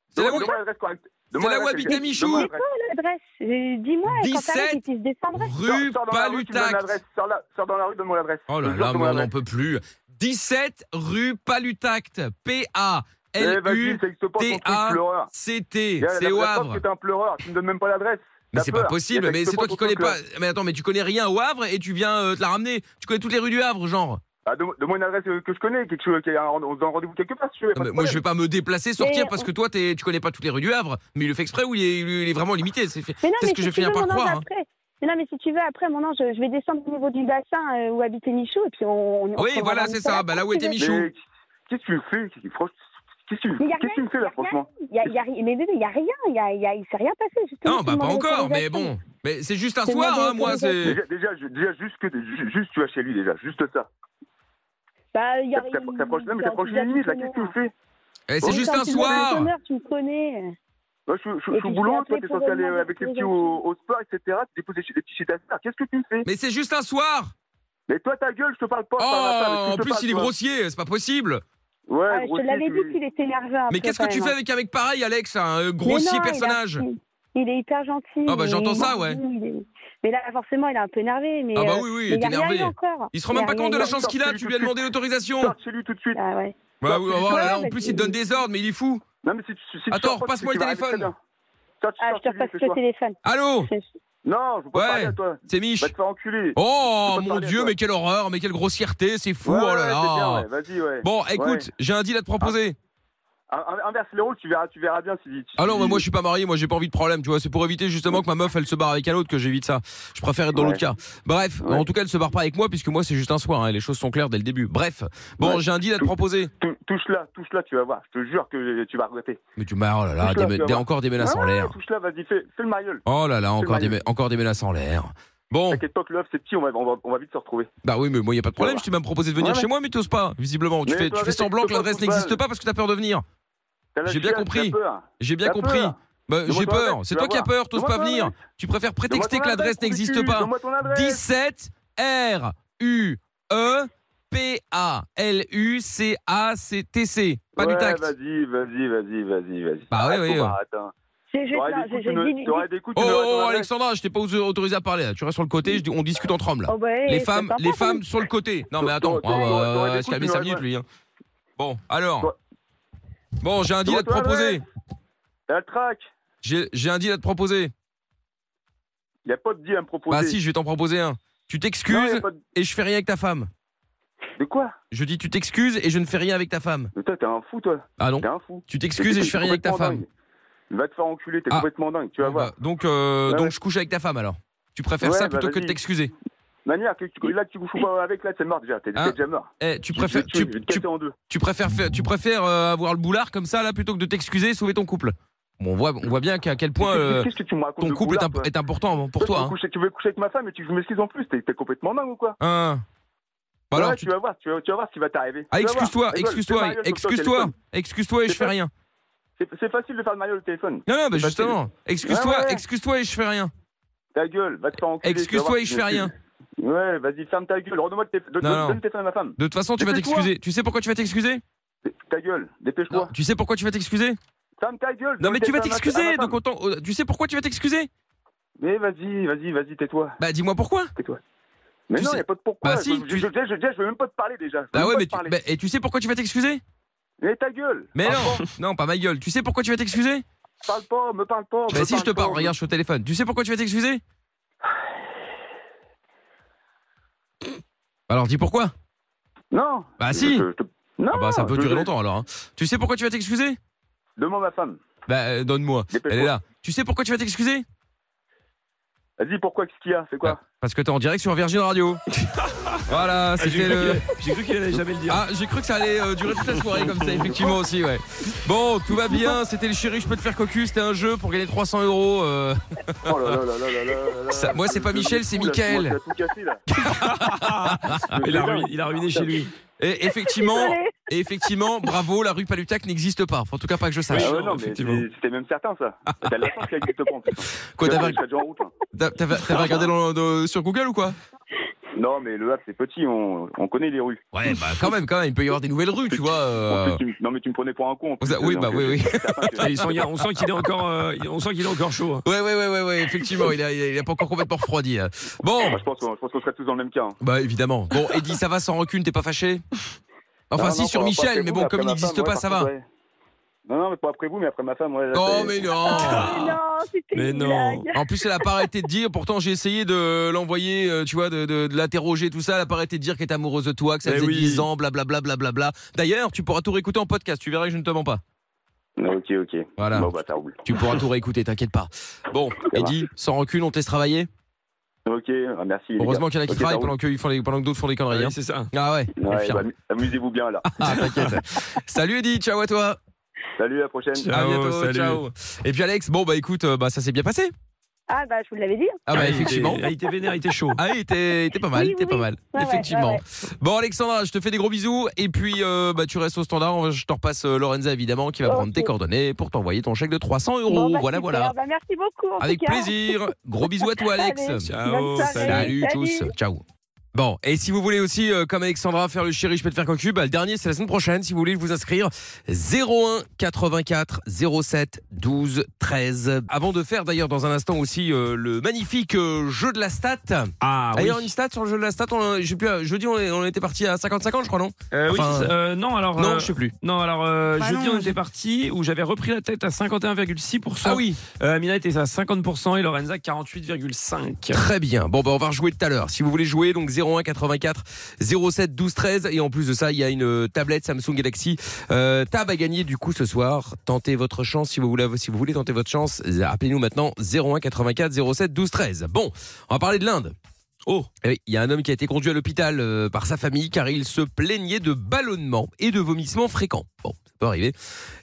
[SPEAKER 1] C'est là
[SPEAKER 11] Demande-
[SPEAKER 1] où
[SPEAKER 11] demande l'adresse correcte. Demande
[SPEAKER 1] C'est là où
[SPEAKER 11] l'adresse,
[SPEAKER 1] habitait
[SPEAKER 11] Michel.
[SPEAKER 1] Michou.
[SPEAKER 11] Demande
[SPEAKER 9] C'est quoi l'adresse Euh, Dis-moi, quand
[SPEAKER 1] 17
[SPEAKER 9] t'arrêtes, il se descendrait.
[SPEAKER 1] rue
[SPEAKER 11] Sors- sors dans la rue, tu me donnes l'adresse.
[SPEAKER 1] Palutac.
[SPEAKER 11] Sors là- Sors dans la rue, donne-moi l'adresse.
[SPEAKER 1] Oh là
[SPEAKER 11] Je jure,
[SPEAKER 1] là, mais
[SPEAKER 11] donne-moi
[SPEAKER 1] on n'en
[SPEAKER 11] l'adresse.
[SPEAKER 1] peut plus. 17 rue Palutact. P A
[SPEAKER 11] Eh,
[SPEAKER 1] L
[SPEAKER 11] vas-y,
[SPEAKER 1] U
[SPEAKER 11] ça existe pas ton truc,
[SPEAKER 1] T-A.
[SPEAKER 11] pleureur.
[SPEAKER 1] C T.
[SPEAKER 11] Y'a la-
[SPEAKER 1] C'est
[SPEAKER 11] la-
[SPEAKER 1] au
[SPEAKER 11] la preuve
[SPEAKER 1] Havre.
[SPEAKER 11] que t'es un pleureur, tu me donnes même pas l'adresse.
[SPEAKER 1] Mais
[SPEAKER 11] T'as
[SPEAKER 1] c'est
[SPEAKER 11] peur.
[SPEAKER 1] pas possible,
[SPEAKER 11] Y'a
[SPEAKER 1] mais
[SPEAKER 11] juste
[SPEAKER 1] c'est toi qui
[SPEAKER 11] ton
[SPEAKER 1] connais
[SPEAKER 11] truc, là.
[SPEAKER 1] pas. Mais attends, mais tu connais rien au Havre et tu viens euh, te la ramener. Tu connais toutes les rues du Havre, genre.
[SPEAKER 11] Bah, donne- Donne-moi une adresse euh, que je connais, quelque chose, qu'il y a un- on se donne rendez-vous quelque part si tu veux.
[SPEAKER 1] Non,
[SPEAKER 11] pas de
[SPEAKER 1] Ah, mais moi, je vais pas me déplacer, sortir
[SPEAKER 9] Mais
[SPEAKER 1] parce
[SPEAKER 9] on-
[SPEAKER 1] que toi, t'es- tu connais pas toutes les rues du Havre. Mais il le fait exprès ou il est, il est vraiment limité. C'est fait-
[SPEAKER 9] Mais non,
[SPEAKER 1] c'est ce
[SPEAKER 9] mais
[SPEAKER 1] que
[SPEAKER 9] si
[SPEAKER 1] je
[SPEAKER 9] tu
[SPEAKER 1] finis
[SPEAKER 9] veux,
[SPEAKER 1] par
[SPEAKER 9] mon ange,
[SPEAKER 1] croire. hein.
[SPEAKER 9] après. Mais non, mais si tu veux, après, mon ange, je vais descendre au niveau du bassin euh, où habitait Michou et puis on. on- on
[SPEAKER 1] Oui,
[SPEAKER 9] se
[SPEAKER 1] voilà,
[SPEAKER 9] reverra
[SPEAKER 1] c'est
[SPEAKER 9] une fois
[SPEAKER 1] ça. Bah, là où
[SPEAKER 9] si tu
[SPEAKER 1] était
[SPEAKER 9] veux.
[SPEAKER 1] Michou.
[SPEAKER 11] Mais qu'est-ce que tu me fais qu'est-ce que- franchement, Qu'est-ce que tu me
[SPEAKER 9] Mais y a
[SPEAKER 11] qu'est-ce que tu me fais
[SPEAKER 9] rien, y
[SPEAKER 11] là,
[SPEAKER 9] a
[SPEAKER 11] franchement
[SPEAKER 9] Y a, y a, ri- mais bébé, il n'y a rien, il y a, y a, il s'est rien passé. justement,
[SPEAKER 1] Non,
[SPEAKER 9] tu
[SPEAKER 1] bah pas
[SPEAKER 9] demandes
[SPEAKER 1] encore, mais
[SPEAKER 9] l'autorisation.
[SPEAKER 1] bon. Mais c'est juste un
[SPEAKER 9] C'est
[SPEAKER 1] soir,
[SPEAKER 9] moi,
[SPEAKER 1] hein, moi.
[SPEAKER 9] j'ai
[SPEAKER 1] C'est.
[SPEAKER 11] Déjà, déjà, je- déjà, juste que ju- juste tu vas chez lui, déjà, juste ça.
[SPEAKER 9] Bah, il y a
[SPEAKER 11] T'appro- T'approches là, mais t'approches
[SPEAKER 9] il y a
[SPEAKER 11] une limite là,
[SPEAKER 9] des
[SPEAKER 11] qu'est-ce que tu me
[SPEAKER 9] honneurs.
[SPEAKER 11] fais
[SPEAKER 1] Eh, C'est
[SPEAKER 11] Oui,
[SPEAKER 1] juste
[SPEAKER 9] Quand
[SPEAKER 1] un
[SPEAKER 9] tu me donnes
[SPEAKER 1] soir.
[SPEAKER 9] honneur, tu me connais.
[SPEAKER 11] Moi, Bah, je, je- je
[SPEAKER 9] Et
[SPEAKER 11] suis au boulot,
[SPEAKER 9] puis, je l'ai
[SPEAKER 11] toi
[SPEAKER 9] appelé
[SPEAKER 11] t'es
[SPEAKER 9] pour
[SPEAKER 11] censé aller
[SPEAKER 9] demander
[SPEAKER 11] avec les
[SPEAKER 9] pour
[SPEAKER 11] petits
[SPEAKER 9] les
[SPEAKER 11] au, au spa, etc. Tu déposes les petits chez ta sœur, qu'est-ce que tu me fais
[SPEAKER 1] Mais c'est juste un soir.
[SPEAKER 11] Mais toi ta gueule, je te parle pas. je parle à ta femme, est-ce que
[SPEAKER 1] Oh, en
[SPEAKER 11] je te
[SPEAKER 1] plus,
[SPEAKER 11] parle,
[SPEAKER 1] il est
[SPEAKER 11] toi
[SPEAKER 1] grossier. C'est pas possible.
[SPEAKER 11] Ouais, Ouais,
[SPEAKER 9] Ah, je te
[SPEAKER 11] grossier,
[SPEAKER 9] l'avais
[SPEAKER 11] tu-
[SPEAKER 9] dit qu'il était énervé.
[SPEAKER 1] Mais qu'est-ce que tu fais avec un mec pareil, Alex Un euh, grossier personnage
[SPEAKER 9] Il est hyper gentil.
[SPEAKER 1] Ah bah,
[SPEAKER 9] mais
[SPEAKER 1] j'entends ça,
[SPEAKER 9] il-
[SPEAKER 1] ouais.
[SPEAKER 9] il est- Mais là, forcément, il est un peu énervé. Mais
[SPEAKER 1] Ah bah
[SPEAKER 9] euh,
[SPEAKER 1] oui, oui,
[SPEAKER 9] mais
[SPEAKER 1] il est
[SPEAKER 9] y a rien
[SPEAKER 1] énervé.
[SPEAKER 9] eu encore.
[SPEAKER 1] Il se rend
[SPEAKER 9] Y a
[SPEAKER 1] même pas
[SPEAKER 9] rien
[SPEAKER 1] compte de
[SPEAKER 9] eu
[SPEAKER 1] la
[SPEAKER 9] encore.
[SPEAKER 1] chance qu'il a, tu lui as demandé l'autorisation
[SPEAKER 11] lui tout de suite.
[SPEAKER 9] Ah ouais.
[SPEAKER 1] Bah oui, oh là là,
[SPEAKER 9] Ouais,
[SPEAKER 1] en
[SPEAKER 9] mais
[SPEAKER 1] plus
[SPEAKER 9] tu-
[SPEAKER 1] il te donne des ordres, mais il est fou
[SPEAKER 11] Non, mais si tu, si tu
[SPEAKER 1] Attends,
[SPEAKER 11] sors pas,
[SPEAKER 1] repasse-moi
[SPEAKER 11] tu
[SPEAKER 1] le
[SPEAKER 11] vas arriver
[SPEAKER 1] téléphone.
[SPEAKER 11] très bien. Toi, tu
[SPEAKER 9] Ah,
[SPEAKER 11] sors,
[SPEAKER 9] je te
[SPEAKER 11] tu lui
[SPEAKER 9] repasse
[SPEAKER 11] fais
[SPEAKER 9] le
[SPEAKER 11] choix.
[SPEAKER 9] téléphone.
[SPEAKER 1] Allô
[SPEAKER 11] Non, je veux pas parler
[SPEAKER 1] Ouais,
[SPEAKER 11] à toi.
[SPEAKER 1] c'est Mich
[SPEAKER 11] Va te faire enculer. Je
[SPEAKER 1] Oh
[SPEAKER 11] peux pas
[SPEAKER 1] mon
[SPEAKER 11] parler à
[SPEAKER 1] dieu,
[SPEAKER 11] toi.
[SPEAKER 1] mais quelle horreur, mais quelle grossièreté, c'est fou,
[SPEAKER 11] Ouais,
[SPEAKER 1] oh
[SPEAKER 11] ouais,
[SPEAKER 1] là
[SPEAKER 11] c'est
[SPEAKER 1] là
[SPEAKER 11] bien, ouais, Vas-y, ouais.
[SPEAKER 1] Bon,
[SPEAKER 11] Ouais.
[SPEAKER 1] écoute, j'ai un deal à te proposer.
[SPEAKER 11] Ah, Inverse les rôles, tu verras, tu verras bien si. si-
[SPEAKER 1] Ah non,
[SPEAKER 11] si-
[SPEAKER 1] mais moi je suis pas marié, moi j'ai pas envie de problème, tu vois. C'est pour éviter justement que ma meuf elle se barre avec un autre que j'évite ça. Je préfère être dans
[SPEAKER 11] Ouais.
[SPEAKER 1] l'autre cas. Bref, en tout cas elle se barre pas avec moi puisque moi c'est juste un soir, hein, les choses sont claires dès le début. Bref, bon,
[SPEAKER 11] Ouais.
[SPEAKER 1] j'ai un deal à te
[SPEAKER 11] Tout-
[SPEAKER 1] proposer.
[SPEAKER 11] Tou- Touche-la, touche-la, tu vas voir. Je te jure que tu vas regretter.
[SPEAKER 1] Mais tu m'as, oh là là,
[SPEAKER 11] Touche-la,
[SPEAKER 1] des-
[SPEAKER 11] tu vas
[SPEAKER 1] des-
[SPEAKER 11] voir. Ah
[SPEAKER 1] encore des menaces en
[SPEAKER 11] Ouais,
[SPEAKER 1] l'air.
[SPEAKER 11] Touche-la, vas-y, fais, fais le mariole.
[SPEAKER 1] Oh là là, encore
[SPEAKER 11] le
[SPEAKER 1] des,
[SPEAKER 11] maillot.
[SPEAKER 1] encore des menaces en l'air. Bon,
[SPEAKER 11] T'inquiète pas que l'œuf, c'est petit, on va, on, va, on va vite se retrouver.
[SPEAKER 1] bah oui, mais moi, y a pas de problème.
[SPEAKER 11] Ouais.
[SPEAKER 1] Je t'ai même proposé de venir
[SPEAKER 11] Ouais.
[SPEAKER 1] chez moi, mais t'oses pas, visiblement. Tu
[SPEAKER 11] Mais toi,
[SPEAKER 1] fais, tu fais
[SPEAKER 11] arrête,
[SPEAKER 1] semblant que
[SPEAKER 11] fais pas
[SPEAKER 1] l'adresse
[SPEAKER 11] de
[SPEAKER 1] n'existe
[SPEAKER 11] football.
[SPEAKER 1] pas parce que t'as peur de venir.
[SPEAKER 11] T'as la
[SPEAKER 1] J'ai bien
[SPEAKER 11] chiasse,
[SPEAKER 1] compris.
[SPEAKER 11] t'as peur.
[SPEAKER 1] J'ai bien
[SPEAKER 11] T'as
[SPEAKER 1] compris.
[SPEAKER 11] peur.
[SPEAKER 1] Bah,
[SPEAKER 11] Donne-moi
[SPEAKER 1] j'ai
[SPEAKER 11] ton
[SPEAKER 1] peur.
[SPEAKER 11] adresse,
[SPEAKER 1] C'est
[SPEAKER 11] tu
[SPEAKER 1] toi
[SPEAKER 11] vas
[SPEAKER 1] qui as
[SPEAKER 11] voir.
[SPEAKER 1] peur, t'oses
[SPEAKER 11] Donne-moi
[SPEAKER 1] pas
[SPEAKER 11] ton
[SPEAKER 1] venir.
[SPEAKER 11] adresse.
[SPEAKER 1] Tu préfères
[SPEAKER 11] Donne-moi
[SPEAKER 1] prétexter
[SPEAKER 11] ton
[SPEAKER 1] que l'adresse
[SPEAKER 11] adresse, trou du
[SPEAKER 1] n'existe
[SPEAKER 11] cul.
[SPEAKER 1] pas.
[SPEAKER 11] Donne-moi ton adresse.
[SPEAKER 1] 17 R U E P A L U C A C T C. Pas
[SPEAKER 11] ouais,
[SPEAKER 1] du tact.
[SPEAKER 11] Vas-y, vas-y, vas-y, vas-y, vas-y.
[SPEAKER 1] Bah
[SPEAKER 11] Arrête,
[SPEAKER 1] ouais, ouais,
[SPEAKER 11] faut
[SPEAKER 1] ouais.
[SPEAKER 11] pas, attends.
[SPEAKER 9] C'est juste
[SPEAKER 11] T'aurais
[SPEAKER 9] là,
[SPEAKER 11] des
[SPEAKER 9] Ah, j'ai
[SPEAKER 11] coups,
[SPEAKER 9] j'ai
[SPEAKER 11] tu n'aurais-
[SPEAKER 9] dit.
[SPEAKER 11] t'aurais des coups,
[SPEAKER 1] Oh,
[SPEAKER 11] tu n'aurais
[SPEAKER 1] oh,
[SPEAKER 11] ton adresse.
[SPEAKER 1] Alexandra, je t'ai pas autorisé à parler. là. Tu restes sur le côté, je dis- on discute en tremble. là.
[SPEAKER 9] Oh, bah,
[SPEAKER 1] les
[SPEAKER 9] c'est
[SPEAKER 1] femmes,
[SPEAKER 9] sympa,
[SPEAKER 1] les
[SPEAKER 9] ça.
[SPEAKER 1] femmes sur le côté. Non, mais
[SPEAKER 11] T'aurais-
[SPEAKER 1] attends, on
[SPEAKER 11] t'aurais- t'aurais
[SPEAKER 1] va- on
[SPEAKER 11] des
[SPEAKER 1] va se
[SPEAKER 11] coups,
[SPEAKER 1] calmer
[SPEAKER 11] tu
[SPEAKER 1] 5
[SPEAKER 11] n'aurais
[SPEAKER 1] minutes
[SPEAKER 11] pas-
[SPEAKER 1] lui. hein. Bon, alors.
[SPEAKER 11] Toi-
[SPEAKER 1] Bon, j'ai un deal à te
[SPEAKER 11] Toi, toi,
[SPEAKER 1] proposer.
[SPEAKER 11] ouais. T'as le trac.
[SPEAKER 1] J'ai j'ai un deal à te proposer.
[SPEAKER 11] Y a pas de deal à me proposer.
[SPEAKER 1] Bah si, je vais t'en proposer un.
[SPEAKER 11] Non, y
[SPEAKER 1] Tu
[SPEAKER 11] a
[SPEAKER 1] t'excuses
[SPEAKER 11] pas de...
[SPEAKER 1] et je fais rien avec ta femme.
[SPEAKER 11] de quoi
[SPEAKER 1] Je dis tu t'excuses et je ne fais rien avec ta femme.
[SPEAKER 11] Mais toi, t'es un fou, toi.
[SPEAKER 1] Ah non.
[SPEAKER 11] T'es un fou.
[SPEAKER 1] Tu t'excuses et je fais rien avec ta
[SPEAKER 11] Complètement
[SPEAKER 1] femme.
[SPEAKER 11] dingue. Va te faire enculer, t'es
[SPEAKER 1] Ah.
[SPEAKER 11] complètement dingue, tu vas voir.
[SPEAKER 1] Bah, donc euh,
[SPEAKER 11] Ouais,
[SPEAKER 1] donc
[SPEAKER 11] ouais.
[SPEAKER 1] je couche avec ta femme alors. Tu préfères
[SPEAKER 11] Ouais,
[SPEAKER 1] ça
[SPEAKER 11] bah,
[SPEAKER 1] plutôt que de
[SPEAKER 11] vas-y.
[SPEAKER 1] t'excuser.
[SPEAKER 11] Manière, que tu, là, tu couches pas avec, là, t'es mort déjà. T'es
[SPEAKER 1] Hein
[SPEAKER 11] t'es déjà mort.
[SPEAKER 1] Eh, tu
[SPEAKER 11] Je vais te
[SPEAKER 1] préfères
[SPEAKER 11] tuer,
[SPEAKER 1] tu,
[SPEAKER 11] je vais te
[SPEAKER 1] tu-
[SPEAKER 11] casser en deux.
[SPEAKER 1] tu préfères faire- tu préfères euh, avoir le boulard comme ça là plutôt que de t'excuser et sauver ton couple. Bon, on voit on voit bien qu'à quel point euh,
[SPEAKER 11] Qu'est-ce que tu me racontes
[SPEAKER 1] ton
[SPEAKER 11] de
[SPEAKER 1] couple est,
[SPEAKER 11] boulard,
[SPEAKER 1] imp-
[SPEAKER 11] toi
[SPEAKER 1] est important pour
[SPEAKER 11] tu
[SPEAKER 1] toi.
[SPEAKER 11] veux
[SPEAKER 1] hein.
[SPEAKER 11] coucher- tu veux coucher avec ma femme et tu je m'excuse en plus, t'es t'es complètement dingue ou quoi
[SPEAKER 1] Hein. Bah alors
[SPEAKER 11] Ouais,
[SPEAKER 1] tu
[SPEAKER 11] tu vas voir, tu vas, tu vas voir ce qui va t'arriver.
[SPEAKER 1] Ah,
[SPEAKER 11] Tu vas voir.
[SPEAKER 1] excuse-toi,
[SPEAKER 11] Rigole, fais
[SPEAKER 1] excuse-toi,
[SPEAKER 11] mariole sur ton
[SPEAKER 1] excuse-toi,
[SPEAKER 11] téléphone.
[SPEAKER 1] excuse-toi et je
[SPEAKER 11] C'est
[SPEAKER 1] fais
[SPEAKER 11] pas-
[SPEAKER 1] rien.
[SPEAKER 11] C'est- C'est facile de faire le mariole au téléphone.
[SPEAKER 1] Non, non, bah
[SPEAKER 11] C'est facile.
[SPEAKER 1] justement, excuse-toi,
[SPEAKER 11] Ouais, ouais.
[SPEAKER 1] excuse-toi et je fais rien.
[SPEAKER 11] Ta gueule, va te faire enculer. tu vas
[SPEAKER 1] Excuse-toi
[SPEAKER 11] voir si
[SPEAKER 1] et je fais rien.
[SPEAKER 11] m'excuse. Ouais, vas-y, ferme ta gueule. Redonne-moi le téléphone.
[SPEAKER 1] Non, non.
[SPEAKER 11] Donne le téléphone à ma femme.
[SPEAKER 1] De toute façon, tu vas
[SPEAKER 11] Dépêche-toi.
[SPEAKER 1] t'excuser. Tu sais pourquoi tu vas t'excuser
[SPEAKER 11] Ta gueule,
[SPEAKER 1] Non,
[SPEAKER 11] dépêche-toi.
[SPEAKER 1] Tu sais pourquoi tu vas t'excuser
[SPEAKER 11] Ferme ta gueule.
[SPEAKER 1] Non,
[SPEAKER 11] donne
[SPEAKER 1] mais
[SPEAKER 11] le
[SPEAKER 1] tu
[SPEAKER 11] téléphone
[SPEAKER 1] vas
[SPEAKER 11] à ma- à ma
[SPEAKER 1] t'excuser.
[SPEAKER 11] femme.
[SPEAKER 1] Donc autant, euh, tu sais pourquoi tu vas t'excuser
[SPEAKER 11] Mais vas-y, vas-y, vas-y, tais-toi.
[SPEAKER 1] Bah dis-moi pourquoi.
[SPEAKER 11] Mais
[SPEAKER 1] Tu
[SPEAKER 11] non,
[SPEAKER 1] sais-
[SPEAKER 11] y a pas de pourquoi.
[SPEAKER 1] Bah si,
[SPEAKER 11] je,
[SPEAKER 1] tu-
[SPEAKER 11] je, je, je- je veux même pas te parler déjà. Je veux
[SPEAKER 1] Bah
[SPEAKER 11] même
[SPEAKER 1] ouais,
[SPEAKER 11] pas
[SPEAKER 1] mais
[SPEAKER 11] te
[SPEAKER 1] tu,
[SPEAKER 11] parler.
[SPEAKER 1] bah, et tu sais pourquoi tu vas t'excuser
[SPEAKER 11] Mais ta gueule.
[SPEAKER 1] Mais
[SPEAKER 11] Parle
[SPEAKER 1] non, non, pas ma gueule. Tu sais pourquoi tu vas t'excuser
[SPEAKER 11] pas, Parle pas, me parle pas.
[SPEAKER 1] Bah
[SPEAKER 11] me
[SPEAKER 1] si, je te
[SPEAKER 11] pas,
[SPEAKER 1] parle. Regarde, je suis au téléphone. Tu sais pourquoi tu vas t'excuser Bah Alors dis pourquoi
[SPEAKER 11] Non.
[SPEAKER 1] Bah
[SPEAKER 11] Je-
[SPEAKER 1] si.
[SPEAKER 11] je- je te- Non.
[SPEAKER 1] Ah bah ça peut
[SPEAKER 11] je-
[SPEAKER 1] durer
[SPEAKER 11] je-
[SPEAKER 1] longtemps alors. hein. Tu sais pourquoi tu vas t'excuser
[SPEAKER 11] Demande à ma femme.
[SPEAKER 1] Bah euh, donne-moi.
[SPEAKER 11] Dépêche-toi.
[SPEAKER 1] Elle est là. Tu sais pourquoi tu vas t'excuser Ah.
[SPEAKER 11] Vas-y, pourquoi Qu'est-ce qu'il y a C'est quoi
[SPEAKER 1] Parce que t'es en direct sur Virgin Radio.
[SPEAKER 11] Ah,
[SPEAKER 1] voilà, c'était le.
[SPEAKER 3] J'ai cru qu'il allait jamais le dire.
[SPEAKER 1] Ah, j'ai cru que ça allait euh, durer toute la soirée comme ça, effectivement aussi, ouais. Bon, tout va bien, c'était le chéri, je peux te faire cocu, c'était un jeu pour gagner 300 euros. euh.
[SPEAKER 11] Oh là là là là là là là.
[SPEAKER 1] Ça- moi, c'est pas Michel, c'est
[SPEAKER 11] Ouh là,
[SPEAKER 1] Michael.
[SPEAKER 11] tu m'as tout cassé, là.
[SPEAKER 1] Ah,
[SPEAKER 3] il, a ruiné, il a ruiné chez lui.
[SPEAKER 1] Et effectivement, et effectivement, bravo, la rue Palutac n'existe pas. Enfin, en tout cas, pas que je
[SPEAKER 11] Ah
[SPEAKER 1] sache.
[SPEAKER 11] ouais, non, mais
[SPEAKER 3] effectivement.
[SPEAKER 11] c'est- c'était même certain ça. T'as de la chance qu'elle te prend.
[SPEAKER 1] Quoi, t'avais
[SPEAKER 11] déjà en route. là.
[SPEAKER 1] t'as- t'avais- t'avais regardé dans- dans- sur Google ou quoi
[SPEAKER 11] Non, mais le Havre c'est petit, on, on connaît les rues.
[SPEAKER 1] Ouais, bah quand même, quand même, il peut y avoir des nouvelles rues, tu vois. euh.
[SPEAKER 11] En plus, tu me- non, mais tu me prenais pour un con. en plus,
[SPEAKER 1] Oui,
[SPEAKER 11] donc,
[SPEAKER 1] bah oui,
[SPEAKER 11] euh,
[SPEAKER 1] oui.
[SPEAKER 11] c'est certain que-
[SPEAKER 3] Et il s'en garde- on sent qu'il est encore, euh, on sent qu'il est encore chaud. hein.
[SPEAKER 1] Ouais, ouais, ouais, ouais, ouais, effectivement, il a, il a- il a pas encore complètement refroidi. là. Bon,
[SPEAKER 11] Moi, je pense qu'on je pense qu'on serait tous dans le même cas. hein.
[SPEAKER 1] bah évidemment. Bon, Eddie, ça va sans rancune, t'es pas fâché Enfin,
[SPEAKER 11] Non,
[SPEAKER 1] si,
[SPEAKER 11] non,
[SPEAKER 1] sur
[SPEAKER 11] pas- pas
[SPEAKER 1] Michel,
[SPEAKER 11] après
[SPEAKER 1] mais
[SPEAKER 11] vous,
[SPEAKER 1] bon,
[SPEAKER 11] après
[SPEAKER 1] comme il
[SPEAKER 11] ma
[SPEAKER 1] n'existe
[SPEAKER 11] femme,
[SPEAKER 1] pas,
[SPEAKER 11] ouais,
[SPEAKER 1] ça
[SPEAKER 11] par
[SPEAKER 1] va.
[SPEAKER 11] contre, ouais. Non, non, mais pas après vous, mais après ma femme. Ouais, là,
[SPEAKER 1] Non,
[SPEAKER 11] c'est-
[SPEAKER 1] mais
[SPEAKER 9] Mais
[SPEAKER 1] non
[SPEAKER 9] non, c'était
[SPEAKER 3] Mais
[SPEAKER 9] une
[SPEAKER 3] non.
[SPEAKER 9] blague.
[SPEAKER 1] En plus, elle a pas arrêté de dire. Pourtant, j'ai essayé de l'envoyer, euh, tu vois, de, de- de l'interroger, tout ça. Elle a pas arrêté de dire qu'elle est amoureuse de toi, que ça
[SPEAKER 3] Eh
[SPEAKER 1] faisait
[SPEAKER 3] oui.
[SPEAKER 1] 10 ans, blablabla. Bla, bla, bla. D'ailleurs, tu pourras tout réécouter en podcast. Tu verras que je ne te mens pas.
[SPEAKER 11] Non, ok, ok.
[SPEAKER 1] Voilà.
[SPEAKER 11] Bon, bah, ça roule.
[SPEAKER 1] Tu pourras tout réécouter, t'inquiète pas. Bon, Eddy, sans recul, on te laisse travailler.
[SPEAKER 11] Ok, ah, merci. les
[SPEAKER 1] Heureusement qu'il y en a qui
[SPEAKER 11] Ok, ça
[SPEAKER 1] travaillent
[SPEAKER 11] roule.
[SPEAKER 1] pendant que, ils font les- pendant que d'autres font des conneries.
[SPEAKER 3] Oui,
[SPEAKER 1] hein.
[SPEAKER 3] c'est ça.
[SPEAKER 1] Ah ouais,
[SPEAKER 11] gars.
[SPEAKER 1] je suis
[SPEAKER 11] Ouais,
[SPEAKER 1] fier.
[SPEAKER 11] bah, Amusez-vous bien là.
[SPEAKER 1] Ah, t'inquiète. Salut Eddy, ciao à toi.
[SPEAKER 11] Salut, à la prochaine.
[SPEAKER 1] à
[SPEAKER 3] Ciao,
[SPEAKER 1] bientôt,
[SPEAKER 3] salut.
[SPEAKER 1] ciao. Et puis Alex, bon bah écoute, euh, bah ça s'est bien passé.
[SPEAKER 9] Ah, bah, je vous l'avais dit.
[SPEAKER 1] Ah bah
[SPEAKER 3] il était-
[SPEAKER 1] effectivement.
[SPEAKER 3] ah, Il était vénère, il était chaud.
[SPEAKER 1] Ah, il était, il était pas mal,
[SPEAKER 9] Oui,
[SPEAKER 1] il était
[SPEAKER 9] oui,
[SPEAKER 1] pas
[SPEAKER 9] oui.
[SPEAKER 1] mal.
[SPEAKER 9] Ouais, ouais,
[SPEAKER 1] Effectivement.
[SPEAKER 9] ouais,
[SPEAKER 1] Bon, Alexandra, je te fais des gros bisous. Et puis, euh, bah, tu restes au standard. On va- Je te repasse euh, Lorenza, évidemment, qui va
[SPEAKER 9] Ok.
[SPEAKER 1] prendre tes coordonnées pour t'envoyer ton chèque de 300 euros.
[SPEAKER 9] Bon, bah,
[SPEAKER 1] voilà,
[SPEAKER 9] super.
[SPEAKER 1] voilà.
[SPEAKER 9] Bah, merci beaucoup. en
[SPEAKER 1] Avec
[SPEAKER 9] tout cas.
[SPEAKER 1] plaisir. Gros bisous à toi, Alex.
[SPEAKER 9] Allez,
[SPEAKER 3] Ciao,
[SPEAKER 9] bonne soirée.
[SPEAKER 1] Salut tous. Ciao. Bon, et si vous voulez aussi, euh, comme Alexandra, faire le chéri, je peux te faire cocu, bah, le dernier, c'est la semaine prochaine. Si vous voulez vous inscrire, 01 84 07 12 13. Avant de faire d'ailleurs dans un instant aussi euh, le magnifique euh, jeu de la stat. Ah
[SPEAKER 12] oui.
[SPEAKER 1] D'ailleurs, une stat sur le jeu de la stat, on, a- je sais plus, euh, jeudi, on, est- on était parti à 50-50, je crois, non
[SPEAKER 12] Euh, oui,
[SPEAKER 1] Enfin,
[SPEAKER 12] c'est ça. Euh, non, alors.
[SPEAKER 1] non,
[SPEAKER 12] euh,
[SPEAKER 1] je sais plus.
[SPEAKER 12] Non, alors, euh,
[SPEAKER 1] Bah
[SPEAKER 12] jeudi,
[SPEAKER 1] non,
[SPEAKER 12] on était parti où j'avais repris la tête à 51,6%.
[SPEAKER 1] Ah oui.
[SPEAKER 12] Euh, Mina était à 50% et Lorenza 48,5%.
[SPEAKER 1] Très bien. Bon, bah, on va rejouer tout à l'heure. Si vous voulez jouer, donc 01 84 07 12 13. Et en plus de ça, il y a une euh, tablette Samsung Galaxy euh, Tab à gagner du coup ce soir. Tentez votre chance. Si vous voulez, si vous voulez tenter votre chance, appelez-nous maintenant 01 84 07 12 13. Bon, on va parler de l'Inde. Oh Il y a un homme qui a été conduit à l'hôpital euh, par sa famille car il se plaignait de ballonnements et de vomissements fréquents. Bon, ça peut arriver.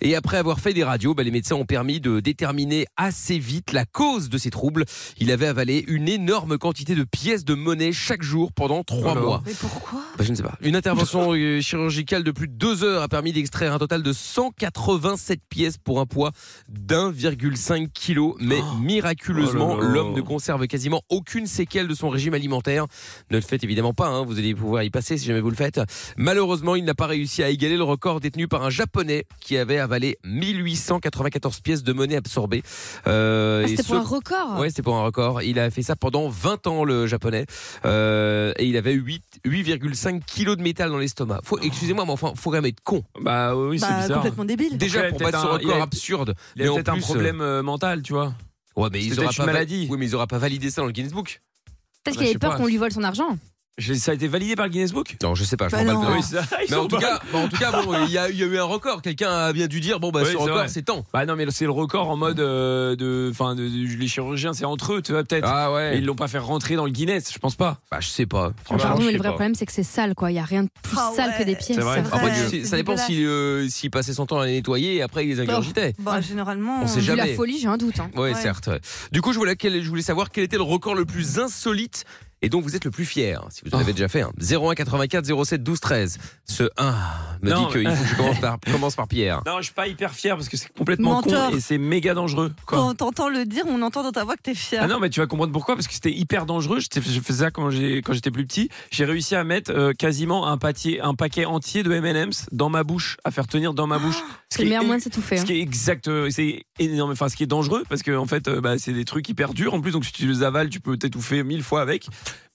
[SPEAKER 1] Et après avoir fait des radios, bah, les médecins ont permis de déterminer assez vite la cause de ces troubles. Il avait avalé une énorme quantité de pièces de monnaie chaque jour pendant trois mois.
[SPEAKER 2] Mais pourquoi
[SPEAKER 1] Bah, je ne sais pas. Une intervention euh, chirurgicale de plus de deux heures a permis d'extraire un total de 187 pièces pour un poids d'1,5 kg. Mais miraculeusement,
[SPEAKER 12] Oh là là.
[SPEAKER 1] l'homme ne conserve quasiment aucune séquelle de son régime alimentaire. Ne le faites évidemment pas, hein, vous allez pouvoir y passer si jamais vous le faites. Malheureusement, il n'a pas réussi à égaler le record détenu par un Japonais qui avait avalé 1894 pièces de monnaie absorbées. Euh,
[SPEAKER 4] Ah,
[SPEAKER 1] et
[SPEAKER 4] c'était pour
[SPEAKER 1] ce-
[SPEAKER 4] un record
[SPEAKER 1] Ouais, c'était pour un record. Il a fait ça pendant 20 ans, le japonais. Euh, et il avait 8 8,5 kilos de métal dans l'estomac. Faut, excusez-moi, mais enfin, faut quand même être con.
[SPEAKER 12] Bah oui,
[SPEAKER 2] c'est Bah, bizarre. complètement débile.
[SPEAKER 1] Déjà,
[SPEAKER 12] Après,
[SPEAKER 1] pour
[SPEAKER 12] peut-être
[SPEAKER 1] battre ce
[SPEAKER 12] un- il
[SPEAKER 1] record
[SPEAKER 12] a-
[SPEAKER 1] absurde.
[SPEAKER 12] il a
[SPEAKER 1] mais en
[SPEAKER 12] peut-être un
[SPEAKER 1] plus, euh,
[SPEAKER 12] problème, euh, mental, tu vois.
[SPEAKER 1] Ouais, mais
[SPEAKER 12] C'est
[SPEAKER 1] il
[SPEAKER 12] peut-être
[SPEAKER 1] aura
[SPEAKER 12] une
[SPEAKER 1] pas va-
[SPEAKER 12] maladie.
[SPEAKER 1] Oui, mais ils aura pas validé ça dans le Guinness Book.
[SPEAKER 4] Peut-être
[SPEAKER 1] Bah,
[SPEAKER 4] qu'il
[SPEAKER 1] je
[SPEAKER 4] avait
[SPEAKER 1] sais
[SPEAKER 4] peur
[SPEAKER 1] pas. Ah,
[SPEAKER 4] qu'on lui vole son argent.
[SPEAKER 12] Je- Ça a été validé par le Guinness Book
[SPEAKER 1] Non, je sais pas, je
[SPEAKER 4] Bah
[SPEAKER 1] m'en
[SPEAKER 4] non.
[SPEAKER 1] bats le
[SPEAKER 4] Oui,
[SPEAKER 1] dos.
[SPEAKER 12] c'est vrai, ils
[SPEAKER 1] Mais en
[SPEAKER 12] s'en
[SPEAKER 1] tout, cas,
[SPEAKER 12] battent.
[SPEAKER 1] bon, en tout cas, bon, il y, a il y a eu un record. Quelqu'un a bien dû dire, bon, bah,
[SPEAKER 12] Oui,
[SPEAKER 1] ce
[SPEAKER 12] c'est
[SPEAKER 1] record,
[SPEAKER 12] vrai.
[SPEAKER 1] c'est tant.
[SPEAKER 12] Bah non, mais c'est le record en mode euh, de. Enfin, de- de- les chirurgiens, c'est entre eux, tu vois, peut-être.
[SPEAKER 1] Ah ouais.
[SPEAKER 12] Mais ils l'ont pas fait rentrer dans le Guinness, je pense pas.
[SPEAKER 1] Bah, je sais pas.
[SPEAKER 4] Pardon, mais le vrai problème, c'est que c'est sale, quoi. Il n'y a rien de plus
[SPEAKER 2] Ah
[SPEAKER 4] sale
[SPEAKER 2] ouais.
[SPEAKER 4] que des pièces.
[SPEAKER 1] C'est vrai.
[SPEAKER 2] c'est
[SPEAKER 1] Après,
[SPEAKER 2] vrai,
[SPEAKER 1] si-
[SPEAKER 2] c'est
[SPEAKER 1] ça dépend
[SPEAKER 2] dégueulasse.
[SPEAKER 1] s'il si, euh, s'il passait son temps à les nettoyer et après il les ingurgitait.
[SPEAKER 2] Bah, généralement.
[SPEAKER 1] On sait
[SPEAKER 4] Vu la
[SPEAKER 1] jamais.
[SPEAKER 4] folie, j'ai un doute. hein.
[SPEAKER 1] Oui, certes. ouais. Du coup, je voulais, quel- je voulais savoir quel était le record le plus insolite et dont vous êtes le plus fier, si vous en
[SPEAKER 2] Oh.
[SPEAKER 1] avez déjà fait. un. 01 84 07 12 13. Ce 1
[SPEAKER 2] Ah,
[SPEAKER 1] me
[SPEAKER 12] Non,
[SPEAKER 1] dit qu'il
[SPEAKER 12] mais-
[SPEAKER 1] faut que je commence par, commence par Pierre.
[SPEAKER 12] Non, je suis pas hyper fier parce que c'est complètement
[SPEAKER 2] Menteur.
[SPEAKER 12] con et c'est méga dangereux. Quoi.
[SPEAKER 2] Quand t'entends le dire, on entend dans ta voix que t'es fier.
[SPEAKER 12] Ah non, mais tu vas comprendre pourquoi, parce que c'était hyper dangereux. Je t'ai- je faisais ça quand j'ai- quand j'étais plus petit. J'ai réussi à mettre euh, quasiment un, paquet, un paquet entier de MM's dans ma bouche, à faire tenir dans ma bouche. Ce
[SPEAKER 4] Ah, C'est le
[SPEAKER 12] qui
[SPEAKER 4] meilleur
[SPEAKER 12] est-
[SPEAKER 4] moyen de s'étouffer.
[SPEAKER 12] Ce
[SPEAKER 4] hein.
[SPEAKER 12] qui est exact, euh, c'est énorme. Enfin, ce qui est dangereux parce que en fait, euh, bah, c'est des trucs hyper durs. En plus, donc si tu les avales, tu peux t'étouffer mille fois avec.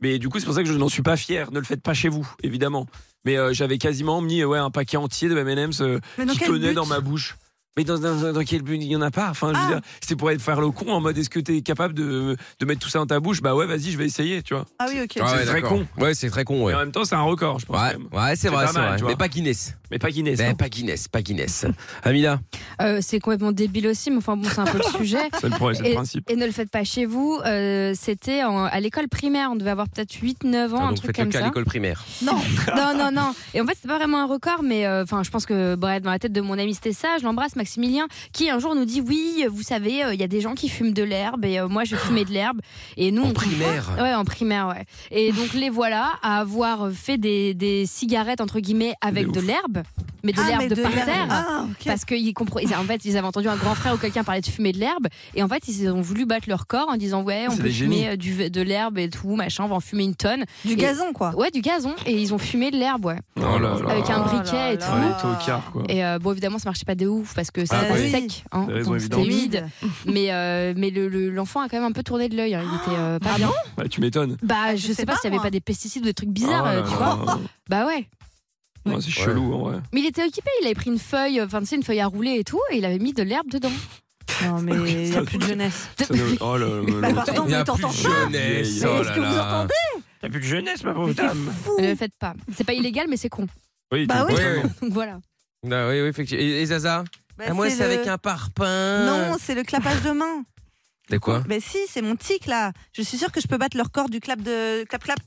[SPEAKER 12] Mais du coup, c'est pour ça que je n'en suis pas fier. Ne le faites pas chez vous, évidemment. Mais euh, j'avais quasiment mis euh, ouais un paquet entier de M&M's euh,
[SPEAKER 2] Mais dans
[SPEAKER 12] qui
[SPEAKER 2] quel
[SPEAKER 12] tenait
[SPEAKER 2] but
[SPEAKER 12] dans ma bouche. Mais dans, dans- dans quel but il y en a pas. Enfin, je veux
[SPEAKER 2] Ah.
[SPEAKER 12] dire, c'est pour être faire le con en mode est-ce que tu es capable de, de mettre tout ça dans ta bouche Bah ouais, vas-y, je vais essayer, tu vois.
[SPEAKER 2] Ah oui, ok.
[SPEAKER 12] Ah ouais, très
[SPEAKER 1] d'accord.
[SPEAKER 12] con.
[SPEAKER 1] Ouais, c'est très con, ouais.
[SPEAKER 12] Et en même temps, c'est un record, je pense.
[SPEAKER 1] Ouais,
[SPEAKER 12] quand même.
[SPEAKER 1] ouais, c'est
[SPEAKER 12] C'est
[SPEAKER 1] vrai,
[SPEAKER 12] pas
[SPEAKER 1] c'est
[SPEAKER 12] mal,
[SPEAKER 1] vrai.
[SPEAKER 12] tu vois.
[SPEAKER 1] Mais pas Guinness.
[SPEAKER 12] Mais pas Guinness.
[SPEAKER 1] Ben,
[SPEAKER 12] hein.
[SPEAKER 1] pas Guinness, pas Guinness. Amina
[SPEAKER 4] Euh, c'est complètement débile aussi, mais enfin bon, c'est un peu le sujet.
[SPEAKER 12] C'est le problème, c'est le
[SPEAKER 4] Et,
[SPEAKER 12] principe.
[SPEAKER 4] et ne le faites pas chez vous. euh, C'était en- à l'école primaire, on devait avoir peut-être 8-9 ans,
[SPEAKER 1] Ah,
[SPEAKER 4] un
[SPEAKER 1] Donc
[SPEAKER 4] truc
[SPEAKER 1] faites le
[SPEAKER 4] comme
[SPEAKER 1] cas à
[SPEAKER 4] ça.
[SPEAKER 1] l'école primaire.
[SPEAKER 2] Non,
[SPEAKER 4] Non, non, non. Et en fait, c'est pas vraiment un record, mais euh, enfin, je pense que bref, dans la tête de mon ami, c'était ça. Je l'embrasse, Maximilien, qui un jour nous dit Oui, euh, vous savez, euh, il y a des gens qui fument de l'herbe et euh, moi, je fumais de l'herbe. Et nous,
[SPEAKER 1] En
[SPEAKER 4] on comprend-
[SPEAKER 1] primaire
[SPEAKER 4] Ouais, en primaire, ouais. Et donc, les voilà à avoir fait des, des cigarettes, entre guillemets, avec de l'herbe, mais de
[SPEAKER 2] Ah,
[SPEAKER 4] l'herbe
[SPEAKER 2] mais
[SPEAKER 4] de, par
[SPEAKER 2] l'herbe.
[SPEAKER 4] terre.
[SPEAKER 2] Ah, ok.
[SPEAKER 4] Parce qu'ils compre- ils- en fait, ils avaient entendu un grand frère ou quelqu'un parler de fumer de l'herbe, et en fait, ils ont voulu battre leur corps en disant ouais, on
[SPEAKER 12] C'est
[SPEAKER 4] peut
[SPEAKER 12] des génies.
[SPEAKER 4] fumer euh, du, de l'herbe et tout, machin, on va en fumer une tonne.
[SPEAKER 2] Du
[SPEAKER 4] Et-
[SPEAKER 2] gazon, quoi.
[SPEAKER 4] Ouais, du gazon, et ils ont fumé de l'herbe, ouais,
[SPEAKER 12] Oh là là.
[SPEAKER 4] avec un briquet
[SPEAKER 2] là
[SPEAKER 4] et
[SPEAKER 2] là.
[SPEAKER 4] tout.
[SPEAKER 12] Ouais, les tocards, quoi.
[SPEAKER 4] Et euh, bon, évidemment, ça marchait pas de ouf parce que c'était
[SPEAKER 2] Ah, oui.
[SPEAKER 4] sec, hein,
[SPEAKER 12] T'as raison,
[SPEAKER 4] donc c'était
[SPEAKER 12] évidemment.
[SPEAKER 4] humide. mais euh, mais l'enfant le, l'enfant a quand même un peu tourné de l'œil, hein, il était euh, pas bien.
[SPEAKER 12] Bah, tu m'étonnes.
[SPEAKER 4] bah,
[SPEAKER 2] Ah je
[SPEAKER 4] je,
[SPEAKER 2] sais
[SPEAKER 4] sais pas,
[SPEAKER 2] pas,
[SPEAKER 4] s'il y avait
[SPEAKER 2] moi.
[SPEAKER 4] pas des pesticides ou des trucs bizarres,
[SPEAKER 12] Oh là
[SPEAKER 4] euh, tu
[SPEAKER 12] là.
[SPEAKER 4] vois. Bah ouais.
[SPEAKER 12] Ouais, c'est chelou, en vrai.
[SPEAKER 4] Mais il était occupé, il avait pris une feuille, euh, enfin, tu sais, une feuille à rouler et tout, et il avait mis de l'herbe dedans.
[SPEAKER 2] Non, mais il n'y a plus de jeunesse.
[SPEAKER 12] Ça nous- Oh là là, là.
[SPEAKER 2] Pardon,
[SPEAKER 1] Il n'y a
[SPEAKER 2] mais
[SPEAKER 1] plus de
[SPEAKER 2] t'entends pas
[SPEAKER 1] jeunesse.
[SPEAKER 12] Mais
[SPEAKER 1] oh
[SPEAKER 2] est-ce
[SPEAKER 1] là
[SPEAKER 2] que vous
[SPEAKER 1] là.
[SPEAKER 2] entendez
[SPEAKER 12] T'as plus de jeunesse, ma pauvre
[SPEAKER 2] Mais c'est
[SPEAKER 12] dame.
[SPEAKER 2] fou.
[SPEAKER 4] Ne le faites pas. C'est pas illégal, mais c'est con.
[SPEAKER 12] Oh, Oui,
[SPEAKER 2] Bah
[SPEAKER 12] tu-
[SPEAKER 2] oui.
[SPEAKER 1] Ouais, ouais.
[SPEAKER 4] Donc voilà.
[SPEAKER 1] Ah oui, oui, effectivement. Et, et Zaza
[SPEAKER 2] Bah,
[SPEAKER 1] Ah, Moi,
[SPEAKER 2] c'est
[SPEAKER 1] c'est
[SPEAKER 2] le-
[SPEAKER 1] avec un parpaing.
[SPEAKER 2] Non, c'est le clapage de main.
[SPEAKER 1] C'est quoi
[SPEAKER 2] Mais si, c'est mon tic là. Je suis sûre que je peux battre le record du clap de clap clap.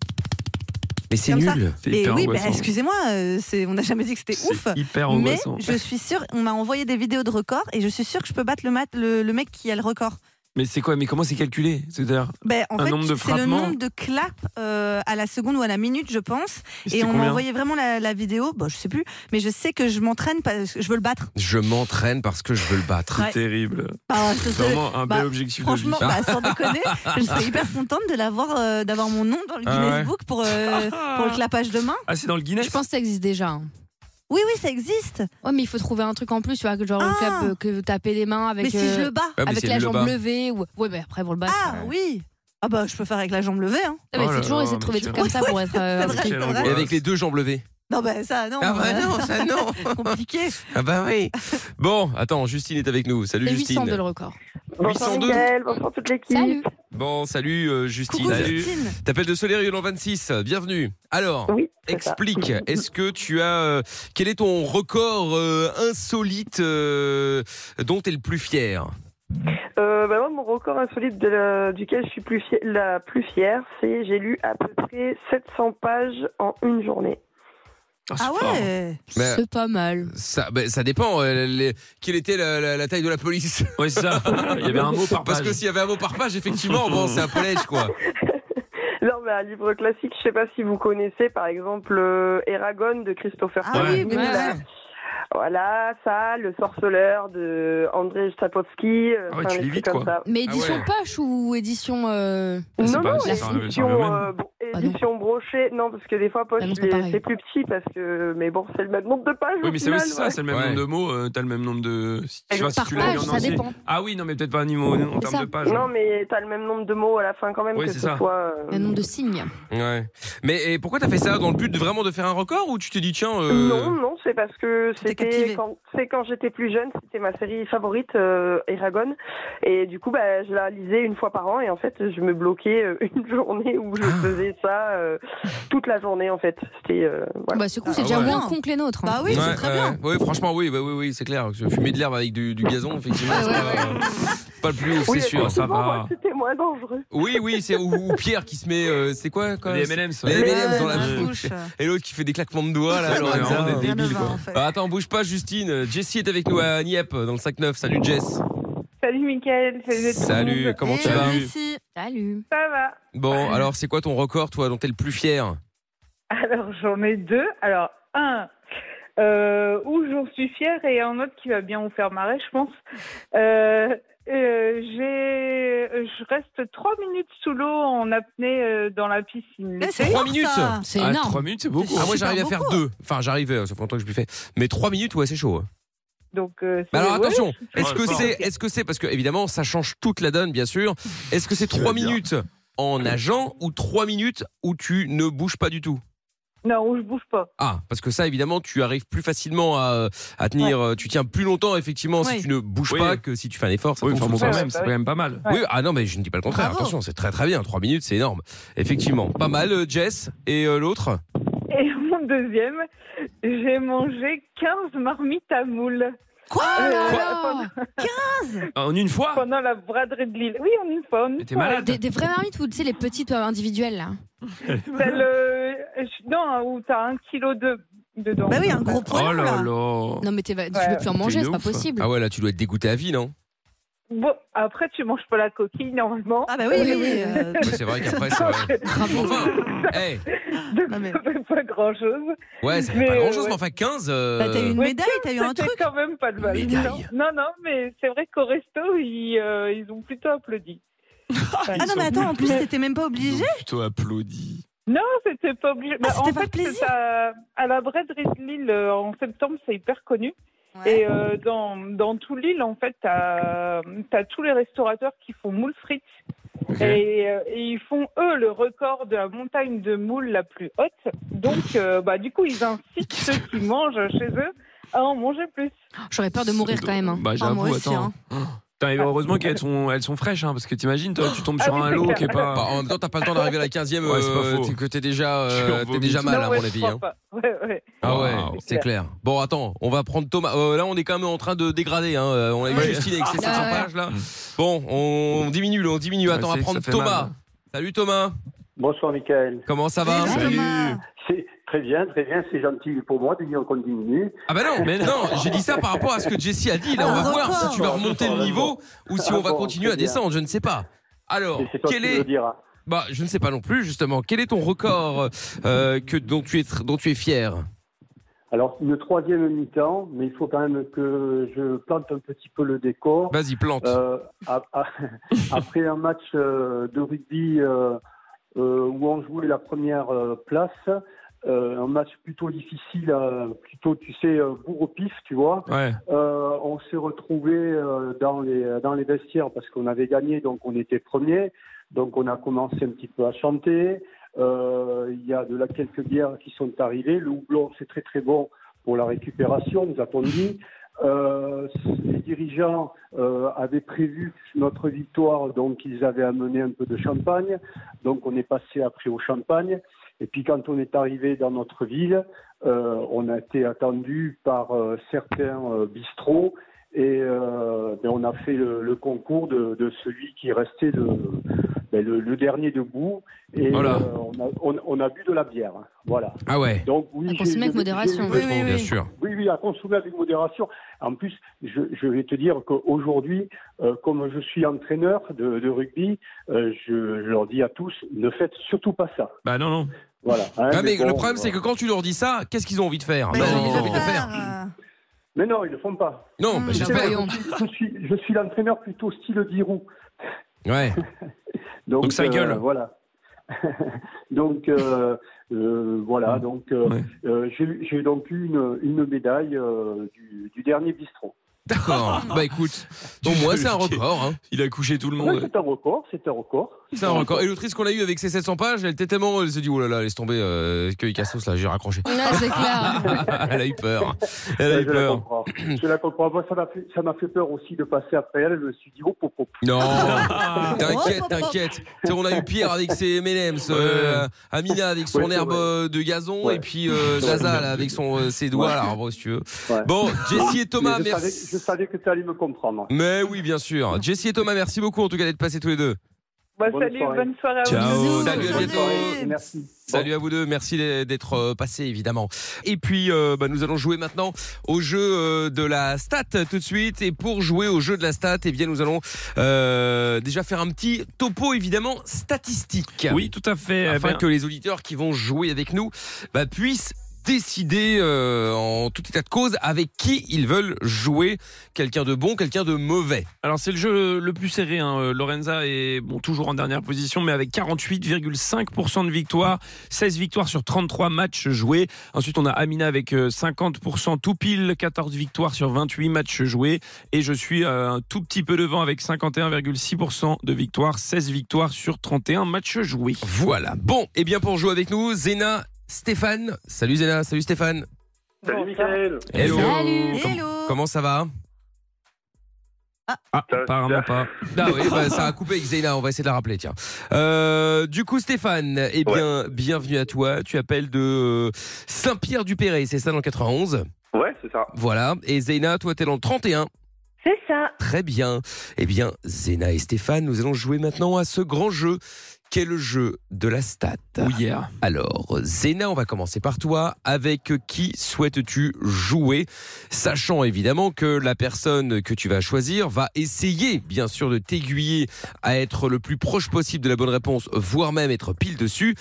[SPEAKER 1] Mais c'est
[SPEAKER 2] Comme ça.
[SPEAKER 1] nul.
[SPEAKER 12] C'est
[SPEAKER 2] Et
[SPEAKER 12] hyper
[SPEAKER 2] oui, bah,
[SPEAKER 12] angoissant.
[SPEAKER 2] excusez-moi, euh, c'est- on n'a jamais dit que c'était
[SPEAKER 12] C'est
[SPEAKER 2] ouf.
[SPEAKER 12] Hyper
[SPEAKER 2] Mais
[SPEAKER 12] angoissant.
[SPEAKER 2] je suis sûre, on m'a envoyé des vidéos de records et je suis sûre que je peux battre le, mat- le, le mec qui a le record.
[SPEAKER 12] Mais c'est quoi Mais comment c'est calculé C'est-à-dire
[SPEAKER 2] Ben, en
[SPEAKER 12] un
[SPEAKER 2] fait,
[SPEAKER 12] nombre de
[SPEAKER 2] c'est le
[SPEAKER 12] frappements
[SPEAKER 2] nombre de claps euh, à la seconde ou à la minute, je pense.
[SPEAKER 12] Et
[SPEAKER 2] Et,
[SPEAKER 12] c'était
[SPEAKER 2] on m'a
[SPEAKER 1] combien
[SPEAKER 2] envoyé vraiment la, la vidéo. Bon, je sais plus, mais je sais que je m'entraîne parce que je veux le battre.
[SPEAKER 1] Je m'entraîne parce que je veux le battre.
[SPEAKER 2] Ouais.
[SPEAKER 12] Terrible.
[SPEAKER 2] Ah, ça,
[SPEAKER 12] C'est vraiment un
[SPEAKER 2] bah,
[SPEAKER 12] bel objectif de vie.
[SPEAKER 2] Franchement, bah, sans déconner, je serais hyper contente de l'avoir, euh, d'avoir mon nom dans le
[SPEAKER 12] Ah
[SPEAKER 2] Guinness
[SPEAKER 12] ouais.
[SPEAKER 2] Book pour, euh, pour le clapage de main.
[SPEAKER 12] Ah, c'est dans le Guinness
[SPEAKER 4] Je pense que ça existe déjà. hein.
[SPEAKER 2] Oui, oui, ça existe. Ah.
[SPEAKER 4] Ouais, mais il faut trouver un truc en plus, tu vois, que genre le clap, euh, que taper les mains avec. euh,
[SPEAKER 2] Mais si je le bats Ouais, mais
[SPEAKER 4] avec
[SPEAKER 2] si
[SPEAKER 4] la
[SPEAKER 2] elle le
[SPEAKER 4] jambe
[SPEAKER 2] bat.
[SPEAKER 4] levée ou. Ouais, mais après pour le battre.
[SPEAKER 2] Ah oui. Ah bah je peux faire avec la jambe levée. Hein.
[SPEAKER 4] Ah, mais Oh faut là toujours là, essayer de trouver des trucs comme ça pour être, euh,
[SPEAKER 2] c'est vrai, c'est vrai.
[SPEAKER 1] Et avec les deux jambes levées.
[SPEAKER 2] Non bah ça non.
[SPEAKER 1] Ah bah non, ça, non.
[SPEAKER 2] Compliqué.
[SPEAKER 1] Ah bah oui. Bon, attends, Justine est avec nous. Salut
[SPEAKER 4] Et
[SPEAKER 1] Justine.
[SPEAKER 4] 802 le record.
[SPEAKER 1] 802.
[SPEAKER 4] bonsoir toute l'équipe. Salut.
[SPEAKER 1] Bon, salut euh, Justine.
[SPEAKER 4] Coucou,
[SPEAKER 1] Salut.
[SPEAKER 4] Justine.
[SPEAKER 1] T'appelles de Solérieux dans le 26. Bienvenue. Alors, explique. Est-ce que tu as euh, quel est ton record euh, insolite euh, dont t'es le plus fier
[SPEAKER 10] Euh, bah moi, mon record insolite de la- duquel je suis plus fi- la plus fière, c'est j'ai lu à peu près 700 pages en une journée.
[SPEAKER 4] Ah
[SPEAKER 12] hein.
[SPEAKER 4] ouais
[SPEAKER 1] hein. Mais-
[SPEAKER 4] C'est pas mal.
[SPEAKER 1] Ça, ben, ça dépend. euh, les- quelle était la, la- la taille de la police
[SPEAKER 12] Oui, ça. Il y avait un mot par
[SPEAKER 1] Parce
[SPEAKER 12] page.
[SPEAKER 1] que s'il y avait un mot par page, effectivement, bon, c'est un collège, quoi.
[SPEAKER 10] Non, mais un livre classique, je sais pas si vous connaissez, par exemple, euh, Eragon de Christopher
[SPEAKER 1] Ah
[SPEAKER 10] Tolkien.
[SPEAKER 1] oui, bien
[SPEAKER 10] Voilà.
[SPEAKER 1] sûr.
[SPEAKER 10] Voilà, ça, Le Sorceleur de Andrzej Sapkowski. euh,
[SPEAKER 4] Ah ouais,
[SPEAKER 10] enfin,
[SPEAKER 4] tu
[SPEAKER 10] les
[SPEAKER 4] lis
[SPEAKER 10] trucs
[SPEAKER 4] vite,
[SPEAKER 10] comme
[SPEAKER 4] quoi.
[SPEAKER 10] ça.
[SPEAKER 4] Mais
[SPEAKER 12] Ah
[SPEAKER 4] édition poche ou édition. euh,
[SPEAKER 10] non, non, édition, euh, bon,
[SPEAKER 4] Ah non.
[SPEAKER 10] édition brochée, non, parce que des fois, poche,
[SPEAKER 4] Ah non, c'est
[SPEAKER 10] c'est
[SPEAKER 4] pareil.
[SPEAKER 10] c'est plus petit, parce que, mais bon, c'est le même nombre de pages.
[SPEAKER 12] Oui,
[SPEAKER 10] au
[SPEAKER 12] mais c'est
[SPEAKER 10] final,
[SPEAKER 12] aussi ça,
[SPEAKER 10] ouais.
[SPEAKER 12] c'est le même nombre de mots, euh, t'as le même nombre de. Si, tu vois, si
[SPEAKER 10] Par
[SPEAKER 12] tu l'as mis
[SPEAKER 10] page,
[SPEAKER 12] en
[SPEAKER 10] ça
[SPEAKER 12] entier.
[SPEAKER 10] dépend.
[SPEAKER 12] Ah oui, non, mais peut-être pas au niveau en
[SPEAKER 10] C'est ça.
[SPEAKER 12] termes de page.
[SPEAKER 10] Non, mais t'as le même nombre de mots à la fin quand même,
[SPEAKER 1] Oui,
[SPEAKER 10] que
[SPEAKER 1] c'est
[SPEAKER 10] ce
[SPEAKER 1] ça.
[SPEAKER 10] soit. euh,
[SPEAKER 4] Un nombre de signes.
[SPEAKER 1] Ouais. Mais et pourquoi t'as fait ça dans le but de vraiment de faire un record ou tu t'es dit tiens euh,
[SPEAKER 10] Non, non, c'est parce que c'était quand, c'est quand j'étais plus jeune, c'était ma série favorite, euh, Eragon. Et du coup, bah, je la lisais une fois par an et en fait, je me bloquais euh, une journée où je
[SPEAKER 4] Ah.
[SPEAKER 10] faisais ça euh, toute la journée en fait. C'était. euh, voilà.
[SPEAKER 4] Bah, ce coup, c'est
[SPEAKER 1] Ah
[SPEAKER 4] déjà
[SPEAKER 1] ouais.
[SPEAKER 4] moins con que les nôtres.
[SPEAKER 12] Ah
[SPEAKER 4] Bah
[SPEAKER 1] Ouais, ouais, ouais. Ouais, franchement, oui, bah, oui, oui, c'est clair. Parce que Fumer de l'herbe avec du, du gazon,
[SPEAKER 12] Ah
[SPEAKER 1] effectivement, c'est pas, euh, pas le plus ouf,
[SPEAKER 10] Oui,
[SPEAKER 1] c'est sûr.
[SPEAKER 10] effectivement, moi, C'était moins dangereux.
[SPEAKER 1] Oui, oui, c'est ou, ou Pierre qui se met, euh, c'est quoi quand
[SPEAKER 12] Les
[SPEAKER 1] même, c'est-
[SPEAKER 12] M&M's,
[SPEAKER 1] Les
[SPEAKER 12] ouais.
[SPEAKER 1] M&M's dans
[SPEAKER 12] Ouais,
[SPEAKER 1] la
[SPEAKER 12] dans la
[SPEAKER 1] bouche. Et l'autre qui fait des claquements de doigts là.
[SPEAKER 12] Ouais,
[SPEAKER 1] alors,
[SPEAKER 12] ouais,
[SPEAKER 1] comme
[SPEAKER 12] vraiment
[SPEAKER 1] ça.
[SPEAKER 12] des débiles, quoi.
[SPEAKER 1] Ah, attends, bouge pas, Justine. Jessie est avec nous à Nieppe dans le 5-9. Salut Jess.
[SPEAKER 10] Salut Mickaël, salut. tout le
[SPEAKER 1] Salut,
[SPEAKER 10] monde.
[SPEAKER 1] comment tu vas
[SPEAKER 4] Eh, Salut.
[SPEAKER 10] Ça va.
[SPEAKER 1] Bon, alors c'est quoi ton record, toi, dont t'es le plus fier
[SPEAKER 13] Alors, j'en ai deux. Alors, un euh, où j'en suis fière et un autre qui va bien vous faire marrer, je pense. Euh, euh, j'ai, je reste trois minutes sous l'eau en apnée euh, dans la piscine. l'été.
[SPEAKER 1] 3 minutes
[SPEAKER 12] Ah, Trois minutes, c'est beaucoup.
[SPEAKER 1] Ah, moi j'arrive à faire deux. Enfin, j'arrive, euh, ça fait longtemps que je lui fais. Mais trois minutes, ouais, c'est chaud. hein.
[SPEAKER 13] Donc, euh, c'est-
[SPEAKER 1] Mais alors
[SPEAKER 13] ouais,
[SPEAKER 1] attention,
[SPEAKER 13] je-
[SPEAKER 1] est-ce que
[SPEAKER 13] Ouais,
[SPEAKER 1] c'est, est-ce que c'est parce que évidemment ça change toute la donne bien sûr. Est-ce que c'est trois minutes en nageant ou trois minutes où tu ne bouges pas du tout
[SPEAKER 13] Non, où je bouge pas.
[SPEAKER 1] Ah, parce que ça évidemment tu arrives plus facilement à, à tenir, euh, tu tiens plus longtemps effectivement
[SPEAKER 12] Oui.
[SPEAKER 1] si tu ne bouges
[SPEAKER 12] Oui.
[SPEAKER 1] pas que si tu fais un effort. Ça
[SPEAKER 12] Oui,
[SPEAKER 1] tombe
[SPEAKER 12] enfin,
[SPEAKER 1] sous
[SPEAKER 12] bon,
[SPEAKER 1] le
[SPEAKER 12] quand
[SPEAKER 1] sens.
[SPEAKER 12] même, c'est quand même pas mal.
[SPEAKER 1] Oui, ah non mais je ne dis pas le contraire. Attention, c'est très très bien. Trois minutes, c'est énorme. Effectivement, pas mal. euh, Jess et euh, l'autre.
[SPEAKER 13] Et mon deuxième, j'ai mangé 15 marmites à moules. Quoi
[SPEAKER 4] Oh
[SPEAKER 13] 15
[SPEAKER 12] En une fois
[SPEAKER 13] Pendant la braderie de Lille. Oui, en une fois. en une fois.
[SPEAKER 4] Des, des vraies marmites ou tu sais, les petites euh, individuelles là
[SPEAKER 13] Celle, euh, je- non, où t'as un kilo de dedans.
[SPEAKER 4] Bah oui, un
[SPEAKER 13] gros
[SPEAKER 1] Oh là là.
[SPEAKER 4] Non, mais t'es- tu peux plus en manger, c'est pas possible.
[SPEAKER 1] Ah ouais, là tu dois être dégoûté à vie, non
[SPEAKER 13] Bon, après, tu manges pas la coquille, normalement. Ah
[SPEAKER 2] bah oui, oui, oui, euh,
[SPEAKER 1] Ouais, C'est vrai qu'après c'est vrai. Enfin, hey,
[SPEAKER 13] Ça fait pas grand-chose.
[SPEAKER 1] ouais, ça fait pas grand chose, mais enfin 15 euh,
[SPEAKER 2] Bah,
[SPEAKER 12] Bah,
[SPEAKER 13] Ouais, c'était quand même pas de mal.
[SPEAKER 1] Une médaille.
[SPEAKER 13] Non, non, non, mais c'est vrai qu'au resto, ils, euh, ils ont plutôt applaudi.
[SPEAKER 2] Ah non mais attends, en plus t'étais même pas obligé.
[SPEAKER 12] Plutôt applaudi.
[SPEAKER 13] Non, c'était pas
[SPEAKER 4] Ah,
[SPEAKER 13] obligé. Bah, en fait, c'est à, à la braderie de Lille euh, en septembre, c'est hyper connu. Et euh, dans, dans tout l'île, en fait, t'as as tous les restaurateurs qui font moules frites. Et, euh, et ils font, eux, le record de la montagne de moules la plus haute. Donc, euh, bah, du coup, ils incitent ceux qui mangent chez eux à en manger plus.
[SPEAKER 4] Oh, J'aurais peur de mourir quand même. hein.
[SPEAKER 12] Bah,
[SPEAKER 4] Ah, moi
[SPEAKER 12] j'avoue,
[SPEAKER 4] aussi,
[SPEAKER 12] attends.
[SPEAKER 4] hein.
[SPEAKER 12] Putain, et heureusement qu'elles sont, elles sont fraîches, hein, parce que t'imagines, toi, tu tombes
[SPEAKER 1] Ah
[SPEAKER 12] sur
[SPEAKER 1] oui,
[SPEAKER 12] un
[SPEAKER 1] c'est
[SPEAKER 12] lot
[SPEAKER 1] clair.
[SPEAKER 12] qui est pas.
[SPEAKER 1] Bah, en même temps, t'as pas le temps d'arriver à la 15e,
[SPEAKER 12] Ouais, c'est pas
[SPEAKER 1] euh,
[SPEAKER 12] faux.
[SPEAKER 1] t'es- que t'es déjà,
[SPEAKER 12] Tu en
[SPEAKER 1] euh, t'es
[SPEAKER 12] vomis.
[SPEAKER 1] déjà mal,
[SPEAKER 12] Non,
[SPEAKER 1] à
[SPEAKER 12] ouais,
[SPEAKER 1] mon
[SPEAKER 12] je
[SPEAKER 1] avis.
[SPEAKER 12] crois
[SPEAKER 1] hein.
[SPEAKER 13] Pas- Ouais, ouais.
[SPEAKER 1] Ah ouais,
[SPEAKER 12] Wow.
[SPEAKER 1] c'est clair. Bon, attends, on va prendre Thomas. Euh, là, on est quand même en train de dégrader. Hein. Euh, On a eu
[SPEAKER 12] Ouais.
[SPEAKER 1] Justine avec ses
[SPEAKER 12] Ah,
[SPEAKER 1] 700
[SPEAKER 12] ouais.
[SPEAKER 1] pages, là. Bon, on, on diminue, là, on diminue.
[SPEAKER 14] Bah,
[SPEAKER 12] Ouais,
[SPEAKER 1] Attends, on
[SPEAKER 12] Bah, c'est
[SPEAKER 1] va
[SPEAKER 12] que ça hein.
[SPEAKER 1] prendre
[SPEAKER 12] fait
[SPEAKER 1] Thomas.
[SPEAKER 12] mal.
[SPEAKER 1] Salut Thomas.
[SPEAKER 14] Bonsoir Michael.
[SPEAKER 1] Comment ça va
[SPEAKER 14] C'est Très bien, très bien, c'est gentil pour moi de dire on continue.
[SPEAKER 1] Ah bah non, mais non, j'ai dit ça par rapport à ce que Jessie a dit. Là,
[SPEAKER 12] Ah,
[SPEAKER 1] on va voir si tu vas remonter le niveau ou si on va
[SPEAKER 14] Bon,
[SPEAKER 1] continuer à
[SPEAKER 14] très bien.
[SPEAKER 1] descendre. Je ne sais pas. Alors,
[SPEAKER 14] Mais c'est toi
[SPEAKER 1] quel
[SPEAKER 14] qui
[SPEAKER 1] est
[SPEAKER 14] le diras.
[SPEAKER 1] Bah, je ne sais pas non plus justement. Quel est ton record euh, que dont tu es tr- dont tu es fier
[SPEAKER 14] Alors, une troisième mi-temps, mais il faut quand même que je plante un petit peu le décor.
[SPEAKER 1] Vas-y, plante.
[SPEAKER 14] Euh, a- a- après un match euh, de rugby euh, euh, où on jouait la première euh, place, euh, un match plutôt difficile, euh, plutôt, tu sais, euh, bourre au pif, tu vois.
[SPEAKER 12] Ouais.
[SPEAKER 14] Euh, on s'est retrouvé dans les dans les vestiaires parce qu'on avait gagné, donc on était premier. Donc on a commencé un petit peu à chanter. Euh, Il y a de là quelques bières qui sont arrivées. Le houblon c'est très très bon pour la récupération, nous a-t-on dit. Euh, les dirigeants euh, avaient prévu notre victoire, donc ils avaient amené un peu de champagne. Donc on est passé après au champagne. Et puis quand on est arrivé dans notre ville, euh, on a été attendu par euh, certains euh, bistrots et euh, ben, on a fait le, le concours de, de celui qui restait le, ben, le- le dernier debout. Et
[SPEAKER 1] Voilà.
[SPEAKER 14] euh, on, a, on- on a bu de la bière. Voilà.
[SPEAKER 1] Ah ouais.
[SPEAKER 14] Donc oui,
[SPEAKER 4] À consommer
[SPEAKER 14] j'ai-
[SPEAKER 4] avec
[SPEAKER 14] j'ai-
[SPEAKER 4] modération.
[SPEAKER 14] j'ai-
[SPEAKER 4] Oui, oui, Bien oui. sûr.
[SPEAKER 14] Oui, oui, à consommer avec modération. En plus, je, je vais te dire qu'aujourd'hui, euh, comme je suis entraîneur de, de rugby, euh, je, je leur dis à tous, ne faites surtout pas ça.
[SPEAKER 12] Bah non, non.
[SPEAKER 14] Voilà. hein,
[SPEAKER 1] Ah, mais
[SPEAKER 14] bon,
[SPEAKER 1] le problème c'est que quand tu leur dis ça, qu'est-ce qu'ils ont envie de faire Bah, ils ont envie de le faire.
[SPEAKER 14] Mais non, ils ne le font pas.
[SPEAKER 1] Non, bah, j'espère.
[SPEAKER 14] Je suis, je suis l'entraîneur plutôt style Giroud.
[SPEAKER 1] Ouais.
[SPEAKER 14] Donc,
[SPEAKER 1] Donc, ça
[SPEAKER 14] euh,
[SPEAKER 1] gueule.
[SPEAKER 14] voilà. donc euh, euh, voilà. Donc euh, euh, j'ai j'ai donc eu une, une médaille euh, du, du dernier bistrot.
[SPEAKER 1] D'accord. bah écoute, au moins c'est un record. hein.
[SPEAKER 12] Il a couché tout le
[SPEAKER 14] Ouais, c'est un record, c'est un record.
[SPEAKER 1] C'est un record. Et l'autrice qu'on a eue avec ses 700 pages, elle était tellement. Elle s'est dit, oh là là, laisse tomber, euh, que Icassos, là, j'ai raccroché.
[SPEAKER 4] c'est clair.
[SPEAKER 1] elle a eu peur. Elle a eu
[SPEAKER 14] je la
[SPEAKER 1] peur.
[SPEAKER 14] comprends. Je la comprends. Moi, ça m'a fait, ça m'a fait peur aussi de passer après elle. Je me suis dit, oh, pop, pop.
[SPEAKER 1] Non, t'inquiète, t'inquiète. Tu sais, On a eu Pierre avec ses M&M's, euh, Amina avec son
[SPEAKER 12] Ouais, c'est
[SPEAKER 1] herbe
[SPEAKER 12] vrai.
[SPEAKER 1] euh, de gazon
[SPEAKER 12] Ouais.
[SPEAKER 1] et puis euh,
[SPEAKER 12] Ouais.
[SPEAKER 1] Zaza là, avec son euh, ses doigts
[SPEAKER 12] Ouais.
[SPEAKER 1] là, en gros, si tu veux. Bon, Jessie et Thomas,
[SPEAKER 14] Mais je
[SPEAKER 1] merci.
[SPEAKER 14] Savais, je savais que tu allais me comprendre.
[SPEAKER 1] Mais oui, bien sûr. Jessie et Thomas, merci beaucoup en tout cas d'être passés tous les deux.
[SPEAKER 13] Bah,
[SPEAKER 14] Bonne
[SPEAKER 13] salut,
[SPEAKER 14] soirée.
[SPEAKER 13] bonne soirée à vous.
[SPEAKER 1] Salut, à bientôt.
[SPEAKER 14] Merci.
[SPEAKER 1] Salut à vous deux, merci d'être euh, passés évidemment. Et puis euh, bah, nous allons jouer maintenant au jeu euh, de la stat tout de suite. Et pour jouer au jeu de la stat, eh bien nous allons euh, déjà faire un petit topo évidemment statistique.
[SPEAKER 12] Oui, tout à fait.
[SPEAKER 1] Afin
[SPEAKER 12] Eh ben-
[SPEAKER 1] que les auditeurs qui vont jouer avec nous bah, puissent décider euh, en tout état de cause avec qui ils veulent jouer, quelqu'un de bon, quelqu'un de mauvais.
[SPEAKER 12] Alors c'est le jeu le plus serré. hein. Euh, Lorenza est bon toujours en dernière position, mais avec 48,5% de victoires, 16 victoires sur 33 matchs joués. Ensuite on a Amina avec euh, 50% tout pile, 14 victoires sur 28 matchs joués. Et je suis euh, un tout petit peu devant avec 51,6% de victoires, 16 victoires sur 31 matchs joués.
[SPEAKER 1] Voilà. Bon, et bien pour jouer avec nous, Zéna, Stéphane. Salut Zéna, salut Stéphane.
[SPEAKER 11] Salut Michael.
[SPEAKER 1] Hello.
[SPEAKER 11] Salut.
[SPEAKER 1] Com- Comment ça va
[SPEAKER 12] Ah, apparemment pas.
[SPEAKER 1] Ah oui, bah, ça a coupé avec Zeyna, on va essayer de la rappeler, tiens. Euh, du coup, Stéphane, eh bien, bienvenue à toi. Tu appelles de Saint-Pierre-du-Péray, c'est ça, dans le 91
[SPEAKER 11] Ouais, c'est ça.
[SPEAKER 1] Voilà. Et Zeyna, toi, t'es dans le 31
[SPEAKER 10] C'est ça.
[SPEAKER 1] Très bien. Eh bien, Zeyna et Stéphane, nous allons jouer maintenant à ce grand jeu. Quel est le jeu de la stat
[SPEAKER 12] hier.
[SPEAKER 1] Alors, Zéna, on va commencer par toi. Avec qui souhaites-tu jouer Sachant évidemment que la personne que tu vas choisir va essayer, bien sûr, de t'aiguiller à être le plus proche possible de la bonne réponse, voire même être pile dessus.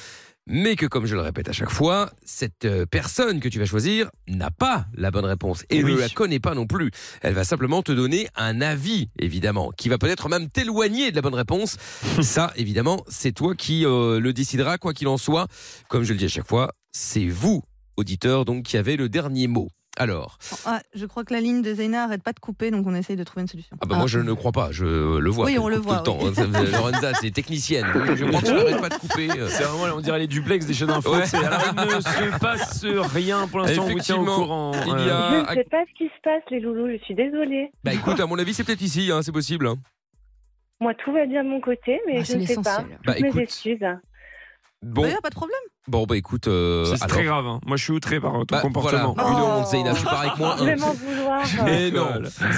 [SPEAKER 1] Mais que, comme je le répète à chaque fois, cette euh, personne que tu vas choisir n'a pas la bonne réponse
[SPEAKER 12] Eh
[SPEAKER 1] et ne la connaît pas non plus. Elle va simplement te donner un avis, évidemment, qui va peut-être même t'éloigner de la bonne réponse. Ça, évidemment, c'est toi qui euh, le décidera, quoi qu'il en soit. Comme je le dis à chaque fois, c'est vous, auditeur, donc, qui avez le dernier mot. Alors,
[SPEAKER 2] Ah, je crois que la ligne de Zeyna arrête pas de couper, donc on essaye de trouver une solution.
[SPEAKER 1] ah bah moi je ne crois pas, je le vois.
[SPEAKER 2] Oui,
[SPEAKER 1] qu'elle
[SPEAKER 2] on le
[SPEAKER 1] coupe
[SPEAKER 2] voit,
[SPEAKER 1] Tout
[SPEAKER 2] oui.
[SPEAKER 1] le temps. hein. Lorenza, c'est technicienne. donc Je crois que tu n'arrêtes pas de couper.
[SPEAKER 12] C'est vraiment, on dirait les duplex des chaînes d'info.
[SPEAKER 1] Ouais.
[SPEAKER 12] C'est- Alors il ne se passe rien pour l'instant. On vous tient au
[SPEAKER 1] Effectivement,
[SPEAKER 12] courant. euh.
[SPEAKER 1] il y a-
[SPEAKER 10] Je ne sais pas ce qui se passe, les loulous, je suis désolée.
[SPEAKER 1] Bah écoute, à mon avis, c'est peut-être ici, hein, c'est possible. hein.
[SPEAKER 10] Moi, tout va bien de mon côté, mais
[SPEAKER 1] Ah,
[SPEAKER 10] je
[SPEAKER 1] c'est
[SPEAKER 10] ne sais pas.
[SPEAKER 1] l'essentiel. Bah,
[SPEAKER 10] Toutes mes
[SPEAKER 6] hein.
[SPEAKER 1] écoute.
[SPEAKER 10] excuses.
[SPEAKER 1] Bon.
[SPEAKER 2] D'ailleurs, pas de problème.
[SPEAKER 1] Bon, bah écoute. euh,
[SPEAKER 12] C'est
[SPEAKER 1] alors-
[SPEAKER 12] très grave. hein. Moi, je suis outré par euh, ton
[SPEAKER 1] Bah,
[SPEAKER 12] comportement.
[SPEAKER 1] voilà. Dis donc, Zeyna, je suis pas avec moi. hein.
[SPEAKER 10] Je vais m'en vouloir.
[SPEAKER 6] euh,
[SPEAKER 1] Mais non.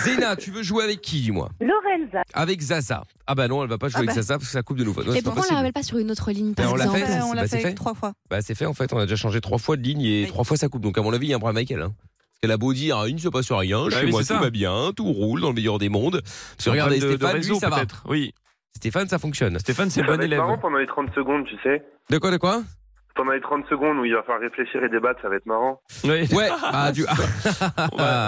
[SPEAKER 1] Zéna, tu veux jouer avec qui, dis-moi
[SPEAKER 10] Lorenza.
[SPEAKER 1] Avec Zaza. Ah bah non, elle va pas
[SPEAKER 4] Ah
[SPEAKER 1] jouer avec
[SPEAKER 4] bah.
[SPEAKER 1] Zaza parce que ça coupe de nouveau. Non,
[SPEAKER 4] Et
[SPEAKER 1] c'est pas
[SPEAKER 4] pourquoi on la
[SPEAKER 1] possible.
[SPEAKER 4] rappelle pas sur une autre ligne
[SPEAKER 1] Mais
[SPEAKER 4] par
[SPEAKER 1] on l'a
[SPEAKER 4] exemple
[SPEAKER 1] fait, On l'a bah, fait c'est fait. trois
[SPEAKER 2] fois.
[SPEAKER 1] Bah c'est fait en fait, on a déjà changé trois fois de ligne et trois fois ça coupe. Donc à mon avis, il y a un problème avec elle. hein. Parce qu'elle a beau dire, ah, il ne se passe rien,
[SPEAKER 12] Bah
[SPEAKER 1] chez
[SPEAKER 12] oui,
[SPEAKER 1] moi
[SPEAKER 12] c'est
[SPEAKER 1] tout
[SPEAKER 12] ça.
[SPEAKER 1] va bien, tout roule dans le meilleur des mondes. Parce que
[SPEAKER 12] Un
[SPEAKER 1] regardez,
[SPEAKER 12] problème de- de
[SPEAKER 1] Stéphane,
[SPEAKER 12] réseau,
[SPEAKER 1] lui, ça va.
[SPEAKER 12] peut-être, Oui.
[SPEAKER 1] Stéphane, ça fonctionne.
[SPEAKER 12] Stéphane, c'est
[SPEAKER 15] Ça
[SPEAKER 12] bon
[SPEAKER 15] va être
[SPEAKER 12] élève.
[SPEAKER 15] marrant pendant les 30 secondes, tu sais.
[SPEAKER 1] De quoi, de quoi
[SPEAKER 15] Pendant les 30 secondes où il va falloir réfléchir et débattre, ça va être marrant.
[SPEAKER 1] Ouais. Ah, du...
[SPEAKER 12] Bah,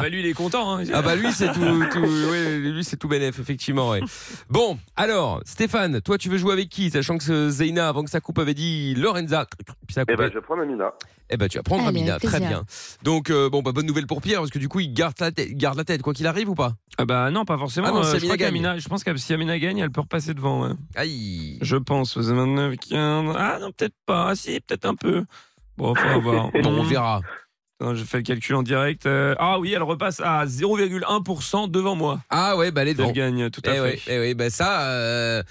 [SPEAKER 12] bah, lui, il est content. hein.
[SPEAKER 1] Ah bah lui c'est tout, tout- ouais, lui c'est tout bénef effectivement. ouais. Bon alors Stéphane, toi tu veux jouer avec qui sachant que ce Zeyna avant que ça coupe avait dit Lorenza. Puis ça a
[SPEAKER 15] Eh
[SPEAKER 1] coupé.
[SPEAKER 15] ben, je vais prendre Amina.
[SPEAKER 1] Eh ben tu vas prendre
[SPEAKER 15] Allez,
[SPEAKER 1] Amina,
[SPEAKER 15] avec
[SPEAKER 1] très
[SPEAKER 15] plaisir.
[SPEAKER 1] bien. Donc euh, bon bah bonne nouvelle pour Pierre parce que du coup il garde la tête, il garde la tête quoi qu'il arrive ou pas
[SPEAKER 12] Ah bah non pas forcément.
[SPEAKER 1] Ah non,
[SPEAKER 12] euh,
[SPEAKER 1] si
[SPEAKER 12] je
[SPEAKER 1] Amina
[SPEAKER 12] crois
[SPEAKER 1] gagne.
[SPEAKER 12] qu'Amina- je pense que si Amina gagne, elle peut repasser devant. ouais.
[SPEAKER 1] Aïe.
[SPEAKER 12] Je pense. parce que 29, 15. Ah non, peut-être pas. Ah si, peut-être un peu. Bon, faut voir.
[SPEAKER 1] Bon, on verra.
[SPEAKER 12] Attends, je fais le calcul en direct. Euh, ah oui, elle repasse à 0,1% devant moi.
[SPEAKER 1] Ah ouais bah elle est devant.
[SPEAKER 12] Elle gagne tout à
[SPEAKER 1] Eh
[SPEAKER 12] fait.
[SPEAKER 1] ouais, eh ouais, bah ça. euh,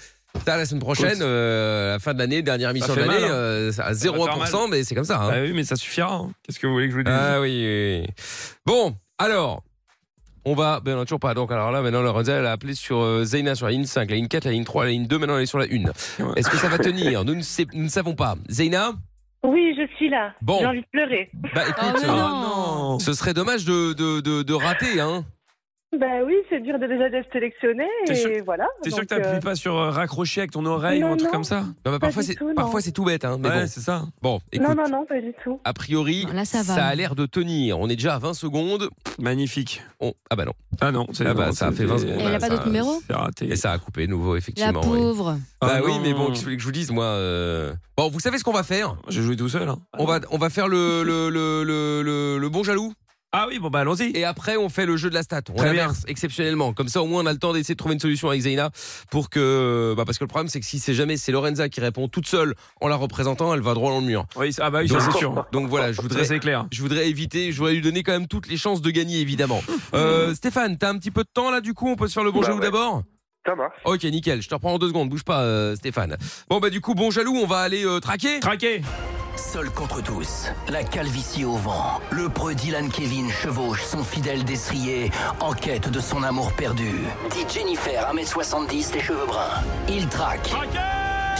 [SPEAKER 1] ça, la semaine prochaine,
[SPEAKER 12] Écoute.
[SPEAKER 1] euh, la fin de l'année, dernière émission de
[SPEAKER 12] fait mal,
[SPEAKER 1] l'année,
[SPEAKER 12] hein.
[SPEAKER 1] euh, ça- à
[SPEAKER 12] Ça va faire
[SPEAKER 1] 0,1%,
[SPEAKER 12] mal.
[SPEAKER 1] mais c'est comme ça. hein.
[SPEAKER 12] Ah oui, mais ça suffira. hein. Qu'est-ce que vous voulez que je vous dise
[SPEAKER 1] Ah oui, oui, oui. Bon, alors, on va. Ben, on a toujours pas. Donc, alors là, maintenant, Lorenza, elle a appelé sur euh, Zeyna sur la ligne 5, la ligne 4, la ligne 3, la ligne 2. Maintenant, elle est sur la 1. Est-ce que ça va tenir nous ne, sais- nous ne savons pas. Zeyna
[SPEAKER 10] Oui, je suis là.
[SPEAKER 1] Bon.
[SPEAKER 10] J'ai envie de pleurer.
[SPEAKER 1] Bah,
[SPEAKER 2] Ah
[SPEAKER 1] écoute,
[SPEAKER 12] Ah
[SPEAKER 10] mais
[SPEAKER 1] euh,
[SPEAKER 10] Ah non.
[SPEAKER 1] ce serait dommage de, de, de, de rater, hein.
[SPEAKER 10] Bah oui, c'est dur de déjà d'être sélectionné
[SPEAKER 12] T'es
[SPEAKER 10] et
[SPEAKER 12] sûr-
[SPEAKER 10] voilà.
[SPEAKER 12] T'es sûr que
[SPEAKER 10] donc,
[SPEAKER 12] t'appuies
[SPEAKER 10] euh,
[SPEAKER 12] pas sur euh, raccrocher avec ton oreille ou
[SPEAKER 10] Non,
[SPEAKER 12] un truc
[SPEAKER 10] non.
[SPEAKER 12] comme ça
[SPEAKER 1] Non, mais
[SPEAKER 10] Pas
[SPEAKER 1] parfois,
[SPEAKER 10] du
[SPEAKER 1] c'est
[SPEAKER 10] tout, non.
[SPEAKER 1] parfois, c'est tout bête, hein. Mais
[SPEAKER 12] Ouais,
[SPEAKER 1] bon.
[SPEAKER 12] c'est ça.
[SPEAKER 1] Bon, écoute.
[SPEAKER 10] Non, non, non, pas du tout.
[SPEAKER 1] A priori,
[SPEAKER 10] Ah, Là, ça
[SPEAKER 1] ça,
[SPEAKER 10] va.
[SPEAKER 1] a l'air de tenir. On est déjà à 20 secondes.
[SPEAKER 12] Magnifique.
[SPEAKER 1] Ah bah non.
[SPEAKER 12] Ah non, c'est-
[SPEAKER 1] Ah bah,
[SPEAKER 12] non,
[SPEAKER 1] ça a
[SPEAKER 12] c'est- Ah,
[SPEAKER 1] fait 20 secondes.
[SPEAKER 4] Elle a
[SPEAKER 1] là,
[SPEAKER 4] pas
[SPEAKER 1] ça-
[SPEAKER 4] d'autres numéros
[SPEAKER 12] C'est raté.
[SPEAKER 1] Et ça a coupé nouveau,
[SPEAKER 4] La
[SPEAKER 1] effectivement. oui.
[SPEAKER 4] pauvre.
[SPEAKER 1] Bah
[SPEAKER 12] Ah
[SPEAKER 1] oui,
[SPEAKER 12] non.
[SPEAKER 1] mais bon, qu'est-ce que vous voulez que je vous dise, moi euh, Bon, vous savez ce qu'on va faire
[SPEAKER 12] J'ai joué tout seul. hein.
[SPEAKER 1] On va, on va faire le, le, le, le, le- le bon jaloux.
[SPEAKER 12] Ah oui, bon bah allons-y.
[SPEAKER 1] Et après, on fait le jeu de la stat. On
[SPEAKER 12] Très bien.
[SPEAKER 1] l'inverse exceptionnellement. Comme ça, au moins, on a le temps d'essayer de trouver une solution avec Zeyna pour que. Bah, parce que le problème, c'est que si c'est jamais c'est Lorenza qui répond toute seule en la représentant, elle va droit dans le mur.
[SPEAKER 12] Oui, ça- ah bah oui, ça
[SPEAKER 1] Donc-
[SPEAKER 12] c'est sûr.
[SPEAKER 1] Donc voilà, je voudrais.
[SPEAKER 12] Ça, c'est clair.
[SPEAKER 1] Je voudrais éviter, je voudrais lui donner quand même toutes les chances de gagner, évidemment. Euh, Stéphane, t'as un petit peu de temps là, du coup, on peut se faire le bon
[SPEAKER 15] Bah
[SPEAKER 1] jaloux
[SPEAKER 15] ouais.
[SPEAKER 1] d'abord
[SPEAKER 15] Ça marche.
[SPEAKER 1] Ok, nickel, je te reprends en deux secondes, bouge pas, euh, Stéphane. Bon, bah, du coup, bon jaloux, on va aller euh, traquer
[SPEAKER 12] Traquer
[SPEAKER 16] Seul contre tous, la calvitie au vent, le preux Dylan Kevin chevauche son fidèle destrier en quête de son amour perdu. Dit Jennifer, 1m70, les cheveux bruns. Il traque.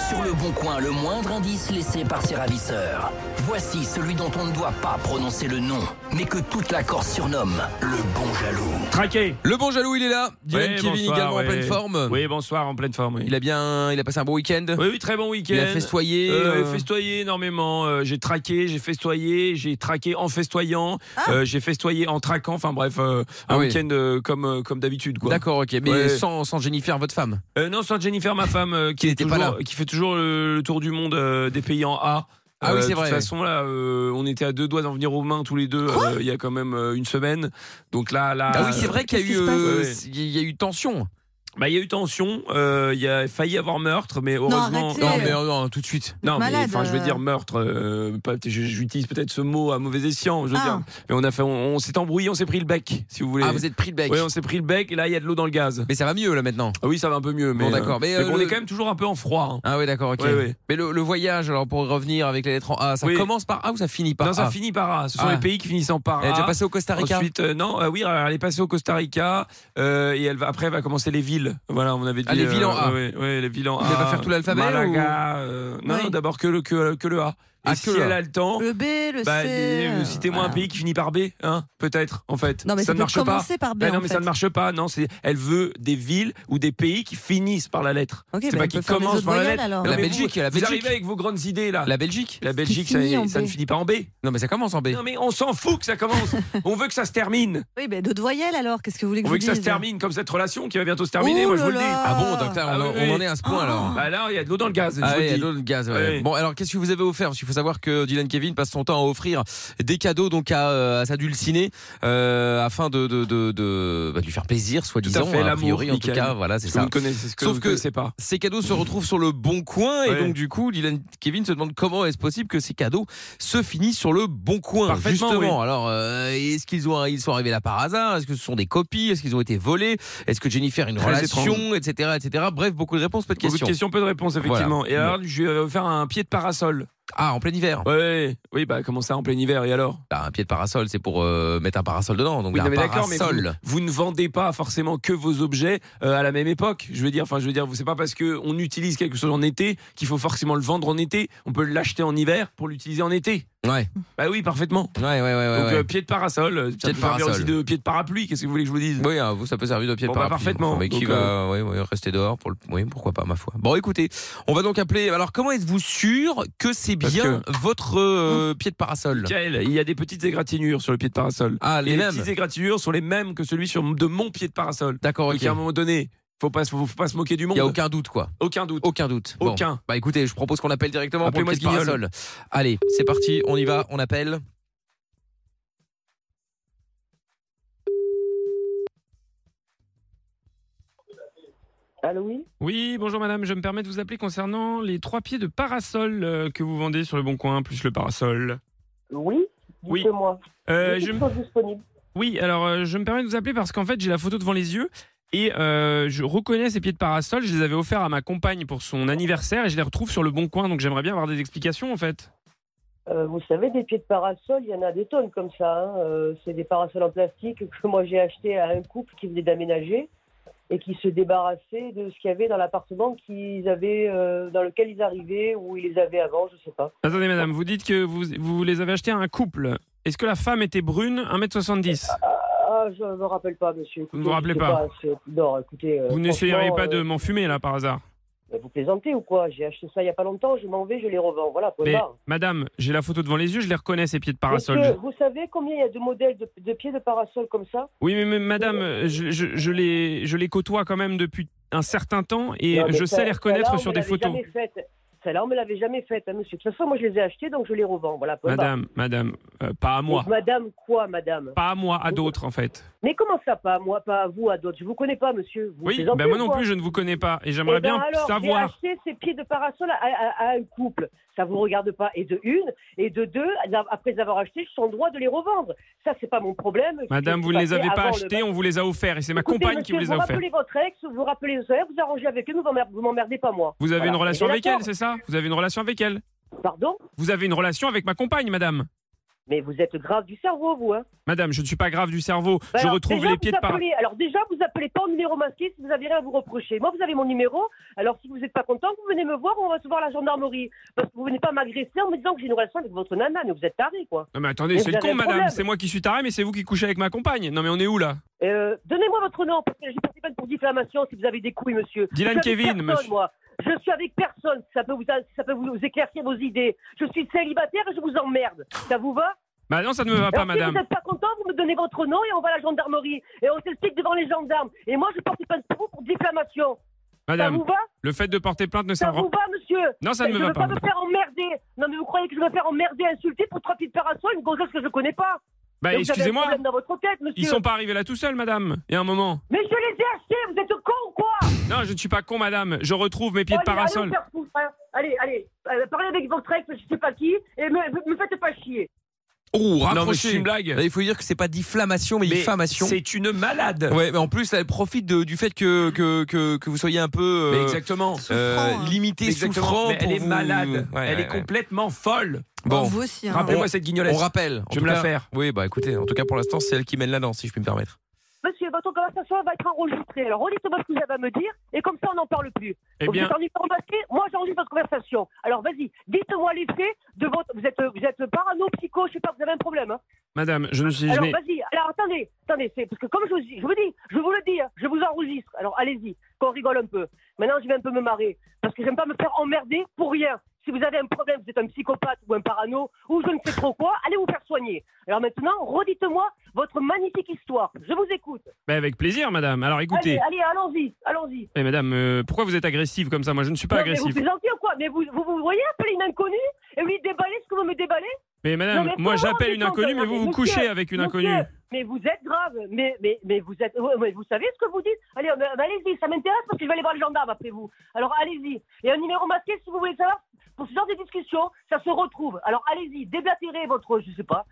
[SPEAKER 16] Sur le bon coin, le moindre indice laissé par ses ravisseurs. Voici celui dont on ne doit pas prononcer le nom, mais que toute la Corse surnomme le bon jaloux.
[SPEAKER 12] Traqué.
[SPEAKER 1] Le bon jaloux, il est là. Dylan
[SPEAKER 12] Ouais,
[SPEAKER 1] Kevin
[SPEAKER 12] bonsoir,
[SPEAKER 1] également en
[SPEAKER 12] ouais.
[SPEAKER 1] pleine forme.
[SPEAKER 12] Oui, bonsoir, en pleine forme. oui.
[SPEAKER 1] Il a bien, il a passé un bon week-end.
[SPEAKER 12] Oui, oui, très bon week-end.
[SPEAKER 1] Il a festoyé,
[SPEAKER 12] Euh,
[SPEAKER 1] euh,
[SPEAKER 12] Festoyé énormément. Euh, j'ai traqué, j'ai festoyé, j'ai traqué en festoyant, euh, j'ai festoyé en traquant. Enfin bref, euh, un
[SPEAKER 1] Ah oui.
[SPEAKER 12] week-end euh, comme, euh, comme d'habitude. quoi.
[SPEAKER 1] D'accord, ok, mais
[SPEAKER 12] Ouais.
[SPEAKER 1] sans, sans Jennifer, votre femme.
[SPEAKER 12] Euh, non, sans Jennifer, ma femme, euh, qui,
[SPEAKER 1] Qui
[SPEAKER 12] est
[SPEAKER 1] n'était pas
[SPEAKER 12] toujours-
[SPEAKER 1] là.
[SPEAKER 12] qui fait toujours euh, le tour du monde euh, des pays en A.
[SPEAKER 1] Ah oui, c'est vrai,
[SPEAKER 12] De
[SPEAKER 1] oui.
[SPEAKER 12] toute façon, là, euh, on était à deux doigts d'en venir aux mains tous les deux euh, il y a quand même euh, une semaine. Donc là, là.
[SPEAKER 1] Ah oui, c'est vrai qu'il y a eu, euh,
[SPEAKER 12] Ouais.
[SPEAKER 1] il y a eu tension.
[SPEAKER 12] Bah, il y a eu tension, euh, il y a failli avoir meurtre, mais heureusement.
[SPEAKER 1] arrêtez. Non, mais, euh, non, tout de suite.
[SPEAKER 12] Non, mais
[SPEAKER 1] Malade,
[SPEAKER 12] enfin, je veux
[SPEAKER 1] euh.
[SPEAKER 12] dire meurtre. euh, pas- je- J'utilise peut-être ce mot à mauvais escient. Je veux
[SPEAKER 1] Ah.
[SPEAKER 12] dire. Mais on a fait, on, on s'est embrouillé, on s'est pris le bec, si vous voulez.
[SPEAKER 1] Ah, vous êtes pris le bec.
[SPEAKER 12] Oui, on s'est pris le bec, et là, il y a de l'eau dans le gaz.
[SPEAKER 1] Mais ça va mieux là maintenant.
[SPEAKER 12] Ah oui, ça va un peu mieux. Mais
[SPEAKER 1] Bon, d'accord. Mais,
[SPEAKER 12] Mais,
[SPEAKER 1] euh,
[SPEAKER 12] bon, on
[SPEAKER 1] le-
[SPEAKER 12] est quand même toujours un peu en froid. hein.
[SPEAKER 1] Ah oui, d'accord, ok.
[SPEAKER 12] Ouais, ouais.
[SPEAKER 1] Mais le, le voyage, alors pour revenir avec les lettres en A, ça
[SPEAKER 12] Oui.
[SPEAKER 1] commence par A ou ça finit par
[SPEAKER 12] Non,
[SPEAKER 1] A
[SPEAKER 12] ça finit par A. Ce sont
[SPEAKER 1] Ah.
[SPEAKER 12] les pays qui finissent en par A.
[SPEAKER 1] Elle est déjà passée au Costa Rica
[SPEAKER 12] hein. Ensuite, euh, non, euh, oui, alors, elle est passée au Costa Rica euh, et elle va, après, elle va commencer les villes. Voilà, on avait dit.
[SPEAKER 1] Ah, les villes en A.
[SPEAKER 12] Oui, les villes en A.
[SPEAKER 1] Elle va faire tout l'alphabet
[SPEAKER 12] Malaga. euh, non,
[SPEAKER 1] Oui.
[SPEAKER 12] non, d'abord que le, que, que le A. Et
[SPEAKER 1] Ah, que
[SPEAKER 12] si
[SPEAKER 1] le A.
[SPEAKER 12] elle a le temps.
[SPEAKER 2] Le B, le
[SPEAKER 12] bah,
[SPEAKER 2] C.
[SPEAKER 12] dis-
[SPEAKER 2] euh,
[SPEAKER 12] Citez-moi un pays qui finit par B, hein, peut-être, en fait.
[SPEAKER 2] Non, mais ça
[SPEAKER 12] ça ne
[SPEAKER 2] peut
[SPEAKER 12] marche pas.
[SPEAKER 2] commencer par B,
[SPEAKER 12] Bah non,
[SPEAKER 2] en
[SPEAKER 12] mais
[SPEAKER 2] fait.
[SPEAKER 12] ça ne marche pas. Non, c'est- elle veut des villes ou des pays qui finissent par la lettre.
[SPEAKER 2] Ok,
[SPEAKER 12] c'est
[SPEAKER 2] bah,
[SPEAKER 12] pas
[SPEAKER 2] on
[SPEAKER 12] qui
[SPEAKER 2] peut faire les
[SPEAKER 12] commencent
[SPEAKER 2] autres
[SPEAKER 12] par la
[SPEAKER 2] voyelles,
[SPEAKER 12] lettre.
[SPEAKER 2] alors.
[SPEAKER 12] Non,
[SPEAKER 1] La
[SPEAKER 12] mais vous-
[SPEAKER 1] Belgique, la
[SPEAKER 12] vous arrivez
[SPEAKER 1] Belgique.
[SPEAKER 12] avec vos grandes idées, là.
[SPEAKER 1] La Belgique
[SPEAKER 12] La Belgique, ça,
[SPEAKER 1] finit en
[SPEAKER 12] ça ne
[SPEAKER 1] B.
[SPEAKER 12] finit pas en B.
[SPEAKER 1] Non, mais ça commence en B.
[SPEAKER 12] Non, mais on s'en fout que ça commence. on veut que ça se termine.
[SPEAKER 2] Oui, mais d'autres voyelles alors. Qu'est-ce que vous voulez que
[SPEAKER 12] On
[SPEAKER 2] je vous
[SPEAKER 12] veut que ça se
[SPEAKER 2] dise
[SPEAKER 12] termine comme cette relation qui va bientôt se terminer,
[SPEAKER 2] Oh
[SPEAKER 12] moi je vous
[SPEAKER 2] là
[SPEAKER 12] le dis.
[SPEAKER 2] là.
[SPEAKER 1] Ah bon, donc là, on, en-
[SPEAKER 12] oui,
[SPEAKER 1] on
[SPEAKER 12] oui.
[SPEAKER 1] en est à ce point alors.
[SPEAKER 12] Bah là, il y a de l'eau dans le gaz.
[SPEAKER 1] Ah
[SPEAKER 12] je
[SPEAKER 1] oui,
[SPEAKER 12] vous
[SPEAKER 1] il y a
[SPEAKER 12] le dis.
[SPEAKER 1] de l'eau dans le gaz. ouais.
[SPEAKER 12] Ouais.
[SPEAKER 1] Bon, alors qu'est-ce que vous avez offert Parce qu'il faut savoir que Dylan Kevin passe son temps à offrir des cadeaux donc à, euh, à sa dulcinée euh, afin de de, de, de- bah, de lui faire plaisir, soit
[SPEAKER 12] Tout à
[SPEAKER 1] disant.
[SPEAKER 12] fait,
[SPEAKER 1] a priori,
[SPEAKER 12] l'amour,
[SPEAKER 1] en tout
[SPEAKER 12] Mickaël.
[SPEAKER 1] cas, voilà, c'est
[SPEAKER 12] Ce que
[SPEAKER 1] ça.
[SPEAKER 12] vous ne connaissez- ce que
[SPEAKER 1] Sauf
[SPEAKER 12] vous ne
[SPEAKER 1] que
[SPEAKER 12] connaissez pas.
[SPEAKER 1] ces cadeaux se retrouvent sur le bon coin et
[SPEAKER 12] Ouais.
[SPEAKER 1] donc du coup, Dylan Kevin se demande comment est-ce possible que ces cadeaux se finissent sur le bon coin.
[SPEAKER 12] Parfaitement,
[SPEAKER 1] Justement,
[SPEAKER 12] oui.
[SPEAKER 1] alors euh, est-ce qu'ils ont ils sont arrivés là par hasard Est-ce que ce sont des copies Est-ce qu'ils ont été volés Est-ce que Jennifer a une
[SPEAKER 12] Très
[SPEAKER 1] relation,
[SPEAKER 12] étrange.
[SPEAKER 1] etc., etc. Bref, beaucoup de réponses, peu de
[SPEAKER 12] Beaucoup
[SPEAKER 1] questions.
[SPEAKER 12] de questions, peu de réponses, effectivement.
[SPEAKER 1] Voilà.
[SPEAKER 12] Et alors, je vais faire un euh, pied de parasol.
[SPEAKER 1] Ah, en plein hiver
[SPEAKER 12] Oui, oui, bah comment ça, en plein hiver Et alors
[SPEAKER 1] Bah, Un pied de parasol, c'est pour euh, mettre un parasol dedans. Donc,
[SPEAKER 12] Oui,
[SPEAKER 1] il y a
[SPEAKER 12] non, mais
[SPEAKER 1] un
[SPEAKER 12] d'accord, mais vous,
[SPEAKER 1] parasol.
[SPEAKER 12] vous ne vendez pas forcément que vos objets euh, à la même époque. Je veux dire, enfin, je veux dire, vous c'est pas parce que on utilise quelque chose en été qu'il faut forcément le vendre en été. On peut l'acheter en hiver pour l'utiliser en été.
[SPEAKER 1] Ouais.
[SPEAKER 12] Bah oui, parfaitement.
[SPEAKER 1] Ouais, ouais, ouais. ouais,
[SPEAKER 12] Donc
[SPEAKER 1] ouais.
[SPEAKER 12] euh, pied de parasol, euh,
[SPEAKER 1] Pied
[SPEAKER 12] ça
[SPEAKER 1] de
[SPEAKER 12] peut servir
[SPEAKER 1] parasol.
[SPEAKER 12] aussi de pied de parapluie. Qu'est-ce que vous voulez que je vous dise
[SPEAKER 1] Oui, hein, vous, ça peut servir de pied de
[SPEAKER 12] Bon, bah,
[SPEAKER 1] parapluie.
[SPEAKER 12] parfaitement.
[SPEAKER 1] Enfin, Mais qui
[SPEAKER 12] Donc,
[SPEAKER 1] va
[SPEAKER 12] euh,
[SPEAKER 1] ouais, ouais, rester dehors pour le... Oui, pourquoi pas, ma foi. Bon, écoutez, on va donc appeler. Alors, comment êtes-vous sûr que c'est
[SPEAKER 12] Parce Hein
[SPEAKER 1] bien votre euh, pied de parasol
[SPEAKER 12] Michael, il y a des petites égratignures sur le pied de parasol.
[SPEAKER 1] Ah, les
[SPEAKER 12] Et
[SPEAKER 1] mêmes.
[SPEAKER 12] Les petites égratignures sont les mêmes que celui sur, de mon pied de parasol.
[SPEAKER 1] D'accord,
[SPEAKER 12] Donc
[SPEAKER 1] ok.
[SPEAKER 12] à un moment donné, faut pas, se- faut, faut pas se moquer du
[SPEAKER 1] Il
[SPEAKER 12] monde.
[SPEAKER 1] n'y a aucun doute, quoi.
[SPEAKER 12] Aucun doute.
[SPEAKER 1] Aucun doute. Bon.
[SPEAKER 12] Aucun.
[SPEAKER 1] Bah écoutez, je propose qu'on appelle directement pour le
[SPEAKER 12] Appelez-moi
[SPEAKER 1] pied de
[SPEAKER 12] ce
[SPEAKER 1] parasol.
[SPEAKER 12] guignol.
[SPEAKER 1] Allez, c'est parti, on y va, on appelle.
[SPEAKER 17] Allô, oui
[SPEAKER 18] Oui, bonjour madame, je me permets de vous appeler concernant les trois pieds de parasol euh, que vous vendez sur le Bon Coin, plus le parasol.
[SPEAKER 17] Oui
[SPEAKER 18] Oui.
[SPEAKER 17] Dites-moi.
[SPEAKER 18] Euh,
[SPEAKER 17] Il y a
[SPEAKER 18] je
[SPEAKER 17] quelque
[SPEAKER 18] me-
[SPEAKER 17] chose disponible.
[SPEAKER 18] Oui, alors euh, je me permets de vous appeler parce qu'en fait j'ai la photo devant les yeux et euh, je reconnais ces pieds de parasol, je les avais offerts à ma compagne pour son anniversaire et je les retrouve sur le Bon Coin, donc j'aimerais bien avoir des explications en fait.
[SPEAKER 17] Euh, vous savez, des pieds de parasol, il y en a des tonnes comme ça. hein. Euh, c'est des parasols en plastique que moi j'ai acheté à un couple qui venait d'aménager et qui se débarrassait de ce qu'il y avait dans l'appartement qu'ils avaient, euh, dans lequel ils arrivaient, où ils les avaient avant, je sais pas.
[SPEAKER 18] Attendez madame, vous dites que vous, vous les avez achetés à un couple. Est-ce que la femme était brune, 1m70
[SPEAKER 17] Ah, je me rappelle pas, monsieur.
[SPEAKER 18] Vous ne
[SPEAKER 17] Écoutez,
[SPEAKER 18] vous rappelez
[SPEAKER 17] je sais
[SPEAKER 18] pas.
[SPEAKER 17] c'est- Non, écoutez. euh,
[SPEAKER 18] Vous n'essayeriez
[SPEAKER 17] franchement,
[SPEAKER 18] pas de
[SPEAKER 17] euh,
[SPEAKER 18] m'enfumer là par hasard
[SPEAKER 17] Vous plaisantez ou quoi J'ai acheté ça il y a pas longtemps, je m'en vais, je les revends. Voilà, point
[SPEAKER 18] Mais
[SPEAKER 17] barre.
[SPEAKER 18] madame, j'ai la photo devant les yeux, je les reconnais ces pieds de parasol.
[SPEAKER 17] Monsieur,
[SPEAKER 18] Je-
[SPEAKER 17] vous savez combien il y a de modèles de, de pieds de parasol comme ça
[SPEAKER 18] Oui, mais, mais, madame, je, je- je les, je les côtoie quand même depuis un certain temps et
[SPEAKER 17] Non, mais
[SPEAKER 18] Euh, je
[SPEAKER 17] Ah, ben, ça-
[SPEAKER 18] sais les reconnaître
[SPEAKER 17] celle-là, on
[SPEAKER 18] sur
[SPEAKER 17] me
[SPEAKER 18] des
[SPEAKER 17] l'avait
[SPEAKER 18] photos.
[SPEAKER 17] jamais faite. Celle-là, on me l'avait jamais faite, hein, monsieur. De toute façon, moi, je les ai achetés, donc je les revends. Voilà, point barre.
[SPEAKER 18] Madame, madame, euh, pas à moi.
[SPEAKER 17] Mais Madame quoi, madame
[SPEAKER 18] Pas à moi, à d'autres en fait.
[SPEAKER 17] Mais comment ça, pas à moi, pas à vous, à d'autres Je vous connais pas, monsieur. Vous
[SPEAKER 18] Oui,
[SPEAKER 17] plaisantez
[SPEAKER 18] ben moi
[SPEAKER 17] ou
[SPEAKER 18] non
[SPEAKER 17] quoi
[SPEAKER 18] plus, je ne vous connais pas et j'aimerais
[SPEAKER 17] Eh ben
[SPEAKER 18] bien
[SPEAKER 17] alors,
[SPEAKER 18] savoir.
[SPEAKER 17] J'ai acheté ces pieds de parasol à, à- à un couple. Ça vous regarde pas. Et de une, et de deux, après avoir acheté, je suis en droit de les revendre. Ça, c'est pas mon problème.
[SPEAKER 18] Madame,
[SPEAKER 17] Je
[SPEAKER 18] vous
[SPEAKER 17] suis
[SPEAKER 18] ne les
[SPEAKER 17] passée
[SPEAKER 18] avez pas
[SPEAKER 17] Bah, avant le-
[SPEAKER 18] achetés, on vous les a offerts et c'est ma
[SPEAKER 17] Écoutez,
[SPEAKER 18] compagne qui vous
[SPEAKER 17] monsieur,
[SPEAKER 18] les a
[SPEAKER 17] Vous
[SPEAKER 18] offerts.
[SPEAKER 17] rappelez votre ex, vous rappelez les soeurs, vous arrangez avec eux, vous m'emmerdez- vous m'emmerdez pas moi.
[SPEAKER 18] Vous avez
[SPEAKER 17] Voilà.
[SPEAKER 18] une relation
[SPEAKER 17] On est
[SPEAKER 18] avec elle,
[SPEAKER 17] d'accord
[SPEAKER 18] c'est ça Vous avez une relation avec elle
[SPEAKER 17] Pardon
[SPEAKER 18] Vous avez une relation avec ma compagne, madame
[SPEAKER 17] Mais vous êtes grave du cerveau, vous. Hein
[SPEAKER 18] Madame, je ne suis pas grave du cerveau.
[SPEAKER 17] Bah
[SPEAKER 18] je
[SPEAKER 17] alors,
[SPEAKER 18] retrouve
[SPEAKER 17] déjà,
[SPEAKER 18] les pieds
[SPEAKER 17] vous
[SPEAKER 18] de parasol.
[SPEAKER 17] appelez- Alors déjà, vous appelez pas au numéro masqué si vous avez rien à vous reprocher. Moi, vous avez mon numéro. Alors si vous n'êtes pas content, vous venez me voir, on va se voir à la gendarmerie. Parce que vous venez pas m'agresser en me disant que j'ai une relation avec votre nana. Mais vous êtes taré, quoi.
[SPEAKER 18] Non mais attendez,
[SPEAKER 17] Mais
[SPEAKER 18] c'est le
[SPEAKER 17] vous avez
[SPEAKER 18] con,
[SPEAKER 17] un
[SPEAKER 18] madame.
[SPEAKER 17] problème.
[SPEAKER 18] C'est moi qui suis taré, mais c'est vous qui couchez avec ma compagne. Non mais on est où là
[SPEAKER 17] Euh, Donnez-moi votre nom, parce que j'ai pas de peine pour diffamation si vous avez des couilles, monsieur.
[SPEAKER 18] Dylan
[SPEAKER 17] Je suis avec
[SPEAKER 18] Kevin,
[SPEAKER 17] personne,
[SPEAKER 18] monsieur.
[SPEAKER 17] Moi. Je suis avec personne, si ça peut, vous, si ça peut vous éclaircir vos idées. Je suis célibataire et je vous emmerde. Ça vous va
[SPEAKER 18] Bah non, ça ne me va pas,
[SPEAKER 17] Alors, Si vous
[SPEAKER 18] madame.
[SPEAKER 17] n'êtes pas content, vous me donnez votre nom et on va à la gendarmerie. Et on s'explique devant les gendarmes. Et moi, je porte plainte pour vous pour diffamation. Ça
[SPEAKER 18] Madame,
[SPEAKER 17] vous va
[SPEAKER 18] le fait de porter plainte ne
[SPEAKER 17] Ça
[SPEAKER 18] s'arrange
[SPEAKER 17] vous va, monsieur
[SPEAKER 18] Non, ça ne me
[SPEAKER 17] je
[SPEAKER 18] va
[SPEAKER 17] veux
[SPEAKER 18] pas,
[SPEAKER 17] pas me
[SPEAKER 18] madame.
[SPEAKER 17] faire emmerder. Non, mais vous croyez que je vais me faire emmerder, insulter pour trois petites parasols, une gonzesse que je connais pas
[SPEAKER 18] Bah,
[SPEAKER 17] Mais vous avez un
[SPEAKER 18] excusez-moi.
[SPEAKER 17] problème dans votre tête, monsieur.
[SPEAKER 18] Ils sont pas arrivés là tout seuls, madame. Il y a un moment.
[SPEAKER 17] Mais je les ai achetés, vous êtes con ou quoi
[SPEAKER 18] Non, je ne suis pas con, madame. Je retrouve mes pieds de
[SPEAKER 17] Allez,
[SPEAKER 18] parasol.
[SPEAKER 17] Allez, vous faire foutre, hein. allez, allez, euh, parlez avec votre ex, je sais pas qui, et me, me faites pas chier.
[SPEAKER 1] Oh,
[SPEAKER 12] Non, mais
[SPEAKER 1] raccroché.
[SPEAKER 12] c'est une blague.
[SPEAKER 1] Il faut dire que c'est pas diffamation, mais,
[SPEAKER 12] Mais
[SPEAKER 1] diffamation.
[SPEAKER 12] c'est une malade.
[SPEAKER 1] Ouais, mais en plus, elle profite de- du fait que, que, que, que vous soyez un peu. euh,
[SPEAKER 12] Mais exactement.
[SPEAKER 1] euh,
[SPEAKER 12] hein.
[SPEAKER 1] limité,
[SPEAKER 12] Exactement.
[SPEAKER 1] souffrant.
[SPEAKER 12] Mais elle
[SPEAKER 1] pour
[SPEAKER 12] est
[SPEAKER 1] vous-
[SPEAKER 12] malade.
[SPEAKER 1] Ouais,
[SPEAKER 12] elle
[SPEAKER 1] ouais,
[SPEAKER 12] est
[SPEAKER 1] ouais.
[SPEAKER 12] complètement folle.
[SPEAKER 1] Bon,
[SPEAKER 12] Rappelez-moi
[SPEAKER 1] On-
[SPEAKER 12] cette guignolesse.
[SPEAKER 1] On rappelle. En
[SPEAKER 12] Je vais
[SPEAKER 1] tout
[SPEAKER 12] me la
[SPEAKER 1] cas-
[SPEAKER 12] faire.
[SPEAKER 1] Oui, bah écoutez, en tout cas pour l'instant, c'est elle qui mène la danse, si je puis me permettre.
[SPEAKER 17] Monsieur, votre conversation va être enregistrée. Alors, enregistrez-moi ce que vous avez à me dire, et comme ça, on n'en parle plus.
[SPEAKER 18] Eh
[SPEAKER 17] vous
[SPEAKER 18] bien-
[SPEAKER 17] êtes en uniforme masqué, moi, j'enregistre votre conversation. Alors, vas-y, dites-moi les faits de votre. Vous êtes, vous êtes parano, psycho, je sais pas, vous avez un problème. hein.
[SPEAKER 18] Madame, je ne suis. je
[SPEAKER 17] Alors,
[SPEAKER 18] n'ai-
[SPEAKER 17] vas-y, alors attendez, attendez, c'est parce que comme je vous, dis- je vous dis, je vous le dis, hein, je vous enregistre. Alors, allez-y, qu'on rigole un peu. Maintenant, je vais un peu me marrer, parce que j'aime pas me faire emmerder pour rien. Si vous avez un problème, vous êtes un psychopathe ou un parano, ou je ne sais trop quoi, allez vous faire soigner. Alors maintenant, redites-moi votre magnifique histoire. Je vous écoute.
[SPEAKER 18] Bah, avec plaisir, madame. Alors écoutez.
[SPEAKER 17] Allez, allez, allons-y, allons-y.
[SPEAKER 18] Mais madame, euh, pourquoi vous êtes agressive comme ça Moi, je ne suis pas
[SPEAKER 17] Non, mais vous
[SPEAKER 18] agressif.
[SPEAKER 17] plaisantez ou quoi Mais vous, vous, vous voyez appeler une inconnue et vous lui déballez ce que vous me déballez
[SPEAKER 18] Mais madame,
[SPEAKER 17] Non, mais
[SPEAKER 18] moi,
[SPEAKER 17] faut avoir
[SPEAKER 18] j'appelle
[SPEAKER 17] du
[SPEAKER 18] une
[SPEAKER 17] sens,
[SPEAKER 18] inconnue,
[SPEAKER 17] non,
[SPEAKER 18] mais vous, vous
[SPEAKER 17] monsieur,
[SPEAKER 18] couchez avec une
[SPEAKER 17] monsieur,
[SPEAKER 18] inconnue.
[SPEAKER 17] Mais vous êtes grave, mais, mais, mais vous êtes. ouais, mais vous savez ce que vous dites Allez, euh, bah, allez-y, ça m'intéresse parce que je vais aller voir le gendarme après vous. Alors allez-y. Et un numéro masqué si vous voulez savoir, pour ce genre de discussion, ça se retrouve. Alors allez-y, déblatérez votre. Je sais pas.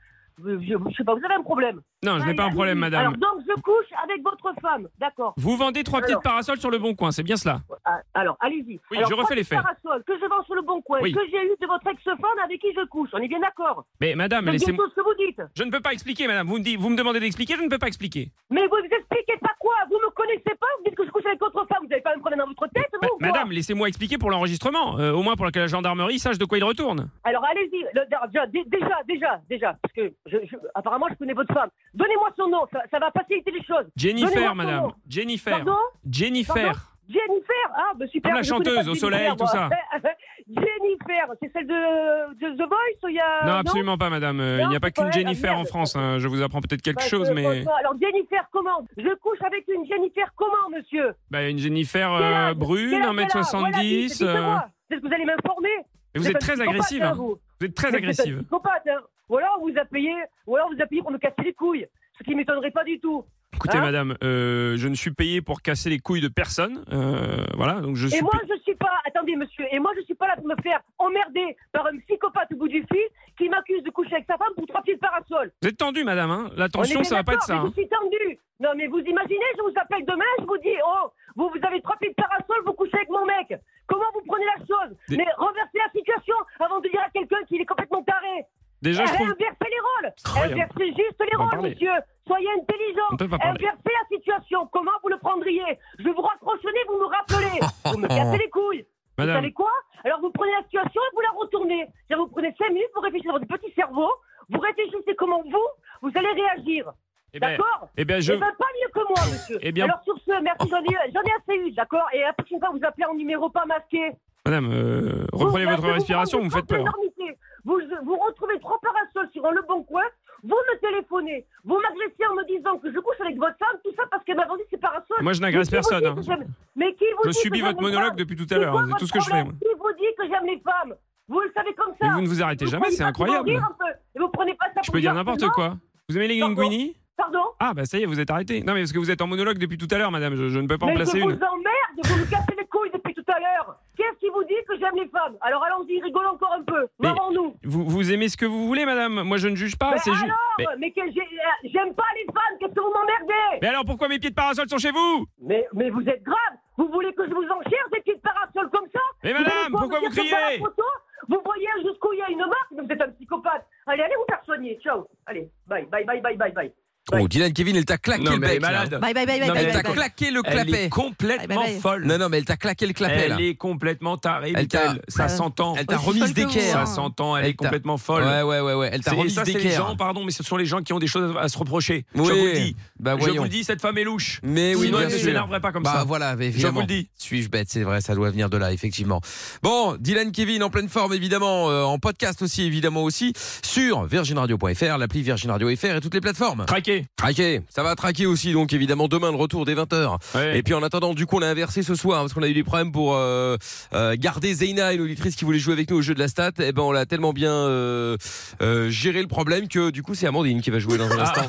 [SPEAKER 17] euh, Je, je sais pas, vous avez un problème.
[SPEAKER 18] Non, je n'ai pas un problème, madame.
[SPEAKER 17] Alors donc je je couche avec votre femme, d'accord.
[SPEAKER 18] Vous vendez trois petites
[SPEAKER 17] Alors,
[SPEAKER 18] parasols sur le bon coin, c'est bien cela
[SPEAKER 17] ah, Alors, allez-y.
[SPEAKER 18] Oui,
[SPEAKER 17] Alors,
[SPEAKER 18] je refais les faits.
[SPEAKER 17] trois parasols que je vends sur le bon coin,
[SPEAKER 18] Oui.
[SPEAKER 17] que j'ai eu de votre ex-femme avec qui je couche. On est bien d'accord
[SPEAKER 18] Mais madame,
[SPEAKER 17] C'est bien
[SPEAKER 18] laissez-moi.
[SPEAKER 17] tout ce que vous dites.
[SPEAKER 18] Je ne peux pas expliquer, madame. Vous me, dites- vous me demandez d'expliquer, je ne peux pas expliquer.
[SPEAKER 17] Mais vous vous expliquez pas quoi Vous me connaissez pas Vous dites que je couche avec votre femme. Vous avez pas un problème dans votre tête, vous ou quoi
[SPEAKER 18] Madame, laissez-moi expliquer pour l'enregistrement, euh, au moins pour que la gendarmerie sache de quoi il retourne.
[SPEAKER 17] Alors allez-y, Le- déjà, dé- déjà, déjà, déjà, parce que je, je- apparemment je connais votre femme. Donnez-moi son nom, ça, ça va faciliter les choses. Donnez-moi
[SPEAKER 18] Jennifer,
[SPEAKER 17] son
[SPEAKER 18] madame.
[SPEAKER 17] nom.
[SPEAKER 18] Jennifer.
[SPEAKER 17] Pardon Pardon
[SPEAKER 18] Jennifer.
[SPEAKER 17] Jennifer, ah, bah super.
[SPEAKER 18] Comme la
[SPEAKER 17] je connais
[SPEAKER 18] chanteuse
[SPEAKER 17] pas
[SPEAKER 18] au
[SPEAKER 17] Jennifer,
[SPEAKER 18] soleil,
[SPEAKER 17] moi.
[SPEAKER 18] tout ça.
[SPEAKER 17] Jennifer, c'est celle de, de The Voice ou il y a.
[SPEAKER 18] non, absolument pas, madame. Euh,
[SPEAKER 17] Non,
[SPEAKER 18] il n'y a pas
[SPEAKER 17] c'est
[SPEAKER 18] qu'une
[SPEAKER 17] pas elle, ah,
[SPEAKER 18] Jennifer en
[SPEAKER 17] merde. Bah,
[SPEAKER 18] France. hein. Je vous apprends peut-être quelque
[SPEAKER 17] Parce
[SPEAKER 18] chose,
[SPEAKER 17] que,
[SPEAKER 18] mais.
[SPEAKER 17] franchement, Alors Jennifer, comment Je couche avec une Jennifer, comment, monsieur
[SPEAKER 18] Bah, une Jennifer
[SPEAKER 17] Quel
[SPEAKER 18] euh,
[SPEAKER 17] âge Quel
[SPEAKER 18] brune,
[SPEAKER 17] âge,
[SPEAKER 18] 1m70.
[SPEAKER 17] quel âge Voilà,
[SPEAKER 18] euh,
[SPEAKER 17] dites- dites-le-moi. Peut-être que vous allez m'informer.
[SPEAKER 18] Mais vous êtes
[SPEAKER 17] un
[SPEAKER 18] très
[SPEAKER 17] psychopathe,
[SPEAKER 18] agressive,
[SPEAKER 17] hein,
[SPEAKER 18] hein.
[SPEAKER 17] vous.
[SPEAKER 18] Vous êtes très
[SPEAKER 17] Mais c'est un
[SPEAKER 18] agressive.
[SPEAKER 17] psychopathe, hein. Ou alors vous appuyez, ou alors vous appuyez pour me casser les couilles, ce qui m'étonnerait pas du tout.
[SPEAKER 18] Écoutez,
[SPEAKER 17] Hein
[SPEAKER 18] madame, euh, je ne suis payé pour casser les couilles de personne. euh, voilà, donc je suis.
[SPEAKER 17] Et moi,
[SPEAKER 18] payé-
[SPEAKER 17] je suis pas. Attendez, monsieur. Et moi, je suis pas là pour me faire emmerder par un psychopathe au bout du fil qui m'accuse de coucher avec sa femme pour trois pieds de parasol.
[SPEAKER 18] Vous êtes tendue, madame. Hein la
[SPEAKER 17] On
[SPEAKER 18] tension,
[SPEAKER 17] est
[SPEAKER 18] ça va pas être
[SPEAKER 17] d'accord,
[SPEAKER 18] ça.
[SPEAKER 17] mais
[SPEAKER 18] hein.
[SPEAKER 17] Je suis tendu. Non, mais vous imaginez, je vous appelle demain, je vous dis, oh, vous, vous avez trois pieds de parasol, vous couchez avec mon mec. Comment vous prenez la chose
[SPEAKER 18] Des-
[SPEAKER 17] Mais reversez la situation avant de dire à quelqu'un qu'il est complètement taré. Eh,
[SPEAKER 18] Déjà, je trouve- Oh,
[SPEAKER 17] Inversez les rôles.
[SPEAKER 18] Incroyable.
[SPEAKER 17] Inversez juste les
[SPEAKER 18] On va
[SPEAKER 17] rôles,
[SPEAKER 18] parler.
[SPEAKER 17] monsieur. Soyez intelligent.
[SPEAKER 18] On peut pas parler.
[SPEAKER 17] Inversez la situation. Comment vous le prendriez Je vous raccrochonnais, vous me rappelez. vous me cassez les couilles.
[SPEAKER 18] Madame.
[SPEAKER 17] Vous savez quoi Alors vous prenez la situation et vous la retournez. C'est-à-dire, vous prenez 5 minutes, vous réfléchissez dans votre petit cerveau, vous réfléchissez comment vous, vous allez réagir.
[SPEAKER 18] Eh ben-
[SPEAKER 17] D'accord
[SPEAKER 18] eh ben, je-
[SPEAKER 17] Eh ben, pas mieux que moi, monsieur.
[SPEAKER 18] Eh bien-
[SPEAKER 17] Alors sur ce, merci, j'en ai, j'en ai assez eu, d'accord Et la prochaine fois, vous appelez en numéro pas masqué.
[SPEAKER 18] Madame, euh, reprenez
[SPEAKER 17] Vous-
[SPEAKER 18] votre
[SPEAKER 17] vous-
[SPEAKER 18] respiration, vous me faites
[SPEAKER 17] trois
[SPEAKER 18] peur.
[SPEAKER 17] énormités. Vous, vous retrouvez trois parasols sur un le bon coin, vous me téléphonez, vous m'agressez en me disant que je couche avec votre femme, tout ça parce qu'elle m'a vendu ses parasols.
[SPEAKER 18] Moi, je n'agresse
[SPEAKER 17] Mais qui vous
[SPEAKER 18] personne,
[SPEAKER 17] dit
[SPEAKER 18] hein.
[SPEAKER 17] que j'aime- Mais qui vous
[SPEAKER 18] Je
[SPEAKER 17] dit que
[SPEAKER 18] subis
[SPEAKER 17] j'aime
[SPEAKER 18] votre
[SPEAKER 17] les
[SPEAKER 18] monologue
[SPEAKER 17] femmes
[SPEAKER 18] depuis tout à
[SPEAKER 17] C'est
[SPEAKER 18] l'heure, hein,
[SPEAKER 17] quoi
[SPEAKER 18] c'est tout
[SPEAKER 17] votre
[SPEAKER 18] ce que je fais,
[SPEAKER 17] problème Qui vous dit que j'aime les femmes Vous le savez comme ça.
[SPEAKER 18] Mais vous ne vous arrêtez jamais,
[SPEAKER 17] prenez
[SPEAKER 18] c'est
[SPEAKER 17] pas pour en
[SPEAKER 18] incroyable.
[SPEAKER 17] rire un peu, et vous prenez pas ça
[SPEAKER 18] Je
[SPEAKER 17] pour
[SPEAKER 18] peux dire
[SPEAKER 17] que
[SPEAKER 18] n'importe
[SPEAKER 17] non.
[SPEAKER 18] quoi. Vous aimez les linguini
[SPEAKER 17] Pardon
[SPEAKER 18] Ah, bah ça y est, vous êtes arrêté. Non, mais parce que vous êtes en monologue depuis tout à l'heure, madame. Je, je ne peux pas en
[SPEAKER 17] Mais
[SPEAKER 18] placer
[SPEAKER 17] je vous
[SPEAKER 18] une.
[SPEAKER 17] emmerde, vous me cassez les couilles depuis tout à l'heure. Qu'est-ce qui vous dit que j'aime les femmes Alors allons-y, rigolons encore un peu.
[SPEAKER 18] Mais-
[SPEAKER 17] Marrons-nous.
[SPEAKER 18] Vous, vous aimez ce que vous voulez, madame. Moi, je ne juge pas.
[SPEAKER 17] mais
[SPEAKER 18] c'est ju-
[SPEAKER 17] alors,
[SPEAKER 18] mais,
[SPEAKER 17] mais, que j'ai- euh, j'aime pas les femmes, qu'est-ce que vous m'emmerdez
[SPEAKER 18] mais alors, pourquoi mes pieds de parasol sont chez vous
[SPEAKER 17] mais, mais vous êtes grave Vous voulez que je vous en cherche des petites parasols comme ça
[SPEAKER 18] Mais
[SPEAKER 17] Vous allez
[SPEAKER 18] madame,
[SPEAKER 17] voir
[SPEAKER 18] pourquoi
[SPEAKER 17] me
[SPEAKER 18] vous
[SPEAKER 17] dire que sur la
[SPEAKER 18] criez
[SPEAKER 17] photo, Vous voyez jusqu'où il y a une marque Vous êtes un psychopathe. Allez, allez vous faire soigner. Ciao. Allez, bye, bye, bye, bye, bye, bye.
[SPEAKER 1] Oh, Dylan Kevin, elle t'a claqué
[SPEAKER 12] Non,
[SPEAKER 1] le
[SPEAKER 12] mais elle
[SPEAKER 1] bec.
[SPEAKER 12] est malade.
[SPEAKER 1] là.
[SPEAKER 12] Bye, bye, bye, bye,
[SPEAKER 1] Non,
[SPEAKER 12] bye,
[SPEAKER 1] elle
[SPEAKER 12] bye,
[SPEAKER 1] t'a
[SPEAKER 12] bye.
[SPEAKER 1] claqué le
[SPEAKER 12] Elle
[SPEAKER 1] clapet.
[SPEAKER 12] est complètement Bye, bye, bye. folle.
[SPEAKER 1] Non, non, mais elle t'a claqué le clapet.
[SPEAKER 12] Elle
[SPEAKER 1] là.
[SPEAKER 12] est complètement tarée,
[SPEAKER 1] Elle t'a-
[SPEAKER 12] Michael. Ça
[SPEAKER 1] Ouais.
[SPEAKER 12] s'entend.
[SPEAKER 1] Elle t'a Aussi remise folle que vous, d'équerre. hein.
[SPEAKER 12] Ça s'entend, elle,
[SPEAKER 1] Elle
[SPEAKER 12] est
[SPEAKER 1] t'a-
[SPEAKER 12] complètement folle.
[SPEAKER 1] Ouais, ouais, ouais, ouais. Elle t'a
[SPEAKER 12] C'est- et
[SPEAKER 1] remise
[SPEAKER 12] ça, c'est les
[SPEAKER 1] d'équerre.
[SPEAKER 12] gens, pardon, mais ce sont les gens qui ont des choses à à se reprocher.
[SPEAKER 1] Oui.
[SPEAKER 12] Je vous le dis.
[SPEAKER 1] Bah,
[SPEAKER 12] je vous
[SPEAKER 1] voyons.
[SPEAKER 12] le dis, cette femme est louche.
[SPEAKER 1] Mais oui,
[SPEAKER 12] Sinon,
[SPEAKER 1] bien
[SPEAKER 12] elle ne
[SPEAKER 1] sûr.
[SPEAKER 12] s'énerverait pas comme
[SPEAKER 1] Bah,
[SPEAKER 12] ça.
[SPEAKER 1] voilà, mais
[SPEAKER 12] Je vous
[SPEAKER 1] évidemment.
[SPEAKER 12] le dis.
[SPEAKER 1] Suis-je bête C'est vrai, ça doit venir de là, effectivement. Bon, Dylan Kevin en pleine forme, évidemment, euh, en podcast aussi, évidemment aussi, sur virginradio.fr, l'appli Virgin Radio FR et toutes les plateformes.
[SPEAKER 12] Traqué.
[SPEAKER 1] Traqué. Ça va traquer aussi, donc évidemment, demain le retour dès 20h. Et puis en attendant, du coup, on a inversé ce soir, hein, parce qu'on a eu des problèmes pour euh, euh, garder Zeina et l'auditrice qui voulait jouer avec nous au jeu de la stat. Et ben, on l'a tellement bien euh, euh, géré le problème que du coup, c'est Amandine qui va jouer
[SPEAKER 12] Ah.
[SPEAKER 1] dans un instant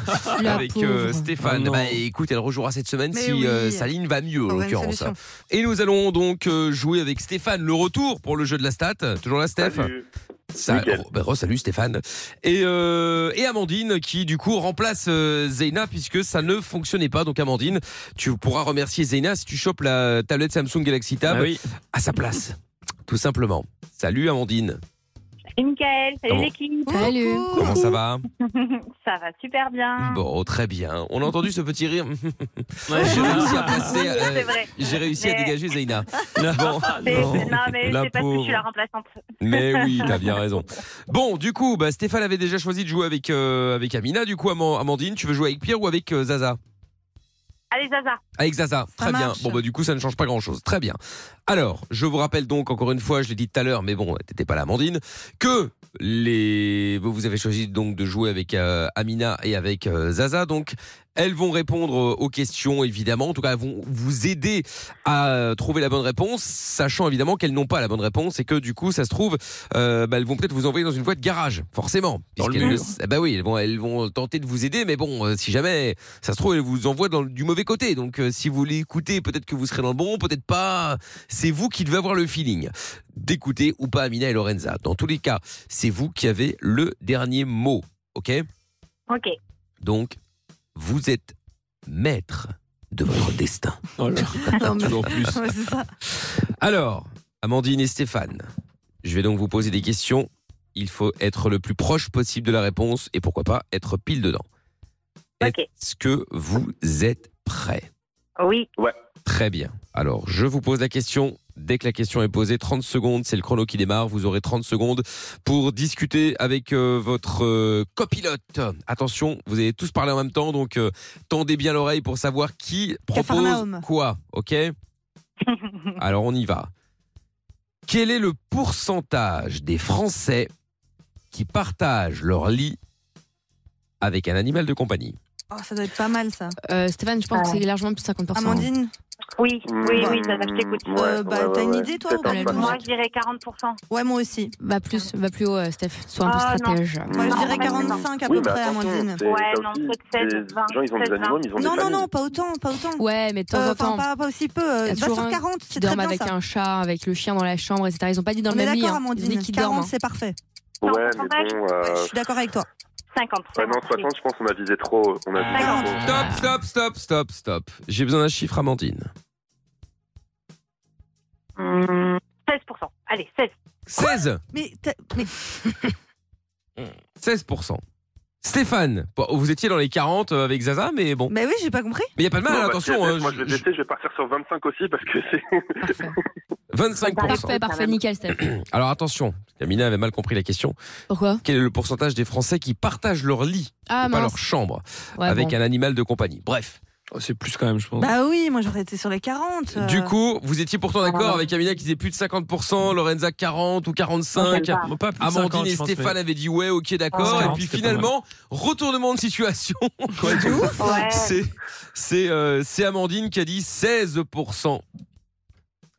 [SPEAKER 12] La
[SPEAKER 1] avec euh,
[SPEAKER 12] pauvre.
[SPEAKER 1] Stéphane.
[SPEAKER 12] Ah non.
[SPEAKER 1] Bah, écoute, elle rejouera cette semaine
[SPEAKER 12] Mais
[SPEAKER 1] si
[SPEAKER 12] oui.
[SPEAKER 1] euh, sa ligne va mieux en
[SPEAKER 12] Trouver une
[SPEAKER 1] l'occurrence.
[SPEAKER 12] solution.
[SPEAKER 1] Et nous allons donc euh, jouer avec Stéphane le retour pour le jeu de la stat. Toujours là, Steph. Ça, oh, bah, re-salut Stéphane. Et, euh, et Amandine qui du coup remplace euh, Zeyna puisque ça ne fonctionnait pas. Donc Amandine, tu pourras remercier Zeyna si tu chopes la tablette Samsung Galaxy Tab
[SPEAKER 12] Ah oui.
[SPEAKER 1] à sa place. Tout simplement. Salut Amandine.
[SPEAKER 19] Et Michael, salut
[SPEAKER 1] Comment-
[SPEAKER 19] l'équipe.
[SPEAKER 1] Comment ça va
[SPEAKER 19] ça va super bien.
[SPEAKER 1] Bon, oh, très bien. On a entendu ce petit rire. J'ai réussi à passer, euh,
[SPEAKER 19] C'est vrai.
[SPEAKER 1] j'ai réussi à
[SPEAKER 19] Mais-
[SPEAKER 1] dégager Zeyna.
[SPEAKER 19] C'est- Non, mais
[SPEAKER 1] La
[SPEAKER 19] c'est parce que je
[SPEAKER 1] pauvre.
[SPEAKER 19] suis la remplaçante.
[SPEAKER 1] Mais oui, t'as bien raison. Bon, du coup, bah, Stéphane avait déjà choisi de jouer avec, euh, avec Amina. Du coup, Ama- Amandine, tu veux jouer avec Pierre ou avec euh, Zaza
[SPEAKER 19] Allez, Zaza.
[SPEAKER 1] Avec Zaza, très bien. Bon, bah, du coup, ça ne change pas grand chose. Très bien. Alors, je vous rappelle donc, encore une fois, je l'ai dit tout à l'heure, mais bon, t'étais pas là, Amandine, que les, vous vous avez choisi donc de jouer avec euh, Amina et avec euh, Zaza. Donc, elles vont répondre euh, aux questions, évidemment. En tout cas, elles vont vous aider à euh, trouver la bonne réponse, sachant évidemment qu'elles n'ont pas la bonne réponse et que du coup, ça se trouve, euh, bah, elles vont peut-être vous envoyer dans une voie de garage, forcément.
[SPEAKER 12] Dans le
[SPEAKER 1] puisqu'elles
[SPEAKER 12] mur.
[SPEAKER 1] eh ben oui, elles vont, elles vont tenter de vous aider, mais bon, euh, si jamais ça se trouve, elles vous envoient dans, le- du mauvais côté. Donc, euh, si vous l'écoutez, peut-être que vous serez dans le bon, peut-être pas. C'est vous qui devez avoir le feeling d'écouter ou pas Amina et Lorenza. Dans tous les cas, c'est vous qui avez le dernier mot, ok
[SPEAKER 19] Ok.
[SPEAKER 1] Donc, vous êtes maître de votre destin.
[SPEAKER 12] Toujours plus.
[SPEAKER 1] Alors, Amandine et Stéphane, je vais donc vous poser des questions. Il faut être le plus proche possible de la réponse et pourquoi pas être pile dedans. Est-ce que vous êtes prêts
[SPEAKER 19] Oui.
[SPEAKER 1] Ouais. Très bien. Alors, je vous pose la question. Dès que la question est posée, 30 secondes, c'est le chrono qui démarre. Vous aurez 30 secondes pour discuter avec euh, votre euh, copilote. Attention, vous allez tous parler en même temps, donc euh, tendez bien l'oreille pour savoir qui propose
[SPEAKER 2] Capharnaüm.
[SPEAKER 1] quoi. Ok Alors, on y va. Quel est le pourcentage des Français qui partagent leur lit avec un animal de compagnie
[SPEAKER 2] Oh, ça doit être pas mal ça.
[SPEAKER 4] Euh, Stéphane, je pense que c'est largement plus de 50%.
[SPEAKER 2] Amandine
[SPEAKER 19] Oui, oui, oui, Zaza, je t'écoute.
[SPEAKER 2] Euh, bah, t'as une idée toi ou pas du tout
[SPEAKER 19] Moi, je dirais 40%.
[SPEAKER 2] Ouais, moi aussi.
[SPEAKER 4] Va plus, va plus haut, euh, Steph. Sois un peu
[SPEAKER 19] Ah, non.
[SPEAKER 4] stratège.
[SPEAKER 2] Moi, je dirais 45 à peu près, Amandine.
[SPEAKER 19] Ouais, non, peut-être 16, 20. peut-être 20.
[SPEAKER 2] non, non, non, pas autant, pas autant.
[SPEAKER 4] Ouais, mais de temps
[SPEAKER 2] Euh,
[SPEAKER 4] en
[SPEAKER 2] enfin,
[SPEAKER 4] temps.
[SPEAKER 2] pas- pas aussi peu, euh,
[SPEAKER 4] Il y a
[SPEAKER 2] va
[SPEAKER 4] toujours
[SPEAKER 2] sur
[SPEAKER 4] un
[SPEAKER 2] 40,
[SPEAKER 4] qui
[SPEAKER 2] c'est
[SPEAKER 4] dorme
[SPEAKER 2] très bien,
[SPEAKER 4] avec
[SPEAKER 2] ça.
[SPEAKER 4] un chat, avec le chien dans la chambre, etc. Ils ont pas dit dans
[SPEAKER 2] On
[SPEAKER 4] le
[SPEAKER 2] est
[SPEAKER 4] même lit.
[SPEAKER 2] d'accord,
[SPEAKER 4] hein. Ils ont dit
[SPEAKER 2] Amandine.
[SPEAKER 4] qu'ils
[SPEAKER 2] 40,
[SPEAKER 4] dorment, hein.
[SPEAKER 2] c'est parfait.
[SPEAKER 15] Ouais, mais bon. euh,
[SPEAKER 2] Je suis d'accord avec toi.
[SPEAKER 19] 50.
[SPEAKER 15] ouais, non, 60, je pense qu'on a visé trop. On a visé trop.
[SPEAKER 1] Stop, stop, stop, stop, stop. J'ai besoin d'un chiffre, Amandine.
[SPEAKER 19] 16%. Allez, 16.
[SPEAKER 1] 16
[SPEAKER 2] Mais, t'as- mais
[SPEAKER 1] 16%. Stéphane, bon, vous étiez dans les 40 avec Zaza, mais bon.
[SPEAKER 2] Mais Bah oui, j'ai pas compris.
[SPEAKER 1] il n'y a pas de mal,
[SPEAKER 15] Bon, bah,
[SPEAKER 1] attention.
[SPEAKER 15] si,
[SPEAKER 1] hein,
[SPEAKER 15] moi, je vais
[SPEAKER 1] je-
[SPEAKER 15] baisser, je vais partir sur 25 aussi parce que c'est.
[SPEAKER 1] 25%.
[SPEAKER 4] Parfait, parfait, nickel, Steph.
[SPEAKER 1] Alors attention, Camina avait mal compris la question.
[SPEAKER 4] Pourquoi
[SPEAKER 1] Quel est le pourcentage des Français qui partagent leur lit,
[SPEAKER 4] Ah,
[SPEAKER 1] et pas
[SPEAKER 4] mince.
[SPEAKER 1] leur chambre,
[SPEAKER 4] Ouais,
[SPEAKER 1] avec
[SPEAKER 4] bon.
[SPEAKER 1] un animal de compagnie Bref.
[SPEAKER 12] Oh, c'est plus quand même, je pense.
[SPEAKER 2] Bah oui, moi j'aurais été sur les 40. euh.
[SPEAKER 1] Du coup, vous étiez pourtant d'accord
[SPEAKER 2] Ah.
[SPEAKER 1] avec Amina qui disait plus de 50%, Lorenza 40 ou 45.
[SPEAKER 12] Ah, pas plus de 50,
[SPEAKER 1] Amandine et
[SPEAKER 12] je pense,
[SPEAKER 1] Stéphane
[SPEAKER 12] mais-
[SPEAKER 1] avaient dit ouais, ok, d'accord.
[SPEAKER 12] Ah.
[SPEAKER 1] et puis
[SPEAKER 12] 40, c'est pas mal.
[SPEAKER 1] finalement, retournement de situation. C'est c'est euh, c'est Amandine qui a dit 16%.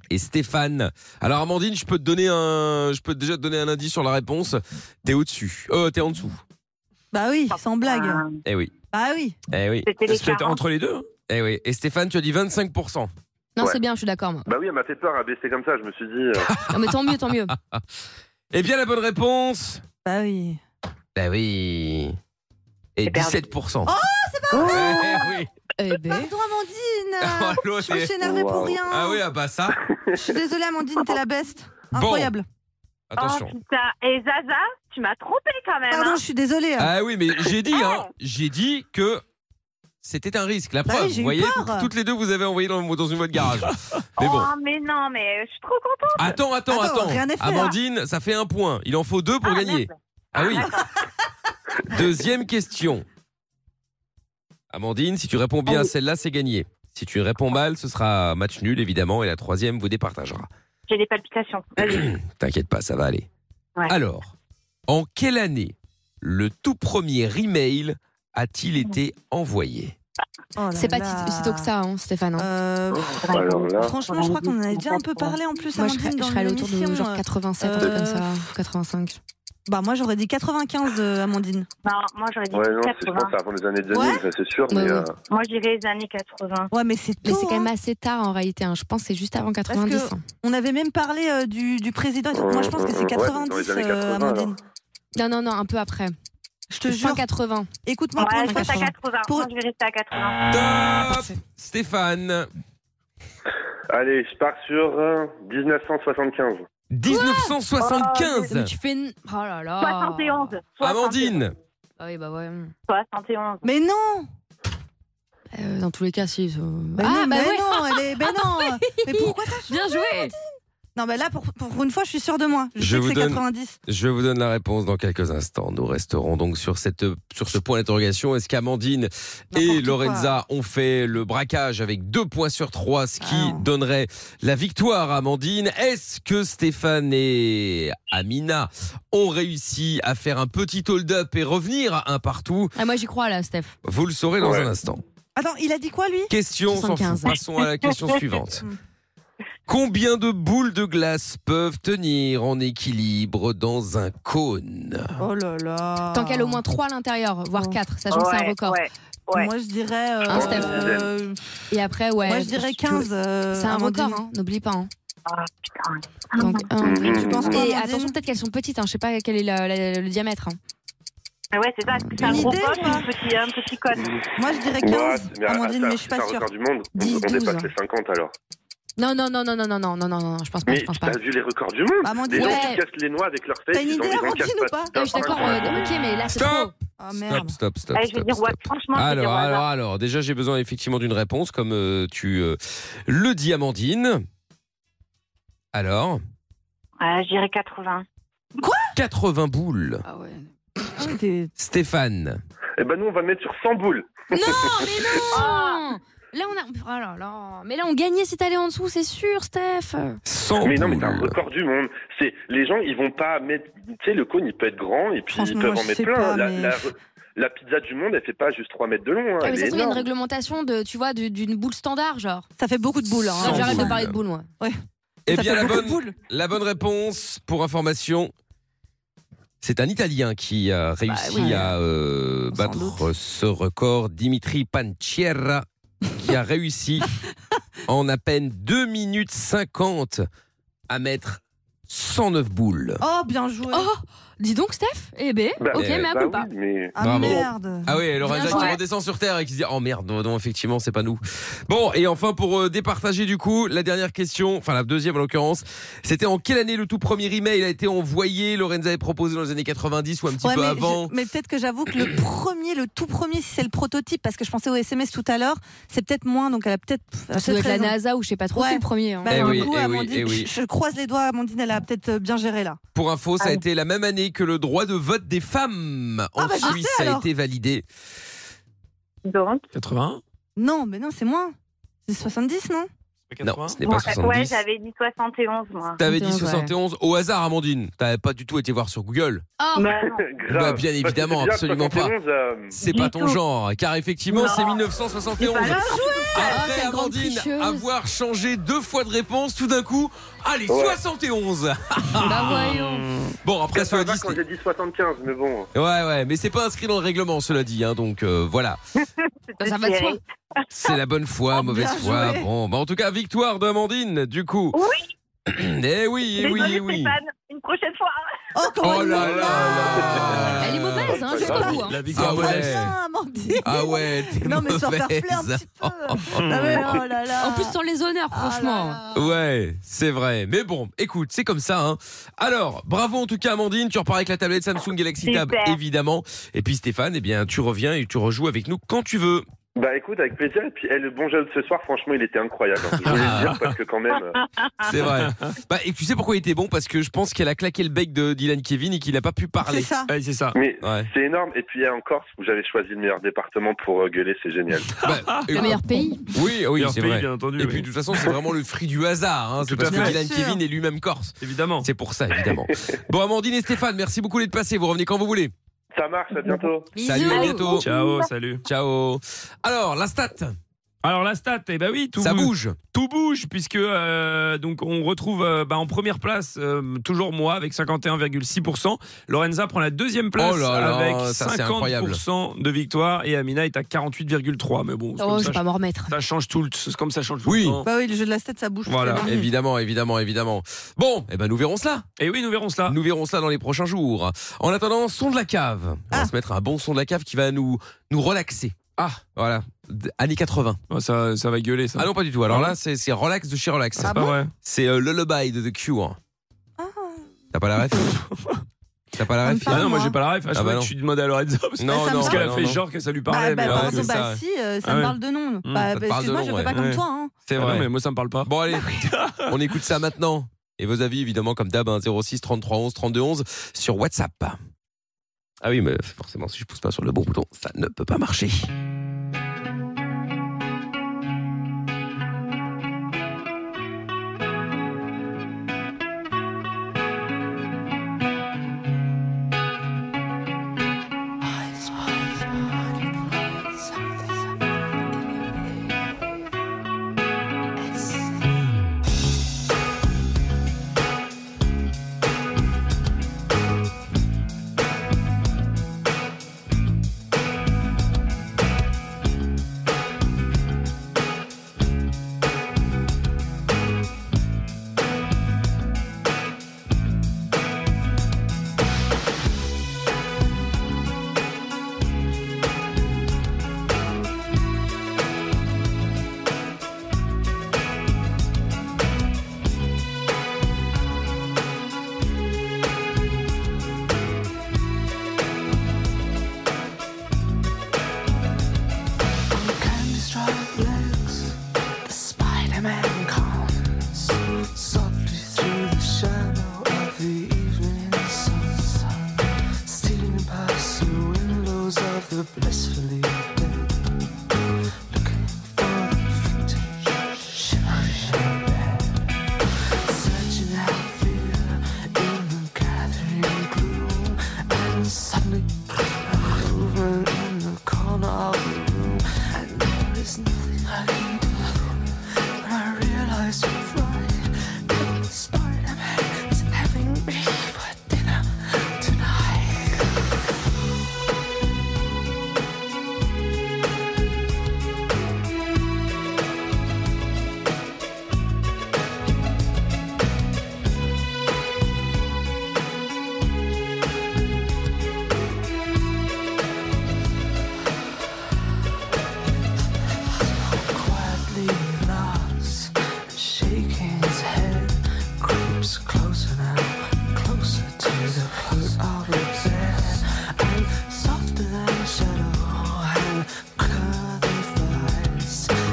[SPEAKER 1] Et Stéphane. Alors Amandine, je peux te donner un, je peux déjà te donner un indice sur la réponse. T'es au dessus. Euh, t'es en dessous.
[SPEAKER 2] Bah oui, sans blague.
[SPEAKER 19] ah.
[SPEAKER 1] Eh oui.
[SPEAKER 2] Bah oui.
[SPEAKER 1] Eh oui.
[SPEAKER 2] C'était les C'est peut-être 40.
[SPEAKER 1] entre les deux. Eh oui. Et Stéphane, tu as dit 25%.
[SPEAKER 4] Non,
[SPEAKER 1] Ouais.
[SPEAKER 4] c'est bien, je suis d'accord. moi.
[SPEAKER 15] Bah oui, elle m'a fait peur à baisser comme ça, je me suis dit. euh,
[SPEAKER 4] Non, mais tant mieux, tant mieux.
[SPEAKER 1] Eh bien, la bonne réponse.
[SPEAKER 2] Bah oui.
[SPEAKER 1] Bah oui. Et 17%.
[SPEAKER 2] Oh, c'est pas vrai
[SPEAKER 1] Eh oui.
[SPEAKER 2] Pardon
[SPEAKER 1] Oh,
[SPEAKER 2] Amandine
[SPEAKER 1] l'autre
[SPEAKER 2] Je me
[SPEAKER 1] est-
[SPEAKER 2] suis énervée pour
[SPEAKER 1] Wow.
[SPEAKER 2] rien.
[SPEAKER 1] Ah oui, ah bah ça.
[SPEAKER 2] Je suis désolée Amandine, t'es la best. Incroyable.
[SPEAKER 1] Attention.
[SPEAKER 19] Oh putain, et Zaza, tu m'as trompé quand même. hein.
[SPEAKER 2] Pardon, je suis désolée.
[SPEAKER 1] Ah oui, mais j'ai dit, hein, j'ai dit que c'était un risque. La
[SPEAKER 19] Bah
[SPEAKER 1] preuve,
[SPEAKER 19] oui, j'ai
[SPEAKER 1] vous
[SPEAKER 19] eu
[SPEAKER 1] voyez,
[SPEAKER 19] peur.
[SPEAKER 1] toutes les deux vous avez envoyé dans, dans une voie de garage. mais bon.
[SPEAKER 19] Oh, mais non, mais je suis trop contente.
[SPEAKER 1] Attends, attends,
[SPEAKER 19] Attends,
[SPEAKER 1] attends.
[SPEAKER 19] rien n'est fait,
[SPEAKER 1] Amandine, ça fait un point. Il en faut deux pour gagner. Ah oui. Deuxième question. Amandine, si tu réponds
[SPEAKER 19] Ah
[SPEAKER 1] bien à celle-là, c'est gagné. Si tu réponds mal, ce sera match nul, évidemment, et la troisième vous départagera.
[SPEAKER 19] J'ai des palpitations. Vas-y.
[SPEAKER 1] T'inquiète pas, ça va aller.
[SPEAKER 19] Ouais.
[SPEAKER 1] Alors, en quelle année le tout premier email a-t-il été envoyé
[SPEAKER 2] Oh
[SPEAKER 4] C'est pas si- si tôt que ça, hein, Stéphane. hein.
[SPEAKER 2] Euh, Franchement, je crois qu'on en avait déjà un peu parlé en plus
[SPEAKER 4] Moi, je serais,
[SPEAKER 2] Amandine
[SPEAKER 4] je
[SPEAKER 2] dans
[SPEAKER 4] serais allée autour de
[SPEAKER 2] l'émission,
[SPEAKER 4] genre
[SPEAKER 2] euh,
[SPEAKER 4] 87, un truc
[SPEAKER 2] euh,
[SPEAKER 4] comme ça, 85.
[SPEAKER 2] Bah moi j'aurais dit 95 euh, Amandine.
[SPEAKER 19] Non, moi j'aurais dit
[SPEAKER 15] Ouais, non, c'est- je
[SPEAKER 19] 80.
[SPEAKER 15] pense avant les années 2000, ça c'est sûr, mais. euh,
[SPEAKER 19] Moi je dirais les années 80.
[SPEAKER 2] Ouais, mais c'est
[SPEAKER 4] Mais c'est quand même assez tard en réalité. hein. Je pense que c'est juste avant hein. 90.
[SPEAKER 2] que On avait même parlé euh, du, du président. et tout. Moi je pense que c'est
[SPEAKER 4] Ouais, dans les
[SPEAKER 2] 90
[SPEAKER 4] années
[SPEAKER 2] euh,
[SPEAKER 4] 80,
[SPEAKER 2] Amandine.
[SPEAKER 4] Non, non, non, un peu après.
[SPEAKER 2] Je te
[SPEAKER 4] jure. 80.
[SPEAKER 2] Écoute-moi
[SPEAKER 19] Ouais, je reste à 80. Moi je vais rester à 80.
[SPEAKER 15] euh.
[SPEAKER 1] Top Stéphane.
[SPEAKER 15] Allez, je pars sur euh, 1975.
[SPEAKER 1] 1975
[SPEAKER 4] Mais tu fais. une- Oh là là.
[SPEAKER 19] 71.
[SPEAKER 1] Amandine
[SPEAKER 4] Ah oui, bah ouais.
[SPEAKER 19] 71.
[SPEAKER 2] Mais non
[SPEAKER 4] Euh, dans tous les cas, si. ça-
[SPEAKER 2] ah,
[SPEAKER 4] bah
[SPEAKER 2] bah
[SPEAKER 4] ouais. bah
[SPEAKER 2] non, elle est. Ben non Mais pourquoi t'as changé,
[SPEAKER 4] Bien joué
[SPEAKER 2] Non, mais là, pour, pour une fois, je suis sûre de moi. Je, sais que c'est 90.
[SPEAKER 1] je vous donne la réponse dans quelques instants. Nous resterons donc sur, cette, sur ce point d'interrogation. Est-ce qu'Amandine et Lorenza ont fait le braquage avec deux points sur trois, ce qui donnerait la victoire à Amandine Est-ce que Stéphane et Amina ont réussi à faire un petit hold-up et revenir à un partout
[SPEAKER 4] Ah, moi, j'y crois là, Steph.
[SPEAKER 1] Vous le saurez dans un instant.
[SPEAKER 2] Attends, il a dit quoi, lui
[SPEAKER 1] Question, on s'en fout.
[SPEAKER 2] 75.
[SPEAKER 1] Passons à la question suivante. Combien de boules de glace peuvent tenir en équilibre dans un cône
[SPEAKER 2] Oh là là
[SPEAKER 4] Tant qu'elle a au moins 3 à l'intérieur,
[SPEAKER 2] Oh.
[SPEAKER 4] voire 4, sachant que c'est un
[SPEAKER 2] Ouais,
[SPEAKER 4] record.
[SPEAKER 2] Moi, je dirais. euh,
[SPEAKER 4] Un Steph.
[SPEAKER 2] euh,
[SPEAKER 4] Et après, ouais.
[SPEAKER 2] Moi, je dirais
[SPEAKER 4] tu- tu-
[SPEAKER 2] 15, euh,
[SPEAKER 4] C'est un
[SPEAKER 2] Amandine.
[SPEAKER 4] record, hein, n'oublie pas. hein.
[SPEAKER 19] Ah,
[SPEAKER 2] Tu penses quoi,
[SPEAKER 4] Et
[SPEAKER 2] Amandine
[SPEAKER 4] attention, peut-être qu'elles sont petites, hein, je sais pas quel est la- la- le diamètre. hein.
[SPEAKER 19] Mais ouais, c'est ça. Est-ce que c'est un
[SPEAKER 2] Une
[SPEAKER 19] gros
[SPEAKER 2] idée,
[SPEAKER 19] pote
[SPEAKER 2] ou
[SPEAKER 19] ou un petit, un petit code
[SPEAKER 2] Moi, Ah, je dirais
[SPEAKER 15] Ouais,
[SPEAKER 2] 15,
[SPEAKER 15] mais
[SPEAKER 2] Amandine,
[SPEAKER 15] attends,
[SPEAKER 2] mais je suis
[SPEAKER 15] c'est
[SPEAKER 2] pas
[SPEAKER 15] un
[SPEAKER 2] sûre.
[SPEAKER 15] record du monde. On-
[SPEAKER 2] 10,
[SPEAKER 15] on
[SPEAKER 2] 12.
[SPEAKER 15] dépasse les 50 alors.
[SPEAKER 4] Non, non, non, non, non, non, non, non, non, non, je pense pas,
[SPEAKER 15] Mais
[SPEAKER 4] Ah, je pense pas. Ah,
[SPEAKER 15] t'as vu les records du monde
[SPEAKER 4] Amandine,
[SPEAKER 15] Des gens
[SPEAKER 4] ouais.
[SPEAKER 15] qui cassent les noix avec leur tête. ils en- ils en cassent pas.
[SPEAKER 4] Ouais, Je suis d'accord, euh, ok, mais là, c'est trop.
[SPEAKER 2] Ah,
[SPEAKER 1] Stop, stop,
[SPEAKER 4] Eh,
[SPEAKER 1] stop.
[SPEAKER 19] Allez, je vais
[SPEAKER 1] stop,
[SPEAKER 19] dire, ouais,
[SPEAKER 1] stop.
[SPEAKER 19] franchement, je vais dire
[SPEAKER 1] Alors,
[SPEAKER 19] ouais,
[SPEAKER 1] alors,
[SPEAKER 19] ouais.
[SPEAKER 1] alors, déjà j'ai besoin effectivement d'une réponse, comme euh, tu euh, le dis, Amandine. Alors,
[SPEAKER 19] Ouais, je dirais 80.
[SPEAKER 1] 80 boules. Stéphane.
[SPEAKER 15] Eh ben nous on va mettre sur 100 boules.
[SPEAKER 4] Non, mais
[SPEAKER 1] Ah
[SPEAKER 4] non Là, on a. Oh là là. Mais là, on gagnait si t'allais en dessous, c'est sûr, Steph. Ah,
[SPEAKER 15] mais non, mais t'as un record du monde. C'est les gens, ils vont pas mettre. Tu sais, le cône, il peut être grand et puis ils
[SPEAKER 4] Franchement,
[SPEAKER 15] peuvent
[SPEAKER 4] moi,
[SPEAKER 15] en
[SPEAKER 4] je
[SPEAKER 15] mettre
[SPEAKER 4] sais
[SPEAKER 15] plein.
[SPEAKER 4] pas,
[SPEAKER 15] la,
[SPEAKER 4] mais-
[SPEAKER 15] la- la pizza du monde, elle fait pas juste 3 mètres de long. hein,
[SPEAKER 4] Ah, mais
[SPEAKER 15] elle
[SPEAKER 4] ça
[SPEAKER 15] est
[SPEAKER 4] se trouve, il y a une
[SPEAKER 15] énorme.
[SPEAKER 4] réglementation de, tu vois, du- d'une boule standard, genre.
[SPEAKER 2] Ça fait beaucoup de boules. hein.
[SPEAKER 4] J'arrête de
[SPEAKER 1] boules.
[SPEAKER 4] parler de boules, moi.
[SPEAKER 1] Eh
[SPEAKER 4] Ça
[SPEAKER 1] bien,
[SPEAKER 4] fait
[SPEAKER 1] la
[SPEAKER 4] beaucoup de
[SPEAKER 1] bonne, la bonne réponse, pour information, c'est un Italien qui a réussi
[SPEAKER 4] Bah oui.
[SPEAKER 1] à euh, battre ce record, Dimitri Pancierra, qui a réussi en à peine 2 minutes 50 à mettre 109 boules.
[SPEAKER 2] Oh, bien joué.
[SPEAKER 4] Oh, dis donc, Steph. Eh ben,
[SPEAKER 1] Bah,
[SPEAKER 4] ok,
[SPEAKER 1] eh,
[SPEAKER 4] mais à
[SPEAKER 1] bah
[SPEAKER 4] coup pas.
[SPEAKER 1] oui, mais-
[SPEAKER 4] Ah,
[SPEAKER 1] Bravo.
[SPEAKER 4] merde.
[SPEAKER 1] Ah oui, Lorenza
[SPEAKER 4] Bien
[SPEAKER 1] qui
[SPEAKER 4] joué.
[SPEAKER 1] redescend sur terre et qui se dit Oh merde, non, non, effectivement, c'est pas nous. Bon, et enfin, pour euh, départager du coup, la dernière question, enfin la deuxième en l'occurrence, c'était en quelle année le tout premier email a été envoyé Lorenza est proposé dans les années 90 ou un petit
[SPEAKER 2] Ouais,
[SPEAKER 1] peu
[SPEAKER 2] mais,
[SPEAKER 1] avant
[SPEAKER 2] je- mais peut-être que j'avoue que le premier, le tout premier, si c'est le prototype, parce que je pensais au SMS tout à l'heure, c'est peut-être moins, donc elle a peut-être. elle a
[SPEAKER 4] Ça doit
[SPEAKER 2] peut-être
[SPEAKER 4] être la
[SPEAKER 2] raison.
[SPEAKER 4] NASA ou je sais pas trop
[SPEAKER 2] Ouais.
[SPEAKER 4] qui est le premier. hein.
[SPEAKER 2] Bah,
[SPEAKER 1] Eh
[SPEAKER 2] du
[SPEAKER 1] oui,
[SPEAKER 2] coup,
[SPEAKER 1] eh oui,
[SPEAKER 2] Amandine,
[SPEAKER 1] eh oui.
[SPEAKER 2] Je, je croise les doigts, Amandine, elle a peut-être euh, bien géré là.
[SPEAKER 1] Pour info, ça
[SPEAKER 2] Ah
[SPEAKER 1] a
[SPEAKER 2] oui.
[SPEAKER 1] été la même année que le droit de vote des femmes en
[SPEAKER 2] Ah bah, je
[SPEAKER 1] Suisse
[SPEAKER 2] sais,
[SPEAKER 1] a
[SPEAKER 2] alors.
[SPEAKER 1] été validé.
[SPEAKER 19] Donc
[SPEAKER 1] 80
[SPEAKER 2] Non, mais non, c'est moins. C'est 70, non
[SPEAKER 1] Non, ce n'est pas
[SPEAKER 19] Ouais, Ouais,
[SPEAKER 1] 70.
[SPEAKER 19] j'avais dit 71, moi.
[SPEAKER 1] T'avais dit 71 au hasard, Amandine. T'avais pas du tout été voir sur Google.
[SPEAKER 19] Oh,
[SPEAKER 1] Bah, bien évidemment,
[SPEAKER 15] Parce que c'est bien,
[SPEAKER 1] absolument pas.
[SPEAKER 15] 71, euh,
[SPEAKER 1] C'est
[SPEAKER 15] du
[SPEAKER 1] pas ton
[SPEAKER 15] tout.
[SPEAKER 1] genre, car effectivement,
[SPEAKER 15] Non.
[SPEAKER 1] c'est 1971.
[SPEAKER 15] C'est pas leur
[SPEAKER 1] Après
[SPEAKER 15] Ah, quelle grande
[SPEAKER 1] Amandine
[SPEAKER 15] tricheuse.
[SPEAKER 1] avoir changé deux fois de réponse, tout d'un coup, allez,
[SPEAKER 15] Ouais.
[SPEAKER 1] 71
[SPEAKER 15] Bah, voyons.
[SPEAKER 1] Bon, après,
[SPEAKER 15] Ça
[SPEAKER 1] cela
[SPEAKER 15] va
[SPEAKER 1] dit,
[SPEAKER 15] quand
[SPEAKER 1] c'était-
[SPEAKER 15] j'ai dit 75, mais bon.
[SPEAKER 1] Ouais, ouais, mais c'est pas inscrit dans le règlement, cela dit, hein, donc euh, voilà.
[SPEAKER 4] Ça va de soi.
[SPEAKER 1] C'est la bonne
[SPEAKER 15] Ah,
[SPEAKER 1] foi, mauvaise
[SPEAKER 4] Bien
[SPEAKER 1] foi.
[SPEAKER 4] joué.
[SPEAKER 1] Bon, bah en tout cas, victoire de Amandine, du coup. Oui Eh oui, eh oui, eh
[SPEAKER 19] Désolée,
[SPEAKER 1] oui.
[SPEAKER 19] Stéphane, une prochaine fois.
[SPEAKER 1] Oh là là là
[SPEAKER 4] Elle est mauvaise,
[SPEAKER 1] Euh,
[SPEAKER 4] hein, jusqu'au bout. hein.
[SPEAKER 1] La
[SPEAKER 2] Ah
[SPEAKER 1] victoire
[SPEAKER 2] ouais.
[SPEAKER 1] Ah ouais, t'es
[SPEAKER 4] Non, mais se faire
[SPEAKER 1] mauvaise.
[SPEAKER 4] flair un
[SPEAKER 2] Ah oh
[SPEAKER 4] En plus, sans les honneurs, franchement.
[SPEAKER 1] Ouais, c'est vrai. Mais bon, écoute, c'est comme ça. Hein. Alors, bravo en tout cas, Amandine. Tu repars avec la tablette Samsung Galaxy Tab,
[SPEAKER 15] Super.
[SPEAKER 1] évidemment. Et puis Stéphane, eh bien, tu reviens et tu rejoues avec nous quand tu veux.
[SPEAKER 15] Bah écoute, avec plaisir. Et puis, eh, le bon jeu de ce soir, franchement, il était incroyable. hein. Je voulais le dire parce que quand même. euh,
[SPEAKER 1] C'est vrai. Bah, et tu sais pourquoi il était bon Parce que je pense qu'elle a claqué le bec de Dylan Kevin et qu'il n'a pas pu parler.
[SPEAKER 2] C'est ça.
[SPEAKER 1] c'est ça.
[SPEAKER 15] Mais c'est énorme. Et puis, il y a en Corse où j'avais choisi le meilleur département pour euh, gueuler, c'est génial.
[SPEAKER 4] Le meilleur pays.
[SPEAKER 1] Bah, Oui, ah oui,
[SPEAKER 12] Meilleur
[SPEAKER 1] c'est
[SPEAKER 12] pays,
[SPEAKER 1] vrai.
[SPEAKER 12] bien entendu,
[SPEAKER 1] et
[SPEAKER 12] oui.
[SPEAKER 1] puis, de toute façon, c'est vraiment le fruit du hasard. Hein. C'est
[SPEAKER 12] Tout à
[SPEAKER 1] parce que
[SPEAKER 12] fait.
[SPEAKER 1] Dylan
[SPEAKER 12] Bien sûr.
[SPEAKER 1] Kevin est lui-même corse. Évidemment. C'est pour ça, évidemment. bon, Amandine et Stéphane, merci beaucoup d'être passés. Vous revenez quand vous voulez.
[SPEAKER 15] Ça marche, à bientôt.
[SPEAKER 1] Salut, à bientôt.
[SPEAKER 12] Ciao, salut.
[SPEAKER 1] Ciao. Alors, la stat.
[SPEAKER 12] Alors, la stat, eh ben oui, tout
[SPEAKER 1] Ça bouge.
[SPEAKER 12] Tout bouge, puisque euh, donc on retrouve euh, bah, en première place, euh, toujours moi, avec 51,6%. Lorenza prend la deuxième place
[SPEAKER 1] Oh là là,
[SPEAKER 12] avec
[SPEAKER 1] ça, c'est incroyable.
[SPEAKER 12] 50% de victoire et Amina est à 48,3%. Mais bon, c'est
[SPEAKER 2] Oh,
[SPEAKER 12] comme
[SPEAKER 2] je
[SPEAKER 12] ça,
[SPEAKER 2] vais pas m'en remettre.
[SPEAKER 12] Ça change tout, le- c'est comme ça change tout
[SPEAKER 1] Oui.
[SPEAKER 12] le temps.
[SPEAKER 2] Bah oui, le jeu de la tête, ça bouge.
[SPEAKER 1] Voilà,
[SPEAKER 2] Très bien.
[SPEAKER 1] évidemment, évidemment, évidemment. Bon, eh ben nous verrons cela.
[SPEAKER 12] Et oui, nous verrons cela.
[SPEAKER 1] Nous verrons cela dans les prochains jours. En attendant, son de la cave. On
[SPEAKER 2] Ah.
[SPEAKER 1] va se mettre un bon son de la cave qui va nous nous relaxer. Ah, voilà, D- années 80.
[SPEAKER 12] Oh, ça, ça va gueuler ça.
[SPEAKER 1] Ah non, pas du tout. Alors là, c'est c'est relax de chez relax.
[SPEAKER 12] Ah C'est pas bon vrai.
[SPEAKER 1] C'est euh, Lullaby de The Cure.
[SPEAKER 2] Ah.
[SPEAKER 1] T'as pas la ref T'as pas la ref
[SPEAKER 12] Ah
[SPEAKER 2] hein.
[SPEAKER 12] non, moi j'ai pas la ref. Ah, je
[SPEAKER 1] Ah bah
[SPEAKER 12] croyais que
[SPEAKER 1] non.
[SPEAKER 12] tu demandais à Lorenzo parce que-
[SPEAKER 1] Non,
[SPEAKER 12] parce
[SPEAKER 1] non,
[SPEAKER 12] qu'elle a
[SPEAKER 1] bah
[SPEAKER 12] fait
[SPEAKER 1] non, non.
[SPEAKER 12] genre que ça lui
[SPEAKER 1] Bah,
[SPEAKER 12] parlait.
[SPEAKER 1] bah,
[SPEAKER 12] mais
[SPEAKER 1] par
[SPEAKER 12] ouais,
[SPEAKER 1] exemple,
[SPEAKER 12] c'est
[SPEAKER 1] bah,
[SPEAKER 12] ça.
[SPEAKER 2] Si, euh, ça
[SPEAKER 12] Ah
[SPEAKER 2] me
[SPEAKER 12] ouais.
[SPEAKER 2] parle de
[SPEAKER 1] Mmh,
[SPEAKER 2] nom.
[SPEAKER 12] Hmm,
[SPEAKER 2] Bah,
[SPEAKER 12] ça te parle
[SPEAKER 2] Excuse-moi,
[SPEAKER 1] de
[SPEAKER 2] je
[SPEAKER 1] nom,
[SPEAKER 2] fais pas
[SPEAKER 1] ouais.
[SPEAKER 2] comme
[SPEAKER 1] Ouais.
[SPEAKER 2] toi. hein. Bah,
[SPEAKER 1] C'est
[SPEAKER 12] Ah
[SPEAKER 1] vrai.
[SPEAKER 12] non, mais moi, ça me parle pas.
[SPEAKER 1] Bon, allez, on écoute ça maintenant. Et vos avis, évidemment, comme d'hab, hein, 06 33 11 32 11 sur WhatsApp. Ah oui, mais forcément, si je pousse pas sur le bon bouton, ça ne peut pas marcher.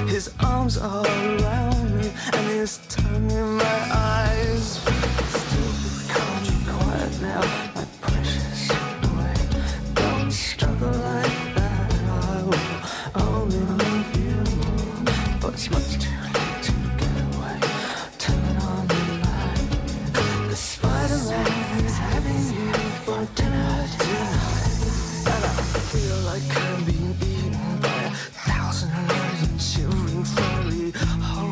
[SPEAKER 20] His arms all around me and his tongue in my eyes. Still, can't you quiet now, my precious boy? Don't struggle like that. I will only love you, but it's much too late to get away. Turn on the light. The Spider-Man is having you for dinner tonight, and I feel like I'm being eaten by a thousand little children slowly. Oh.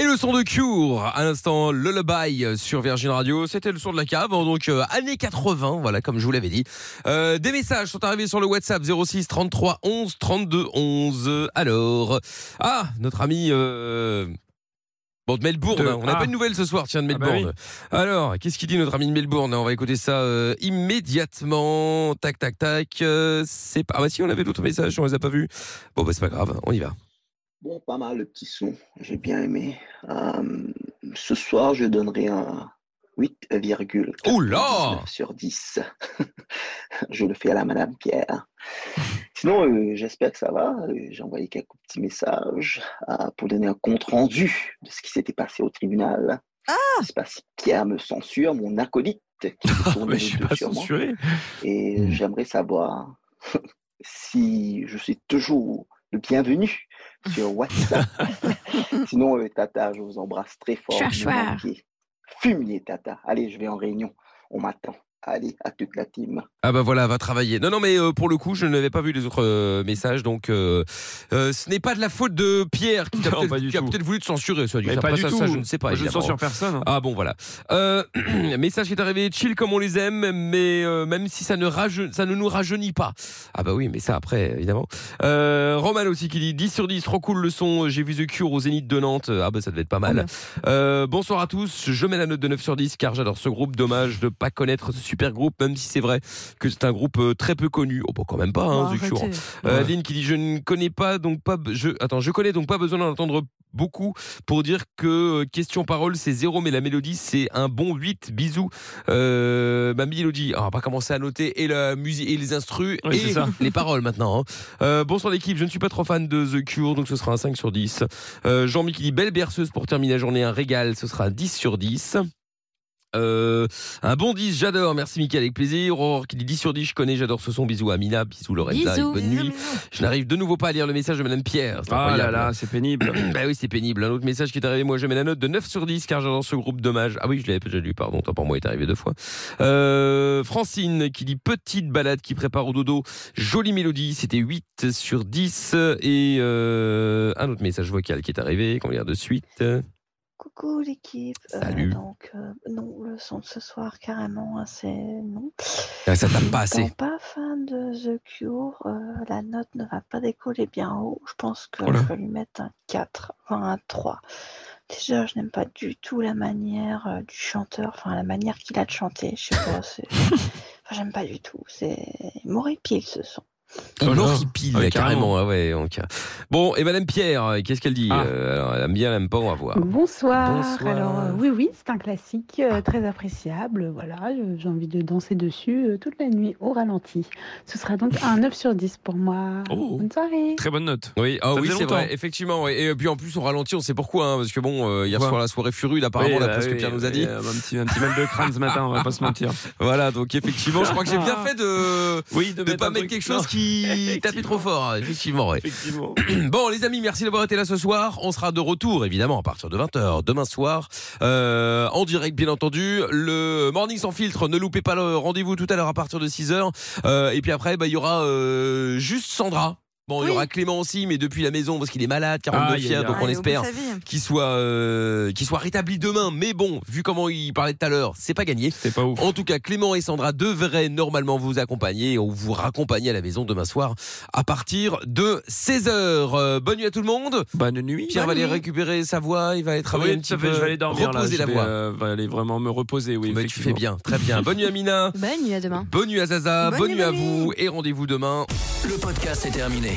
[SPEAKER 1] Et le son de Cure, à l'instant Lullaby euh, sur Virgin Radio, c'était le son de la cave, hein, donc euh, années 80, voilà comme je vous l'avais dit. Euh, des messages sont arrivés sur le WhatsApp 06 33 11 32 11. Alors, ah, notre ami... euh, Bon, de Melbourne,
[SPEAKER 12] De-
[SPEAKER 1] hein, on n'a
[SPEAKER 12] ah.
[SPEAKER 1] pas de nouvelles ce soir, tiens, de
[SPEAKER 12] Ah bah
[SPEAKER 1] Melbourne.
[SPEAKER 12] oui.
[SPEAKER 1] Alors, qu'est-ce qu'il dit notre ami de Melbourne On va écouter ça euh, immédiatement. Tac, tac, tac. Euh, c'est pas... Ah bah si, on avait d'autres messages, on les a pas vus. Bon, bah c'est pas grave, on y va.
[SPEAKER 21] Bon, pas mal le petit son, j'ai bien aimé. Euh, ce soir, je donnerai un 8,99 sur 10. je le fais à la Madame Pierre. Sinon, euh, j'espère que ça va. Euh, J'ai envoyé quelques petits messages euh, pour donner un compte rendu de ce qui s'était passé au tribunal.
[SPEAKER 12] Ah!
[SPEAKER 21] Je ne sais pas si Pierre me censure, mon acolyte. Qui se tourne
[SPEAKER 12] mais je suis
[SPEAKER 21] le dos
[SPEAKER 12] pas
[SPEAKER 21] sur moi.
[SPEAKER 12] censuré. Hmm.
[SPEAKER 21] Et j'aimerais savoir si je suis toujours le bienvenu sur WhatsApp. Sinon, euh, Tata, je vous embrasse très fort.
[SPEAKER 4] Chouar,
[SPEAKER 21] vous
[SPEAKER 4] chouar.
[SPEAKER 21] manquez. Fumier, Tata. Allez, je vais en réunion. On m'attend. Allez, à toute la team.
[SPEAKER 1] Ah bah voilà, va travailler. Non non mais euh, pour le coup, je n'avais pas vu les autres euh, messages donc euh, euh, ce n'est pas de la faute de Pierre qui a
[SPEAKER 12] Non,
[SPEAKER 1] peut-être
[SPEAKER 12] pas du
[SPEAKER 1] qui a
[SPEAKER 12] tout.
[SPEAKER 1] peut-être voulu te censurer soit dit.
[SPEAKER 12] Mais
[SPEAKER 1] Après
[SPEAKER 12] pas du
[SPEAKER 1] ça,
[SPEAKER 12] tout.
[SPEAKER 1] ça, je ne sais pas.
[SPEAKER 12] Moi, je ne
[SPEAKER 1] évidemment.
[SPEAKER 12] censure personne.
[SPEAKER 1] Ah bon voilà. Euh, message qui est arrivé chill comme on les aime mais euh, même si ça ne raje- ça ne nous rajeunit pas. Ah bah oui, mais ça après évidemment. Euh, Roman aussi qui dit 10 sur 10, trop cool le son, j'ai vu The Cure au Zénith de Nantes. Ah bah ça devait être pas mal. Euh, bonsoir à tous, je mets la note de 9 sur 10 car j'adore ce groupe, dommage de pas connaître ce super groupe même si c'est vrai que c'est un groupe euh, très peu connu. Oh bah quand même pas hein,
[SPEAKER 12] Bon,
[SPEAKER 1] The Cure.
[SPEAKER 12] arrêtez.
[SPEAKER 1] Euh,
[SPEAKER 12] Ouais.
[SPEAKER 1] Adeline qui dit je ne connais pas donc pas be- je attends, je connais donc pas besoin d'en entendre beaucoup pour dire que euh, question parole c'est zéro mais la mélodie c'est un bon 8 bisous euh, ma mélodie on va pas commencer à noter et la musique et les instrus
[SPEAKER 12] Oui,
[SPEAKER 1] et
[SPEAKER 12] c'est ça.
[SPEAKER 1] les paroles maintenant hein. euh, bonsoir l'équipe je ne suis pas trop fan de The Cure donc ce sera un 5 sur 10 euh, Jean-Mi qui dit belle berceuse pour terminer la journée un régal ce sera un 10 sur 10 euh, un bon 10, j'adore. Merci, Mickaël, avec plaisir. Aurore qui dit 10 sur 10, je connais, j'adore ce son. Bisous à Mina, bisous Lorenza,
[SPEAKER 12] Bisous.
[SPEAKER 1] et bonne nuit. Je n'arrive de nouveau pas à lire le message de Madame Pierre. c'est
[SPEAKER 12] Ah
[SPEAKER 1] incroyable.
[SPEAKER 12] là là, c'est pénible.
[SPEAKER 1] bah oui, c'est pénible. Un autre message qui est arrivé, moi je mets la note de 9 sur 10 car j'adore ce groupe, dommage. Ah oui, je l'avais déjà lu, pardon, tant pour moi, il est arrivé deux fois. Euh, Francine qui dit petite balade qui prépare au dodo, jolie mélodie, c'était 8 sur 10. Et euh, un autre message vocal qui est arrivé, qu'on regarde de suite.
[SPEAKER 22] Coucou l'équipe. Euh,
[SPEAKER 1] Salut.
[SPEAKER 22] donc, euh, non, le son de ce soir, carrément, hein, c'est non.
[SPEAKER 1] Ah, ça tape pas
[SPEAKER 22] Étant
[SPEAKER 1] assez.
[SPEAKER 22] pas fan de The Cure, euh, la note ne va pas décoller bien haut. Je pense que
[SPEAKER 1] Oh là.
[SPEAKER 22] je vais lui mettre un 4, enfin un 3. Déjà, je n'aime pas du tout la manière euh, du chanteur, enfin la manière qu'il a de chanter. Je sais pas, c'est. Enfin, j'aime pas du tout. C'est morépile ce son.
[SPEAKER 1] L'horripile,
[SPEAKER 12] Ah oui,
[SPEAKER 1] carrément.
[SPEAKER 12] carrément. Ah.
[SPEAKER 1] Ah ouais, donc. Bon, et Madame Pierre, euh, qu'est-ce qu'elle dit Euh, Alors, elle aime bien, elle aime pas, on va voir.
[SPEAKER 5] Bonsoir.
[SPEAKER 1] Bonsoir.
[SPEAKER 5] Alors euh, oui, oui, c'est un classique euh, très appréciable. Voilà, euh, j'ai envie de danser dessus euh, toute la nuit au ralenti. Ce sera donc un 9 sur 10 pour moi. Bonne soirée.
[SPEAKER 12] Très bonne note.
[SPEAKER 1] Oui, ah
[SPEAKER 12] Ça
[SPEAKER 1] oui,
[SPEAKER 12] faisait
[SPEAKER 1] c'est
[SPEAKER 12] longtemps.
[SPEAKER 1] vrai, effectivement. ouais. Et puis en plus, on ralentit, on sait pourquoi, hein, parce que bon, euh, hier
[SPEAKER 12] Ouais.
[SPEAKER 1] soir, la soirée furule, apparemment,
[SPEAKER 12] Oui,
[SPEAKER 1] d'après
[SPEAKER 12] bah
[SPEAKER 1] ce que
[SPEAKER 12] oui,
[SPEAKER 1] Pierre nous a
[SPEAKER 12] oui,
[SPEAKER 1] dit.
[SPEAKER 12] euh, un, petit, un petit mal de crâne ce matin, on va pas se mentir.
[SPEAKER 1] Voilà, donc effectivement, je crois que j'ai bien fait de
[SPEAKER 12] oui, de,
[SPEAKER 1] pas mettre quelque chose qui tapait trop fort, hein, effectivement. ouais. bon, les amis, merci d'avoir été là ce soir. On sera de retour, évidemment, à partir de 20h demain soir, Euh, en direct, bien entendu. Le Morning sans filtre, ne loupez pas le rendez-vous tout à l'heure à partir de 6h. Euh, et puis après, bah, il y aura euh, juste Sandra. Bon, il y aura Clément aussi, mais depuis la maison, parce qu'il est malade, 42
[SPEAKER 12] Aïe, aïe,
[SPEAKER 1] fièvre,
[SPEAKER 12] aïe.
[SPEAKER 1] donc on
[SPEAKER 12] Allez, Ah, au bout de
[SPEAKER 1] espère
[SPEAKER 12] sa vie.
[SPEAKER 1] qu'il soit, euh, qu'il soit rétabli demain. Mais bon, vu comment il parlait tout à l'heure, c'est pas gagné.
[SPEAKER 12] C'est pas ouf.
[SPEAKER 1] En tout cas, Clément et Sandra devraient normalement vous accompagner ou vous raccompagner à la maison demain soir à partir de 16h. Euh, bonne nuit à tout le monde.
[SPEAKER 12] Bonne nuit.
[SPEAKER 1] Pierre va aller récupérer sa voix, il va aller travailler
[SPEAKER 12] Oui,
[SPEAKER 1] un petit
[SPEAKER 12] tout à fait,
[SPEAKER 1] peu.
[SPEAKER 12] je vais aller dormir là,
[SPEAKER 1] reposer
[SPEAKER 12] je
[SPEAKER 1] la
[SPEAKER 12] vais,
[SPEAKER 1] voix.
[SPEAKER 12] euh, va aller vraiment me reposer, oui.
[SPEAKER 1] Bah, tu fais bien, très bien. Bonne nuit Amina.
[SPEAKER 4] Bonne nuit à demain.
[SPEAKER 1] Bonne nuit à Zaza,
[SPEAKER 4] Bonne
[SPEAKER 1] bonne,
[SPEAKER 4] nuit,
[SPEAKER 1] nuit à
[SPEAKER 4] mamie.
[SPEAKER 1] vous et rendez-vous demain.
[SPEAKER 16] Le podcast est terminé.